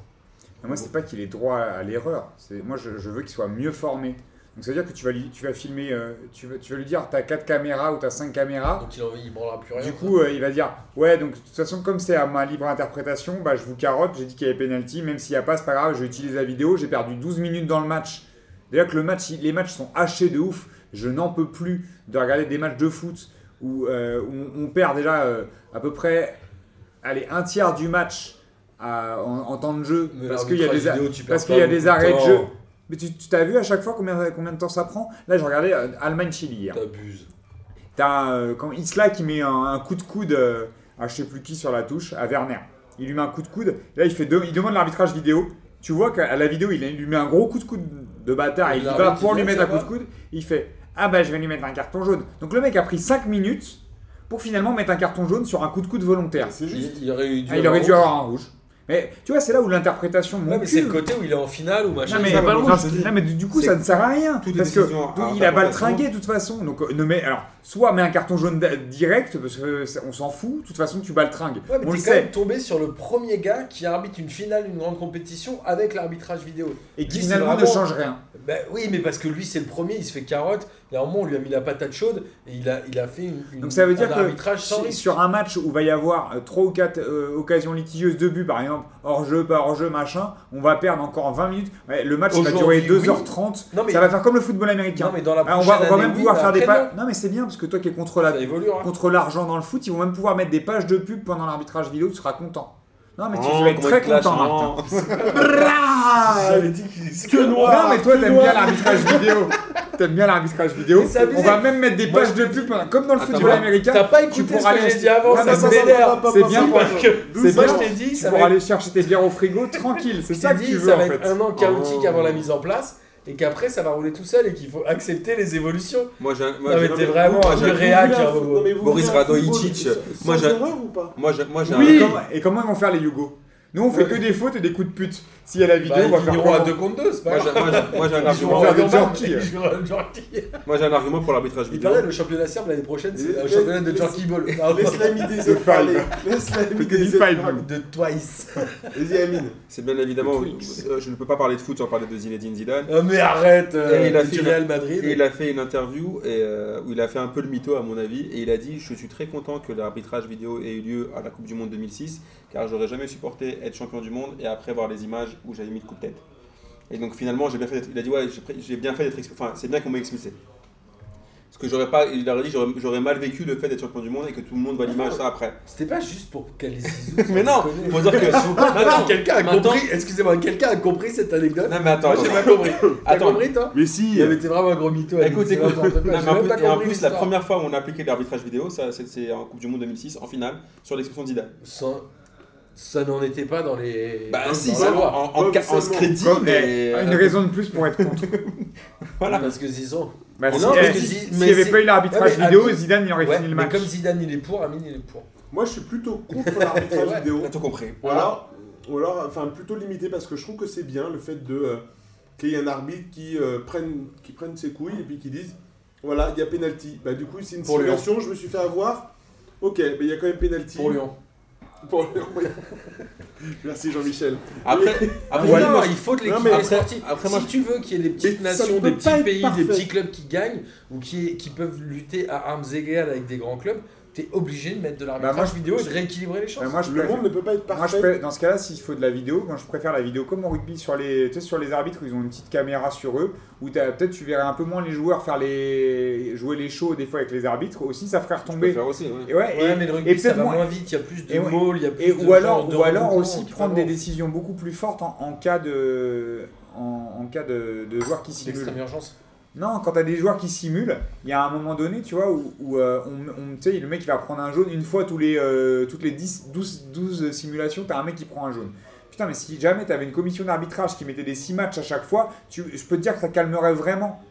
S2: Mais Moi, c'est pas qu'il ait droit à l'erreur. C'est moi, je, je veux qu'il soit mieux formé. Donc, ça veut dire que tu vas, lui- tu vas filmer, euh, tu, vas, tu vas lui dire, t'as 4 caméras ou t'as 5 caméras.
S1: Donc il en il branlera plus rien.
S2: Du coup, euh, il va dire, ouais, donc de toute façon, comme c'est à ma libre interprétation, bah, je vous carotte, j'ai dit qu'il y avait pénalty, même s'il n'y a pas, c'est pas grave, je utilise la vidéo, j'ai perdu 12 minutes dans le match. Déjà que le match, il- les matchs sont hachés de ouf, je n'en peux plus de regarder des matchs de foot où, euh, où on, on perd déjà euh, à peu près allez, un tiers du match à- en, en temps de jeu,
S1: Mais
S2: parce qu'il y a des,
S1: l'arbitrage vidéo, tu perds
S2: parce
S1: pas
S2: qu'il y a
S1: beaucoup
S2: des arrêts de
S1: temps.
S2: jeu. Mais tu tu t'as vu à chaque fois combien, combien de temps ça prend Là, je regardais euh, Allemagne-Chili hier.
S1: T'abuses.
S2: T'as euh, quand Isla qui met un, un coup de coude euh, à je sais plus qui sur la touche, à Werner. Il lui met un coup de coude. Là, il, fait deux- il demande l'arbitrage vidéo. Tu vois qu'à la vidéo, il, il lui met un gros coup de coude de bâtard.
S1: Et
S2: il
S1: l'arbitre,
S2: va pour
S1: il
S2: lui
S1: dit,
S2: mettre
S1: ça
S2: un coup de
S1: va
S2: coude. Il fait Ah bah, je vais lui mettre un carton jaune. Donc le mec a pris 5 minutes pour finalement mettre un carton jaune sur un coup de coude volontaire.
S4: Ah, C'est juste.
S1: Il, il aurait eu dû
S2: Ah, il aurait dû avoir un rouge. Mais tu vois, c'est là où l'interprétation
S1: Ouais,
S2: monte.
S1: mais c'est le côté où il est en finale ou machin.
S2: Non mais,
S1: il a pas le
S2: non,
S1: rouge.
S2: parce que- non, mais du du coup
S3: C'est-
S2: ça ne sert à rien
S3: Toutes les
S2: parce que
S3: décisions à
S2: donc, il a
S3: interprétation.
S2: baltringué de toute façon donc euh, ne mais alors soit met un carton jaune da- direct parce que c'est- on s'en fout de toute façon tu baltringues
S1: Ouais, mais
S2: on
S1: t'es
S2: le
S1: quand même
S2: sait
S1: tombé sur le premier gars qui arbitre une finale d'une grande compétition avec l'arbitrage vidéo.
S2: et qui
S1: Lui, c'est
S2: finalement ne
S1: vraiment-
S2: change rien
S1: Ben oui, mais parce que lui, c'est le premier, il se fait carotte. Il y a un moment, on lui a mis la patate chaude et il a, il a fait une, une-
S2: donc ça veut
S1: un
S2: dire que
S1: arbitrage sans
S2: sur,
S1: risque.
S2: sur un match où va y avoir 3 ou 4 occasions litigieuses de but par exemple hors jeu pas hors jeu machin on va perdre encore 20 minutes Ouais, le match va durer
S3: Aujourd'hui,
S2: 2h30
S1: Non, mais,
S2: ça va faire comme le football américain
S1: non, mais dans la
S2: Ah,
S1: prochaine
S2: on va, on va
S1: année,
S2: même
S1: oui,
S2: pouvoir
S1: mais
S2: faire des
S1: après,
S2: pas non mais c'est bien parce que toi qui es contre
S1: non,
S2: la
S1: Ça hein. évoluera.
S2: contre l'argent dans le foot, ils vont même pouvoir mettre des pages de pub pendant l'arbitrage vidéo, tu seras content. Non, mais tu
S3: Oh,
S2: vas être
S3: comment
S2: très
S3: il clash,
S2: content,
S3: non.
S2: Martin. Brrrah
S4: dit que
S2: Non, mais toi,
S4: que
S2: t'aimes
S4: noir.
S2: bien l'arbitrage vidéo. T'aimes bien l'arbitrage vidéo.
S1: Mais c'est abusé.
S2: On va même mettre des
S1: Moi,
S2: pages de pub, hein, comme dans le
S3: Attends,
S2: football
S3: moi,
S1: T'as
S2: américain.
S1: pas
S2: Tu
S1: écouté ce
S2: pourras
S1: que j'ai
S2: aller-
S1: dit avant,
S2: Ah,
S1: ça
S2: mais ça,
S1: me
S2: ça, ça,
S1: vénère.
S2: C'est bien,
S1: Parce
S2: parce
S1: que-
S2: c'est
S1: Moi,
S2: bien.
S1: je t'ai dit,
S2: Tu
S1: ça
S2: pourras
S1: va être-
S2: aller chercher tes bières au frigo tranquille. C'est
S1: je
S2: ça
S1: t'ai
S2: que
S1: dit,
S2: tu veux,
S1: ça
S2: en
S1: va être
S2: fait.
S1: un an chaotique
S3: Oh.
S1: avant la mise en place et qu'après, ça va rouler tout seul et qu'il faut accepter les évolutions.
S3: Moi, j'ai un- moi,
S1: Non,
S3: j'ai-
S1: mais t'es vraiment
S3: moi,
S1: un
S3: j'ai-
S1: vieux réac. hein, Bobo.
S3: Boris Radojicic. Moi,
S4: Moi,
S3: j'ai-
S4: j'ai. erreur ou pas
S3: moi, j'ai- moi, j'ai
S2: Et
S3: un-
S2: comment- Et comment ils vont faire les Hugo Nous, on fait que des fautes et des coups de pute. S'il y a la vidéo,
S1: Bah,
S2: on va
S1: ils
S2: faire
S1: finiront à
S2: comment
S1: deux contre deux, c'est pas
S3: moi,
S1: grave.
S3: j'ai- moi, j'ai- moi, j'ai un
S2: Ils vont
S1: Ils
S3: argument-
S2: faire des
S1: joueront à
S2: jerky.
S1: Durban, ils joueront à Jordi.
S3: moi, j'ai un argument pour l'arbitrage
S1: Il
S3: vidéo.
S1: paraît le championnat serbe l'année prochaine, c'est
S4: Les-
S1: un championnat de
S4: les-
S1: Jorky Ball.
S4: Laisse l'ami des autres
S2: Five.
S4: parler. Laisse l'ami
S2: Plus que du
S4: des autres
S2: five,
S4: parler.
S2: même.
S1: De Twice.
S4: Vas-y, Amine.
S3: C'est bien évidemment,
S4: Le Twix.
S3: euh, je ne peux pas parler de foot sans parler de Zinedine Zidane.
S1: Oh, mais arrête, euh,
S3: Et il a
S1: du
S3: fait-
S1: Real Madrid.
S3: Et il a fait une interview et, euh, où il a fait un peu le mytho à mon avis et il a dit je suis très content que l'arbitrage vidéo ait eu lieu à la Coupe du Monde 2006 car j'aurais jamais supporté être champion du monde et après voir les images où j'avais mis le coup de tête. Et donc finalement j'ai bien fait d'être- il a dit ouais j'ai pr- j'ai bien fait d'être expulsé. enfin c'est bien qu'on m'ait expulsé. Parce que j'aurais pas il aurait dit j'aurais- j'aurais mal vécu le fait d'être champion du monde et que tout le monde voit l'image ça après.
S1: C'était pas juste pour caler Zizou.
S3: Mais non, faut dire que
S1: Attends, quelqu'un a
S3: Maintenant-
S1: compris, excusez-moi, quelqu'un a compris cette anecdote
S3: Non mais attends.
S1: Moi j'ai pas compris. T'as
S3: Attends.
S1: compris toi
S4: Mais si.
S1: Il avait été vraiment un gros mytho. Alex,
S3: Écoute,
S1: c'est
S3: écoute.
S1: vraiment n'importe quoi,
S3: Non,
S1: j'ai
S3: mais en
S1: même
S3: plus-
S1: pas
S3: et en
S1: compris
S3: plus, la
S1: l'histoire.
S3: première fois où on a appliqué l'arbitrage vidéo, ça, c'est c'est en Coupe du Monde 2006, en finale, sur l'expulsion de Zidane.
S1: Ça, ça n'en était pas dans les. dans la
S3: Bah, ça,
S1: loi.
S3: en, en, en,
S4: Officiellement.
S3: en se crédit,
S2: Comme-
S3: mais. euh,
S2: eh, Une raison de plus pour être contre.
S3: Voilà.
S1: Parce que Zizou.
S2: Bah,
S3: Non,
S2: si-
S3: parce
S2: eh,
S3: que
S2: si-
S1: Zi-
S2: s'il
S1: mais
S2: n'y avait
S1: c'est-
S2: pas eu l'arbitrage
S1: Ouais, mais
S2: vidéo,
S1: Amine-
S2: Zidane il aurait
S1: Ouais,
S2: fini le
S1: mais
S2: match.
S1: comme Zidane il est pour, Amine il est pour.
S4: Moi, je suis plutôt contre l'arbitrage
S1: Ouais.
S4: vidéo.
S3: T'as tout compris.
S4: Ou alors, ou alors, enfin, plutôt limité parce que je trouve que c'est bien le fait de euh, qu'il y ait un arbitre qui euh, prenne, qui prenne ses couilles et puis qui dise voilà, il y a pénalty. Bah du coup, c'est une
S1: Pour Lyon.
S4: situation, je me suis fait avoir. Ok, mais il y a quand même pénalty.
S1: Pour Lyon.
S4: Pour Lyon. Merci Jean-Michel.
S3: Après, après,
S1: Ah non,
S3: non, moi,
S1: il faut de
S4: non, mais
S1: l'équité
S3: après-
S1: sportive.
S3: après,
S1: si
S3: moi,
S1: tu veux qu'il y ait des petites
S4: Mais ça
S1: nations,
S4: peut
S1: des
S4: pas
S1: petits
S4: être
S1: pays,
S4: parfait.
S1: des petits clubs qui gagnent ou qui, qui peuvent lutter à armes égales avec des grands clubs, t'es obligé de mettre de l'arbitrage
S2: Bah, moi, je-
S1: vidéo et de rééquilibrer les chances.
S2: Bah, moi, je
S4: Le
S2: préfère-
S4: monde ne peut pas être
S2: Moi, je
S4: parfait.
S2: pré- dans ce cas-là, s'il faut de la vidéo, moi je préfère la vidéo comme au rugby sur les, tu sais, sur les arbitres, ils ont une petite caméra sur eux, où t'as- peut-être tu verrais un peu moins les joueurs faire les jouer les shows des fois avec les arbitres, aussi ça ferait
S3: je peux le
S2: retomber.
S3: faire aussi. ouais.
S2: Et ouais,
S1: Ouais,
S2: et-
S1: mais le
S2: et
S1: rugby, ça
S2: peut-être
S1: va
S2: moins-
S1: moins vite, il y a plus de
S2: et ouais.
S1: maul, il y a plus
S2: et-
S1: de
S2: ou alors,
S1: genres de
S2: ou alors
S1: regroupements
S2: aussi
S1: qui
S2: prendre des
S1: avancent.
S2: décisions beaucoup plus fortes en, en cas de en, en cas de, de joueurs qui simulent.
S1: L'extrême urgence.
S2: Non, quand t'as des joueurs qui simulent, il y a un moment donné, tu vois, où, où, euh, on, on- tu sais, le mec il va prendre un jaune une fois tous les, euh, toutes les 10, 12, 12 simulations, t'as un mec qui prend un jaune. Putain, mais si jamais t'avais une commission d'arbitrage qui mettait des 6 matchs à chaque fois, tu, je peux te dire que ça calmerait vraiment.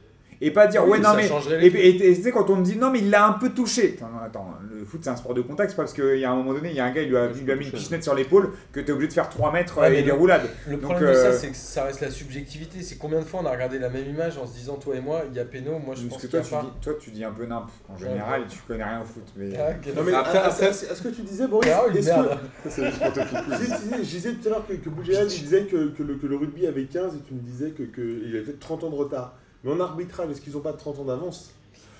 S2: Et pas dire,
S5: Oui,
S2: Ah ouais,
S5: mais
S2: non,
S5: ça
S2: mais.
S5: changerait
S2: Et
S5: les
S2: et- et tu sais, quand on me dit, non, mais il l'a un peu touché. Attends, attends, le foot, c'est un sport de contact. C'est pas parce qu'il y a un moment donné, il y a un gars, il lui a, il lui a mis une pichenette sur l'épaule que t'es obligé de faire 3 mètres
S5: Ouais,
S2: euh,
S5: mais
S2: et des
S5: le-
S2: roulades.
S5: Le
S2: Donc,
S5: problème de
S2: euh,
S5: ça, c'est que ça reste la subjectivité. C'est combien de fois on a regardé la même image en se disant, toi et moi, il y a Péno, moi je
S2: Parce
S5: pense
S2: que
S5: qu'il
S2: toi,
S5: y a
S2: tu
S5: pas.
S2: dis, toi, tu dis un peu nimp. En général, tu connais rien au foot. Mais.
S5: Ah, quel-
S4: Non mais
S3: Après-
S4: à- à-
S3: après-
S4: à ce à ce que tu disais Boris,
S5: Ah, une
S4: est-ce
S5: merde.
S4: que
S2: C'est juste pour te piquer.
S4: Tu sais, tu disais- je disais tout à l'heure que, que Boudjelal, il disait que, que le, que le rugby avait 15 et tu me disais qu'il que il avait peut-être 30 ans de retard. Mais en arbitrage, est-ce qu'ils n'ont pas 30 ans d'avance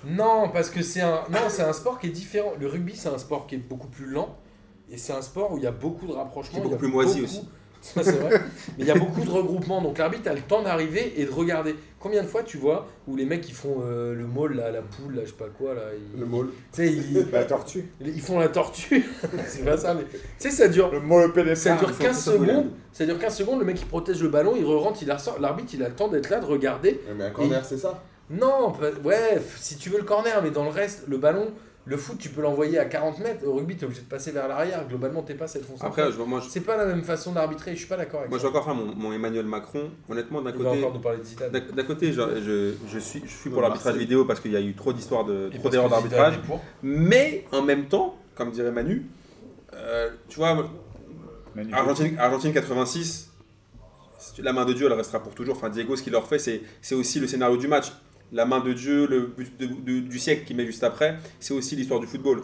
S5: Non, parce que c'est un, non, c'est un sport qui est différent. Le rugby, c'est un sport qui est beaucoup plus lent et c'est un sport où il y a beaucoup de rapprochements.
S3: Qui
S5: il y
S3: est
S5: a
S3: beaucoup plus moisi aussi.
S5: Ça, c'est vrai. Mais il y a beaucoup de regroupements, donc l'arbitre a le temps d'arriver et de regarder. Combien de fois tu vois où les mecs qui font euh, le maul, là, la poule, là, je sais pas quoi, là, ils,
S4: Le maul.
S5: tu sais,
S1: Bah,
S5: ils,
S4: Bah,
S2: La tortue.
S5: ils font la tortue, c'est pas ça, mais tu sais, ça dure
S2: Le mot le PDC.
S5: ça dure
S2: faut-
S5: 15
S2: faut- faut-
S5: secondes, ça dure 15 secondes, le mec il protège le ballon, il re-rentre, il la ressort, l'arbitre il a le temps d'être là, de regarder.
S4: Ouais, Mais un corner, c'est ça
S5: Non, pa- ouais, f- si tu veux le corner, mais dans le reste, le ballon, le foot tu peux l'envoyer à 40 mètres, au rugby t'es obligé de passer vers l'arrière, globalement t'es pas cette fonction.
S3: Après, je- moi, je,
S5: c'est pas la même façon d'arbitrer, je suis pas d'accord avec
S3: moi, je vais
S5: ça.
S3: encore faire mon, mon Emmanuel Macron. Honnêtement, d'un
S5: Il va
S3: côté,
S5: encore nous parler de Zidane.
S3: d'un d'un côté, je, je- je suis, je suis pour
S4: Non,
S3: l'arbitrage
S4: Marseille.
S3: vidéo parce qu'il y a eu trop d'histoires de,
S5: Et
S3: trop
S5: parce
S3: d'erreurs
S5: que Zidane
S3: d'arbitrage.
S5: est pour.
S3: Mais en même temps, comme dirait Manu, euh, tu vois,
S2: Magnifique.
S3: Argentine, Argentine 86, c'est- la main de Dieu, elle restera pour toujours. Enfin, Diego, ce qu'il leur fait, c'est c'est aussi le scénario du match. La main de Dieu, le but de- de- du siècle qu'il met juste après, c'est aussi l'histoire du football.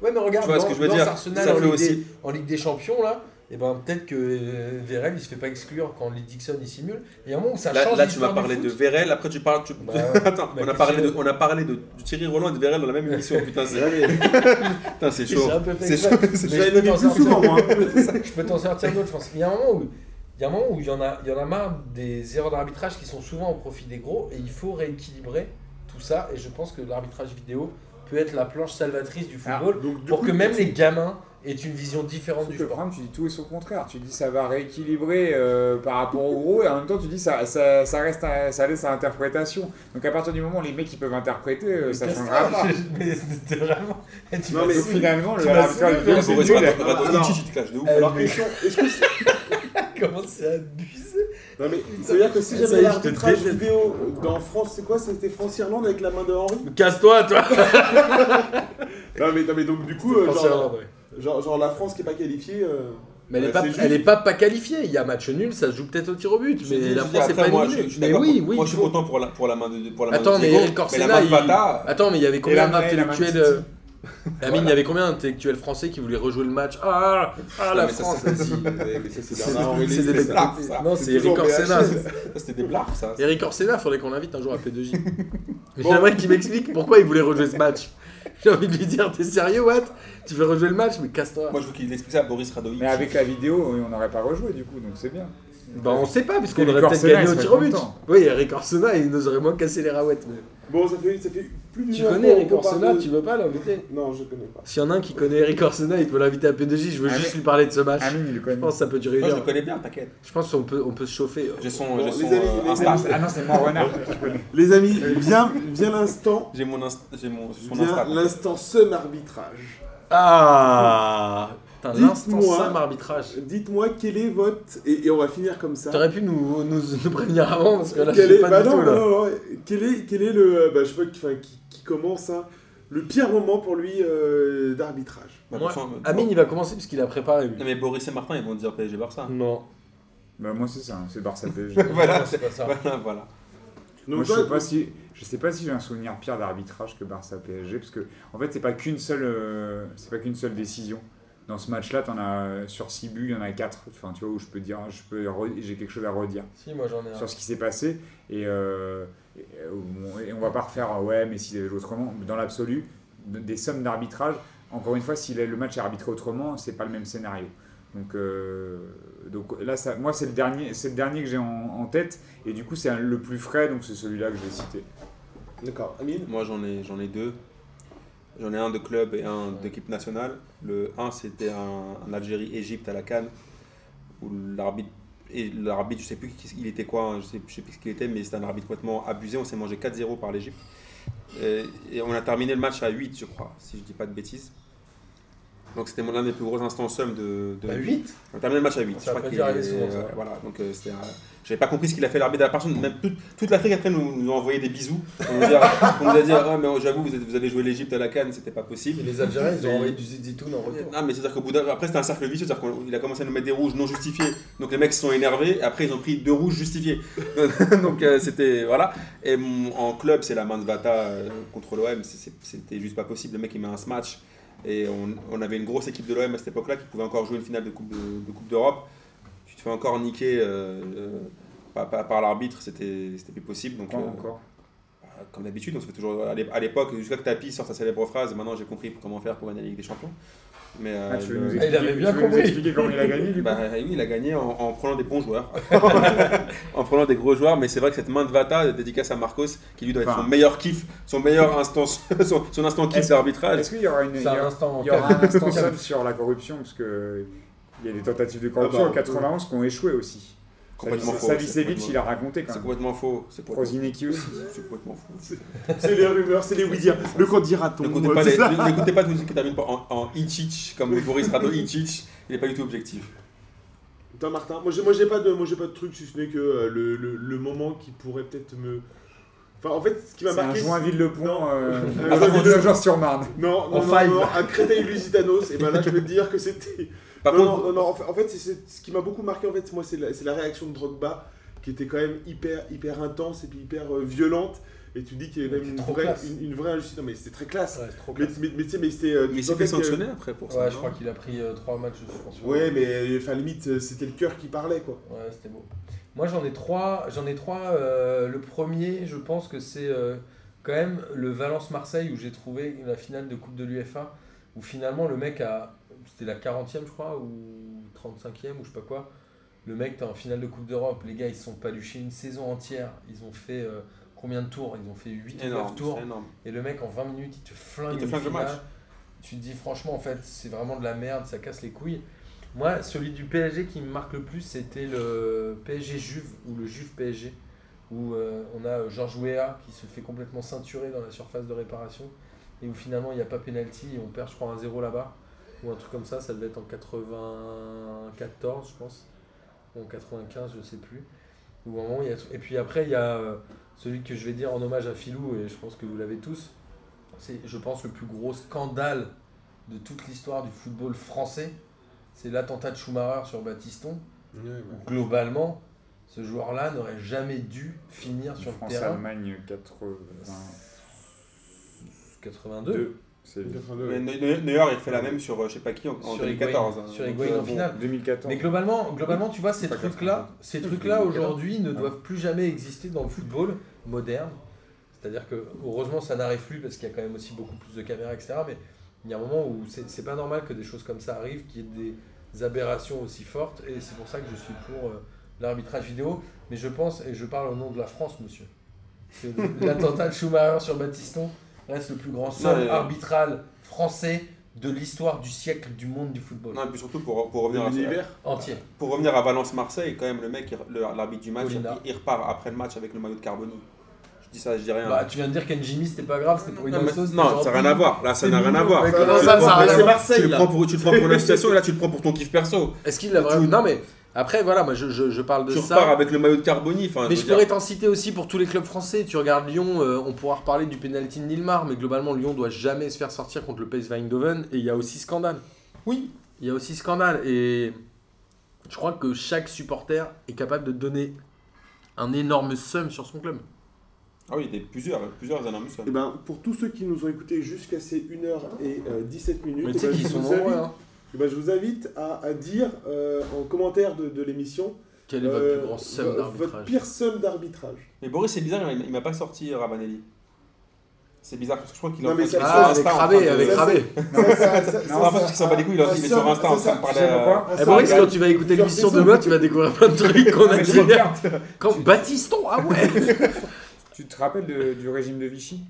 S5: Ouais, mais regarde,
S3: Tu vois ce
S5: dans-
S3: que je veux
S5: dans
S3: dire
S5: Arsenal,
S3: Ça
S5: en,
S3: fait
S5: Ligue
S3: aussi-
S5: des, en Ligue des Champions, là, et ben peut-être que euh, Vérel il se fait pas exclure quand Lee Dixon il simule. Et à un moment où ça
S3: Là,
S5: change
S3: là, tu
S5: l'histoire
S3: m'as
S5: du
S3: parlé
S5: foot.
S3: de Vérel, après tu parles. tu-
S5: Bah ouais.
S3: Attends,
S5: Bah,
S3: on a,
S5: qu'est-ce
S3: parlé
S5: que-
S3: de, on a parlé de de Thierry Roland et de Vérel dans la même émission. Putain, c'est putain, c'est chaud.
S5: J'ai un peu fait
S3: C'est
S5: exprès.
S3: chaud. c'est
S5: Mais
S3: chaud.
S5: je peux t'en
S4: Plus
S5: sortir-
S4: souvent, moi.
S2: hein.
S5: je peux t'en sortir d'autres, je pense. Il y a un moment où il y, a un moment où il y, en, a, il y en a marre des erreurs d'arbitrage qui sont souvent au profit des gros et il faut rééquilibrer tout ça. Et je pense que l'arbitrage vidéo peut être la planche salvatrice du football
S4: Donc, du
S5: pour
S4: coup,
S5: que même les gamins aient une vision différente
S2: Sauf
S5: du
S2: que le
S5: sport.
S2: problème, tu dis tout et son contraire. Tu dis ça va rééquilibrer euh, par rapport au gros et en même temps tu dis ça, ça, ça reste à- ça laisse à interprétation. Donc à partir du moment où les mecs qui peuvent interpréter, euh, ça changera pas.
S5: Mais c'était vraiment. Et tu
S4: Non,
S5: m'as
S4: mais
S2: Donc,
S5: saoulé.
S2: finalement, le
S5: tu m'as
S2: l'arbitrage
S5: saoulé,
S2: vidéo,
S5: mais
S2: c'est
S3: Boris,
S2: nul.
S3: va- va- va-
S4: Non.
S3: Ichi, tu te caches de ouf.
S5: Euh,
S4: Alors,
S3: alors.
S4: question, est-ce que c'est-
S5: Comment c'est abusé
S4: Non mais, ça veut dire que
S5: Ça
S4: si
S5: y
S4: j'avais
S5: est, je te
S4: l'arbitrage
S5: déteste.
S4: vidéo dans France, c'est quoi C'était France-Irlande avec la main de Henri
S5: Casse-toi, toi
S4: Non mais, non, mais donc du coup, euh, genre, genre, genre, la France qui est pas qualifiée... euh,
S1: Mais elle
S4: Ouais,
S1: n'est pas,
S3: Bah,
S4: c'est juste.
S1: elle est pas, pas qualifiée. Il y a match nul, ça se joue peut-être au tir au but.
S3: Je
S1: Mais
S3: dis- je
S1: la
S3: dis,
S1: France n'est
S3: après,
S1: pas
S3: moi,
S1: éliminée.
S3: je- je suis
S1: Mais
S3: d'accord.
S1: oui, oui. il
S3: Moi, je suis
S1: faut-
S3: content pour la, pour la main de pour la main
S1: Attends,
S3: de
S1: mais
S3: Diego,
S1: Eric
S3: mais
S1: Corsena,
S3: la main de
S1: il-
S3: Vata,
S1: Attends, mais il y avait combien
S2: la main- et la main
S1: d'intellectuels.
S2: de City.
S1: euh, Amine, il y avait combien d'intellectuels français qui voulaient rejouer le match Ah, ah la
S3: mais ça,
S1: France,
S3: c'est-
S1: vas-y.
S3: Ouais, mais ça, c'est
S4: C'est-
S3: Bernard Henry,
S4: c'est
S3: ça,
S4: des
S3: c'est
S4: blagues,
S3: blarf, ça.
S1: Non,
S4: c'est
S1: c'est Eric
S4: toujours
S1: Orsena.
S4: BHS.
S3: Ça, C'était des blagues, ça.
S1: Eric Orsena, faudrait qu'on l'invite un jour à P2J. Mais J'aimerais qu'il m'explique pourquoi il voulait rejouer ce match. J'ai envie de lui dire, t'es sérieux, Watt Tu veux rejouer le match Mais casse-toi.
S3: Moi, je veux qu'il explique ça à Boris Radoï.
S2: Mais avec la vidéo, on n'aurait pas rejoué du coup, donc c'est bien.
S1: Bah, on sait pas, puisqu'on
S2: Eric
S1: aurait peut-être
S2: Orsena,
S1: gagné
S2: il
S1: au
S2: serait
S1: tir au but.
S2: content.
S1: Oui, Eric Orsena, il nous aurait moins cassé les raouettes. mais-
S4: Bon, ça fait, ça fait plus d'une
S1: Tu
S4: heure
S1: connais
S4: qu'on-
S1: Eric
S4: qu'on parle
S1: Orsena,
S4: de-
S1: tu veux pas l'inviter
S4: Non, je connais pas.
S1: S'il y en a un qui connaît Eric Orsena, il peut l'inviter à P2J, je veux
S2: Ah,
S1: juste
S2: mais-
S1: lui parler de ce match.
S2: Amine, il le
S1: Oh, Je
S2: connaît.
S1: pense que ça peut durer une
S3: Moi, je le
S1: heure.
S3: connais bien, t'inquiète.
S1: Je pense qu'on peut, on peut se chauffer. euh.
S3: J'ai son,
S4: Bon,
S3: j'ai
S4: les
S3: son
S4: amis,
S3: euh,
S4: les
S3: Insta.
S4: amis.
S2: Ah non, c'est mort renard.
S4: Les amis, vient, vient l'instant,
S3: J'ai mon Insta. J'ai mon, j'ai son
S4: vient
S3: Insta.
S4: l'instant seum arbitrage.
S1: Ah Putain,
S4: Dites-moi.
S1: l'instant Sam arbitrage.
S4: Dites-moi quel est votre et, et on va finir comme ça.
S1: T'aurais pu nous, nous, nous prévenir avant parce que là, je
S4: Quel
S1: sais
S4: est
S1: pas
S4: bah
S1: du
S4: non,
S1: tout. Là.
S4: non, non, non. Quel est quel est le euh, bah, je sais pas qui, enfin, qui, qui commence hein, le pire moment pour lui euh, d'arbitrage.
S3: Bah,
S1: Moi,
S3: pour ça,
S1: Amine, il va commencer parce qu'il a préparé. lui.
S3: Non, mais Boris et Martin, ils vont dire PSG Barça.
S1: Non,
S2: Bah moi c'est ça, hein, c'est Barça PSG.
S3: Voilà.
S5: Non, c'est pas ça.
S3: Voilà, voilà.
S2: Moi,
S4: Donc
S2: je
S4: toi,
S2: sais pas si je sais pas si j'ai un souvenir pire d'arbitrage que Barça PSG parce que en fait c'est pas qu'une seule euh, c'est pas qu'une seule décision. Dans ce match-là, t'en as euh, sur 6 buts, il y en a 4. Enfin, tu vois où je peux dire, je peux re- j'ai quelque chose à redire
S5: Si, moi j'en ai un.
S2: sur ce qui s'est passé et, euh, et, euh, bon, et on va pas refaire euh, ouais mais s'il avait joué autrement dans l'absolu de- des sommes d'arbitrage encore une fois si le match est arbitré autrement c'est pas le même scénario donc, euh, donc là ça, moi c'est le dernier c'est le dernier que j'ai en, en tête et du coup c'est un- le plus frais donc c'est celui-là que j'ai cité
S4: d'accord, Amine.
S3: Moi, j'en ai, j'en ai deux. J'en ai un de club et un d'équipe nationale. Le 1, c'était un, un Algérie-Égypte à la Cannes, où l'arbitre, et l'arbitre, je sais plus qui il était quoi, hein, je sais, je sais plus ce qu'il était, mais c'était un arbitre complètement abusé. On s'est mangé 4-0 par l'Égypte. Euh, Et, on a terminé le match à 8, je crois, si je dis pas de bêtises. Donc c'était mon l'un des plus gros instants somme de. de
S1: Bah, 8
S3: On a terminé le match à 8.
S1: Ça a pas
S3: qu'il
S1: dû arriver
S3: est-
S1: souvent, ça.
S3: Voilà, donc euh, c'était. un- J'avais pas compris ce qu'il a fait l'arbitre de la personne. Même toute, toute l'Afrique après nous, nous a envoyé des bisous. On nous a, on nous a dit Ah, mais j'avoue, vous, êtes- vous avez joué l'Egypte à la Cannes, c'était pas possible.
S1: Les Algériens, ils
S3: Mais-
S1: ont envoyé du zizitoun en retour.
S3: Non, mais c'est-à-dire qu'au bout d'un. Après, c'était un cercle vicieux, c'est-à-dire qu'il a commencé à nous mettre des rouges non justifiés. Donc les mecs se sont énervés. et Après, ils ont pris deux rouges justifiés. donc euh, c'était. Voilà. Et mon- en club, c'est la main de Vata euh, contre l'OM. c'est- c'est- C'était juste pas possible. Le mec, il met un smash. Et on, on avait une grosse équipe de l'OM à cette époque-là qui pouvait encore jouer une finale de Coupe de- de Coupe d'Europe. tu te fais encore niquer euh, euh, par, par- par l'arbitre, c'était c'était plus possible. Donc,
S2: Encore,
S3: euh,
S2: encore.
S3: comme d'habitude, on se fait toujours. à l'é- À l'époque, jusqu'à que Tapi sorte sa célèbre phrase, maintenant j'ai compris comment faire pour gagner la Ligue des Champions. Mais euh,
S2: Ah, tu veux
S3: le-
S2: nous
S1: avait
S2: expliquer,
S1: bien
S2: tu veux nous
S1: compris.
S2: expliquer comment il a gagné du coup
S3: bah, oui, il a gagné en, en prenant des bons joueurs, en prenant des gros joueurs, mais c'est vrai que cette main de Vata, dédicace à Marcos, qui lui doit être
S2: Enfin.
S3: son meilleur kiff, son meilleur instant, son, son instant kiff
S2: Est-ce-
S3: d'arbitrage.
S2: Est-ce qu'il y aura une. il
S1: Bah, C'est
S2: y
S1: un
S2: aura-
S1: instant.
S2: Il y aura un instant
S1: calme.
S2: somme sur la corruption, parce que il y a des tentatives de corruption
S4: Ah bah,
S2: en 91 qui ont échoué aussi.
S3: Complètement faux. c'est
S2: Savicevic, il
S3: complètement-
S2: a raconté quand
S3: c'est
S2: même.
S3: complètement faux. C'est complètement-
S2: Prozinecki aussi.
S3: c'est complètement faux.
S4: C'est les rumeurs, c'est les oui dire. Le quand dira-t-on
S3: N'écoutez
S4: euh,
S3: pas,
S4: c'est
S3: les-
S4: ça.
S3: n'écoutez pas tout ce qui termine par- en, en Ichich, comme Boris Rado Ichich, il n'est pas du tout objectif.
S4: Putain, Martin, moi j'ai, moi j'ai pas de, moi j'ai pas de truc si ce n'est que euh, le, le, le moment qui pourrait peut-être me. Enfin, en fait, ce qui m'a
S2: C'est un
S4: marqué. c'est-
S2: Joinville-le-Pont,
S1: Ah,
S2: euh,
S4: Euh,
S2: à
S4: Joinville-le-Pont.
S2: Villeneuve-sur-Marne.
S4: Non, non,
S1: En
S4: non,
S1: five.
S4: non, à Créteil-Lusitanos, et ben là je peux te dire que c'était.
S3: Par
S4: non,
S3: contre,
S4: non, non, non, en fait, en fait, c'est, c'est- ce qui m'a beaucoup marqué, en fait, moi, c'est la, c'est la réaction de Drogba, qui était quand même hyper, hyper intense et puis hyper euh, violente. Et tu dis qu'il y avait quand même
S1: C'est
S4: une
S1: trop
S4: vraie,
S1: classe.
S4: une, une vraie injustice. Non, mais c'était très classe.
S1: Ouais, c'est trop
S4: Mais,
S1: classe.
S4: mais, mais tu sais, mais c'était. euh,
S3: mais
S4: tu
S3: il s'est
S4: sentais
S3: fait
S4: que-
S3: sanctionner après pour ça.
S1: Ouais, je
S3: non
S1: crois qu'il a pris 3 matchs de suspension.
S4: Ouais, mais enfin, limite, euh, c'était le cœur qui parlait, quoi.
S1: Ouais, c'était beau. Moi, j'en ai trois. J'en ai trois. euh, le premier, je pense que c'est euh, quand même le Valence-Marseille où j'ai trouvé la finale de Coupe de l'UFA où finalement le mec a. C'était la 40e, je crois, ou 35e, ou je sais pas quoi. Le mec, t'es en finale de Coupe d'Europe. Les gars, ils se sont pas luchés une saison entière. Ils ont fait euh, combien de tours Ils ont fait 8 ou 9
S3: Énorme,
S1: tours.
S3: c'est énorme.
S1: Et le mec, en 20 minutes, il te flingue,
S3: Il te
S1: une
S3: flingue le
S1: finale.
S3: match.
S1: Tu te dis, franchement, en fait, c'est vraiment de la merde, ça casse les couilles. Moi, celui du PSG qui me marque le plus, c'était le PSG Juve ou le Juve PSG, où euh, on a euh, Georges Weah qui se fait complètement ceinturer dans la surface de réparation et où finalement il n'y a pas pénalty et on perd, je crois, un 0 là-bas ou un truc comme ça. Ça devait être en 94, je pense, ou en 95, je sais plus. Ou un moment, il y a... Et puis après, il y a euh, celui que je vais dire en hommage à Philou, et je pense que vous l'avez tous. C'est, je pense, le plus gros scandale de toute l'histoire du football français. C'est l'attentat de Schumacher sur Batiston. Globalement, ce joueur-là n'aurait jamais dû finir sur le terrain.
S2: France-Allemagne
S1: 82
S2: 82. C'est
S3: Mais Neu- Neuer, il fait la même sur euh, je sais pas qui en, en
S1: Sur
S3: 2014. hein.
S1: Higuain- sur
S3: Donc,
S1: Higuain
S3: euh,
S1: en
S3: bon,
S1: finale. Mais
S2: 2014.
S1: globalement, globalement, tu vois, ces
S2: pas
S1: trucs-là, ces trucs-là aujourd'hui ne doivent plus jamais exister dans le football moderne. C'est-à-dire que heureusement, ça n'arrive plus parce qu'il y a quand même aussi beaucoup plus de caméras, etc. Mais il y a un moment où c'est c'est pas normal que des choses comme ça arrivent, qu'il y ait des aberrations aussi fortes. Et c'est pour ça que je suis pour euh, l'arbitrage vidéo. Mais je pense, et je parle au nom de la France, monsieur, que l'attentat de Schumacher sur Baptiston reste le plus grand
S3: Non,
S1: sol
S3: mais- euh,
S1: arbitral français de l'histoire du siècle du monde du football
S3: Non, et puis surtout pour, pour revenir à
S4: L'univers
S1: entier.
S3: pour revenir à Valence Marseille, quand même le mec, il- le- l'arbitre du match, il,
S1: Colina.
S3: il repart après le match avec le maillot de Carboni. Je dis ça, je dis rien.
S1: Bah, tu viens de dire qu'Enjimi c'était pas grave, c'était pour une
S3: non, mais-
S1: assos, c'était
S3: non,
S1: gentil.
S3: ça n'a rien à voir. Là, ça n'a rien à voir.
S4: Ouais,
S3: Tu
S4: comment
S3: le
S4: ça,
S3: prends
S4: ça a
S3: pour-
S4: rien à voir
S3: Tu le
S4: là.
S3: prends pour, tu le prends pour une association et là, tu le prends pour ton kiff perso.
S7: Est-ce qu'il a vraiment. Non, mais après, voilà, moi je, je- je parle de
S3: Tu repars
S7: ça.
S3: avec le maillot de Carboni. Enfin,
S7: Mais
S3: je
S7: je
S3: veux dire-
S7: pourrais t'en citer aussi pour tous les clubs français. Tu regardes Lyon, euh, on pourra reparler du penalty de Nilmar, mais globalement, Lyon doit jamais se faire sortir contre le PSV Eindhoven. Et il y a aussi scandale.
S3: Oui.
S7: Il y a aussi scandale. Et je crois que chaque supporter est capable de donner un énorme sum sur son club.
S3: Ah oui, des plusieurs, plusieurs années ça.
S4: Et ben, pour tous ceux qui nous ont écoutés jusqu'à ces 1h17 minutes,
S7: Mais tu sais
S3: bah,
S4: ben,
S7: qu'ils
S4: je,
S7: sont
S4: vous
S7: nombreux.
S4: invite,
S7: hein.
S4: eh ben, je vous invite à, à dire euh, en commentaire de, de l'émission
S7: Quel est votre
S4: euh,
S7: plus grand
S4: vo-
S3: bah,
S7: sum
S4: votre
S7: d'arbitrage Ah,
S4: pire somme d'arbitrage.
S3: Mais Boris, c'est bizarre, il m'a- il m'a pas sorti euh, Ravanelli. C'est bizarre parce que je crois qu'il est
S4: Non,
S3: en
S4: mais
S3: train de-
S4: ça-
S3: il est
S7: Ah,
S3: sur
S7: avec
S3: Insta en train
S7: Rabé,
S3: de-
S7: avec
S4: ça,
S7: Rabé.
S4: Non,
S3: Non, en fait, parce qu'il s'en bat les couilles, il a dit, il est sur Insta, on s'en parlait. euh,
S2: Ah,
S7: Eh
S8: ben
S7: Boris, quand tu vas écouter
S4: Plusieurs
S7: l'émission de
S4: saisons.
S7: moi, tu vas découvrir plein de trucs qu'on a
S3: Mais je
S7: dit.
S3: regarde.
S7: Quand Baptiston, ah ouais
S2: Tu te rappelles de- du régime de Vichy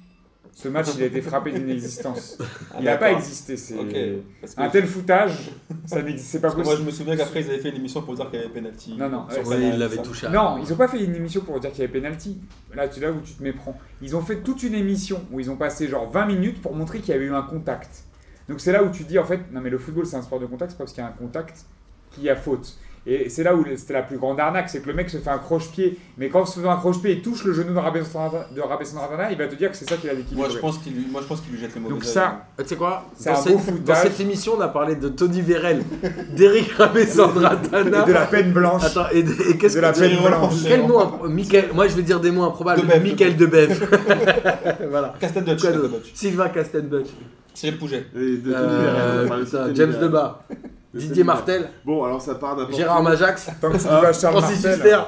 S2: Ce match, il a été frappé d'inexistence. Il
S3: Ah,
S2: n'a pas
S3: d'accord.
S2: existé. c'est-
S3: Ok. Parce que-
S2: Un tel foutage, ça n'existe c'est pas
S3: parce que moi, je
S2: possible.
S3: me souviens qu'après, ils avaient fait une émission pour dire qu'il y avait penalty.
S2: Non, non,
S3: Sur
S2: ouais,
S3: Ravanelli,
S7: Il l'avait
S3: ça.
S7: touché. à-
S2: Non, ils n'ont pas fait une émission pour dire qu'il y avait pénalty. Là, tu là où tu te méprends. Ils ont fait toute une émission où ils ont passé genre 20 minutes pour montrer qu'il y avait eu un contact. Donc c'est là où tu dis en fait, non mais le football c'est un sport de contact, c'est pas parce qu'il y a un contact qu'il y a faute. Et c'est là où c'était la plus grande arnaque, c'est que le mec se fait un croche-pied, mais quand il se fait un croche-pied et touche le genou de Rabin Sandratana, il va te dire que c'est ça qu'il a déquilibré.
S3: Moi, je pense qu'il lui, moi, je pense qu'il lui jette le mauvais
S2: Donc
S3: œil.
S2: ça,
S8: Ah, Tu sais quoi
S2: C'est
S8: dans,
S2: un
S8: cette-
S2: beau
S8: dans
S2: foutage.
S8: cette émission, on a parlé de Tony Vérel, d'Eric Rabessandratana.
S2: et de la peine blanche,
S8: Attends, et, de- et qu'est-ce
S2: de
S8: que
S2: la
S8: tu
S2: peine blanche.
S8: Quel nom impro- Michael, Moi, je vais dire des mots improbables.
S3: Debev,
S8: Michael Debev. voilà.
S3: Castanedutch,
S8: Quoi d'autre
S3: Castanedutch.
S8: Sylvain Castenbach.
S3: Cyril Pouget.
S4: Et de Tony Vérel, on
S8: Euh,
S4: parlait de
S8: putain,
S4: Tony
S8: James
S4: Vérel.
S8: Debat.
S4: De
S8: Didier
S4: Tony
S8: Martel.
S4: Vérel. Bon, alors ça part n'importe
S8: Gérard
S4: où.
S8: Majax.
S2: tant que tu vas à Charles
S8: Francis
S2: Martel.
S8: Huster.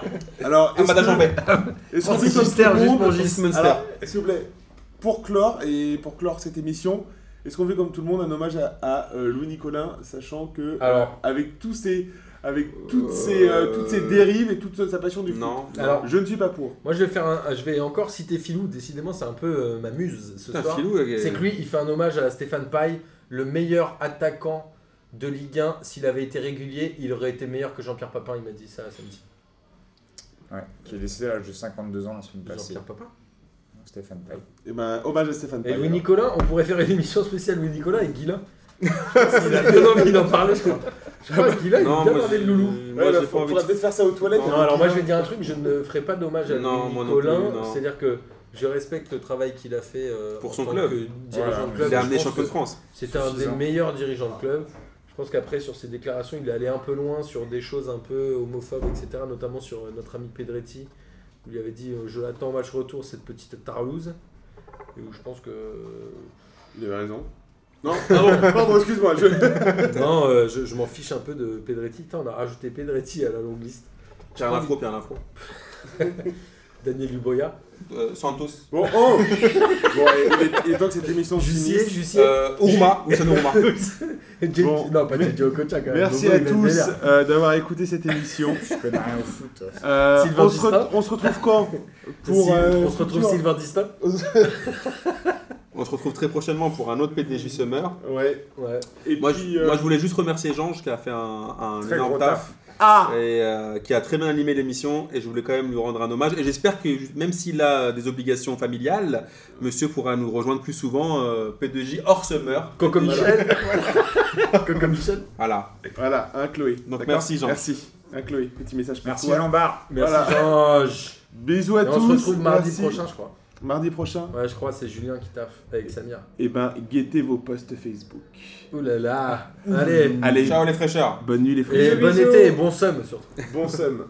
S4: Alors, est-ce
S3: Amada
S4: que-
S3: Jambet.
S4: Est-ce qu'on
S8: Francis
S4: dit comme
S8: Huster,
S4: tout le
S8: juste
S4: monde-
S8: pour
S3: Francis
S8: Gilles.
S3: Munster.
S4: Alors, s'il vous plaît, pour clore et pour clore cette émission, est-ce qu'on fait comme tout le monde un hommage à, à, euh, Louis Nicolin, sachant que
S1: Alors.
S4: euh, avec tous ces avec toutes ces euh, toutes ces dérives et toute sa passion du foot,
S3: Non.
S1: Alors,
S4: je ne suis pas pour.
S1: moi je vais faire un- je vais encore citer Filou, décidément c'est un peu euh, ma muse ce soir. C'est que lui, il fait un hommage à Stéphane Paille, le meilleur attaquant de Ligue 1. S'il avait été régulier, il aurait été meilleur que Jean-Pierre Papin. Il m'a dit ça samedi.
S2: Ouais, qui est décédé à l'âge de 52 ans la semaine
S3: Bah,
S2: passée.
S1: Jean-Pierre Papin.
S2: Stéphane Paille.
S4: Et ben hommage à Stéphane.
S1: Et
S4: Paille,
S1: Louis
S4: alors.
S1: Nicolas, on pourrait faire une émission spéciale Louis Nicolas et Guilin. il a bien envie d'en parler, je crois. Je crois que Guilin, il a bien parlé le loulou.
S4: Ouais, bah,
S3: j'ai pas
S4: faut-
S3: envie
S4: faudrait
S3: de-
S4: peut-être faire ça aux toilettes. hein.
S3: Non,
S4: et
S1: Non,
S4: donc,
S1: alors moi je vais dire un truc, je ne ferai pas d'hommage à
S3: Non,
S1: Louis
S3: moi non plus,
S1: Nicolin,
S3: non.
S1: c'est-à-dire que je respecte le travail qu'il a fait euh,
S3: Pour
S1: en
S3: son
S1: tant
S3: club.
S1: que dirigeant
S2: Voilà,
S1: de
S2: il a
S1: club.
S3: Il a
S1: Je
S3: amené
S1: pense
S3: champion
S1: que
S3: de France.
S1: C'était un des
S2: Suffisant.
S1: meilleurs
S4: Ah.
S1: dirigeants de club. Je pense qu'après sur ses déclarations, il est allé un peu loin sur des choses un peu homophobes, etc. Notamment sur euh, notre ami Pedretti, où il avait dit euh, je attends match retour cette petite tarlouse. Et où je pense que
S4: Il avait raison. Non, pardon, pardon, excuse-moi. Je...
S1: non, euh, je, je m'en fiche un peu de Pedretti. Putain, on a rajouté Pedretti à la longue liste.
S3: Pierre Lafro, Pierre Lafro.
S1: Daniel Uboya,
S3: Euh, Santos.
S4: Bon, oh Bon, il est, il est temps que cette émission se
S1: Jussier,
S4: finisse.
S1: Jussier,
S3: Euh, Ourma, Oussano Ourma.
S1: J-
S4: Euh, Bon.
S1: Non, pas JJ Okocha quand même.
S4: Merci
S1: Bobo,
S4: à
S1: il va être
S4: tous
S1: vénère.
S4: euh, d'avoir écouté cette émission.
S2: Je connais rien au foot.
S4: Euh,
S1: Sylvain
S4: on, se re-
S1: Distin.
S4: on se retrouve quand
S1: Si-
S4: pour, euh,
S1: on se retrouve
S4: futur-
S1: Sylvain Distin.
S3: On se retrouve très prochainement pour un autre PDJ Summer.
S4: Ouais.
S1: Ouais.
S4: Et
S3: Moi,
S4: puis,
S3: je,
S4: euh,
S3: moi, je voulais juste remercier Jeange qui a fait un, un
S2: Très
S3: énorme
S2: gros
S3: taf,
S2: taf.
S4: Ah
S3: et euh, qui a très bien animé l'émission. Et je voulais quand même lui rendre un hommage. Et j'espère que même s'il a des obligations familiales, Monsieur pourra nous rejoindre plus souvent euh, P2J hors Summer.
S1: Coco
S3: P2J.
S1: Michel. Coco Michel.
S3: Voilà.
S4: Voilà, un Chloé. D'accord
S3: merci, Jean.
S4: Merci. Un Chloé, petit message pour
S2: Merci
S4: toi.
S2: Lombard.
S1: Merci
S4: Voilà.
S1: Georges.
S4: Bisous à
S1: Et
S4: tous.
S1: on se retrouve mardi
S4: merci.
S1: prochain, je crois.
S4: Mardi prochain.
S1: Ouais, je crois, c'est Julien qui taffe avec Samir.
S4: Et ben, guettez vos posts Facebook.
S1: Ouh là là. Allez.
S4: Allez,
S3: Ciao les fraîcheurs.
S1: Eh
S4: bonne nuit les frères.
S1: Et bon été et bon somme surtout.
S4: Bon somme.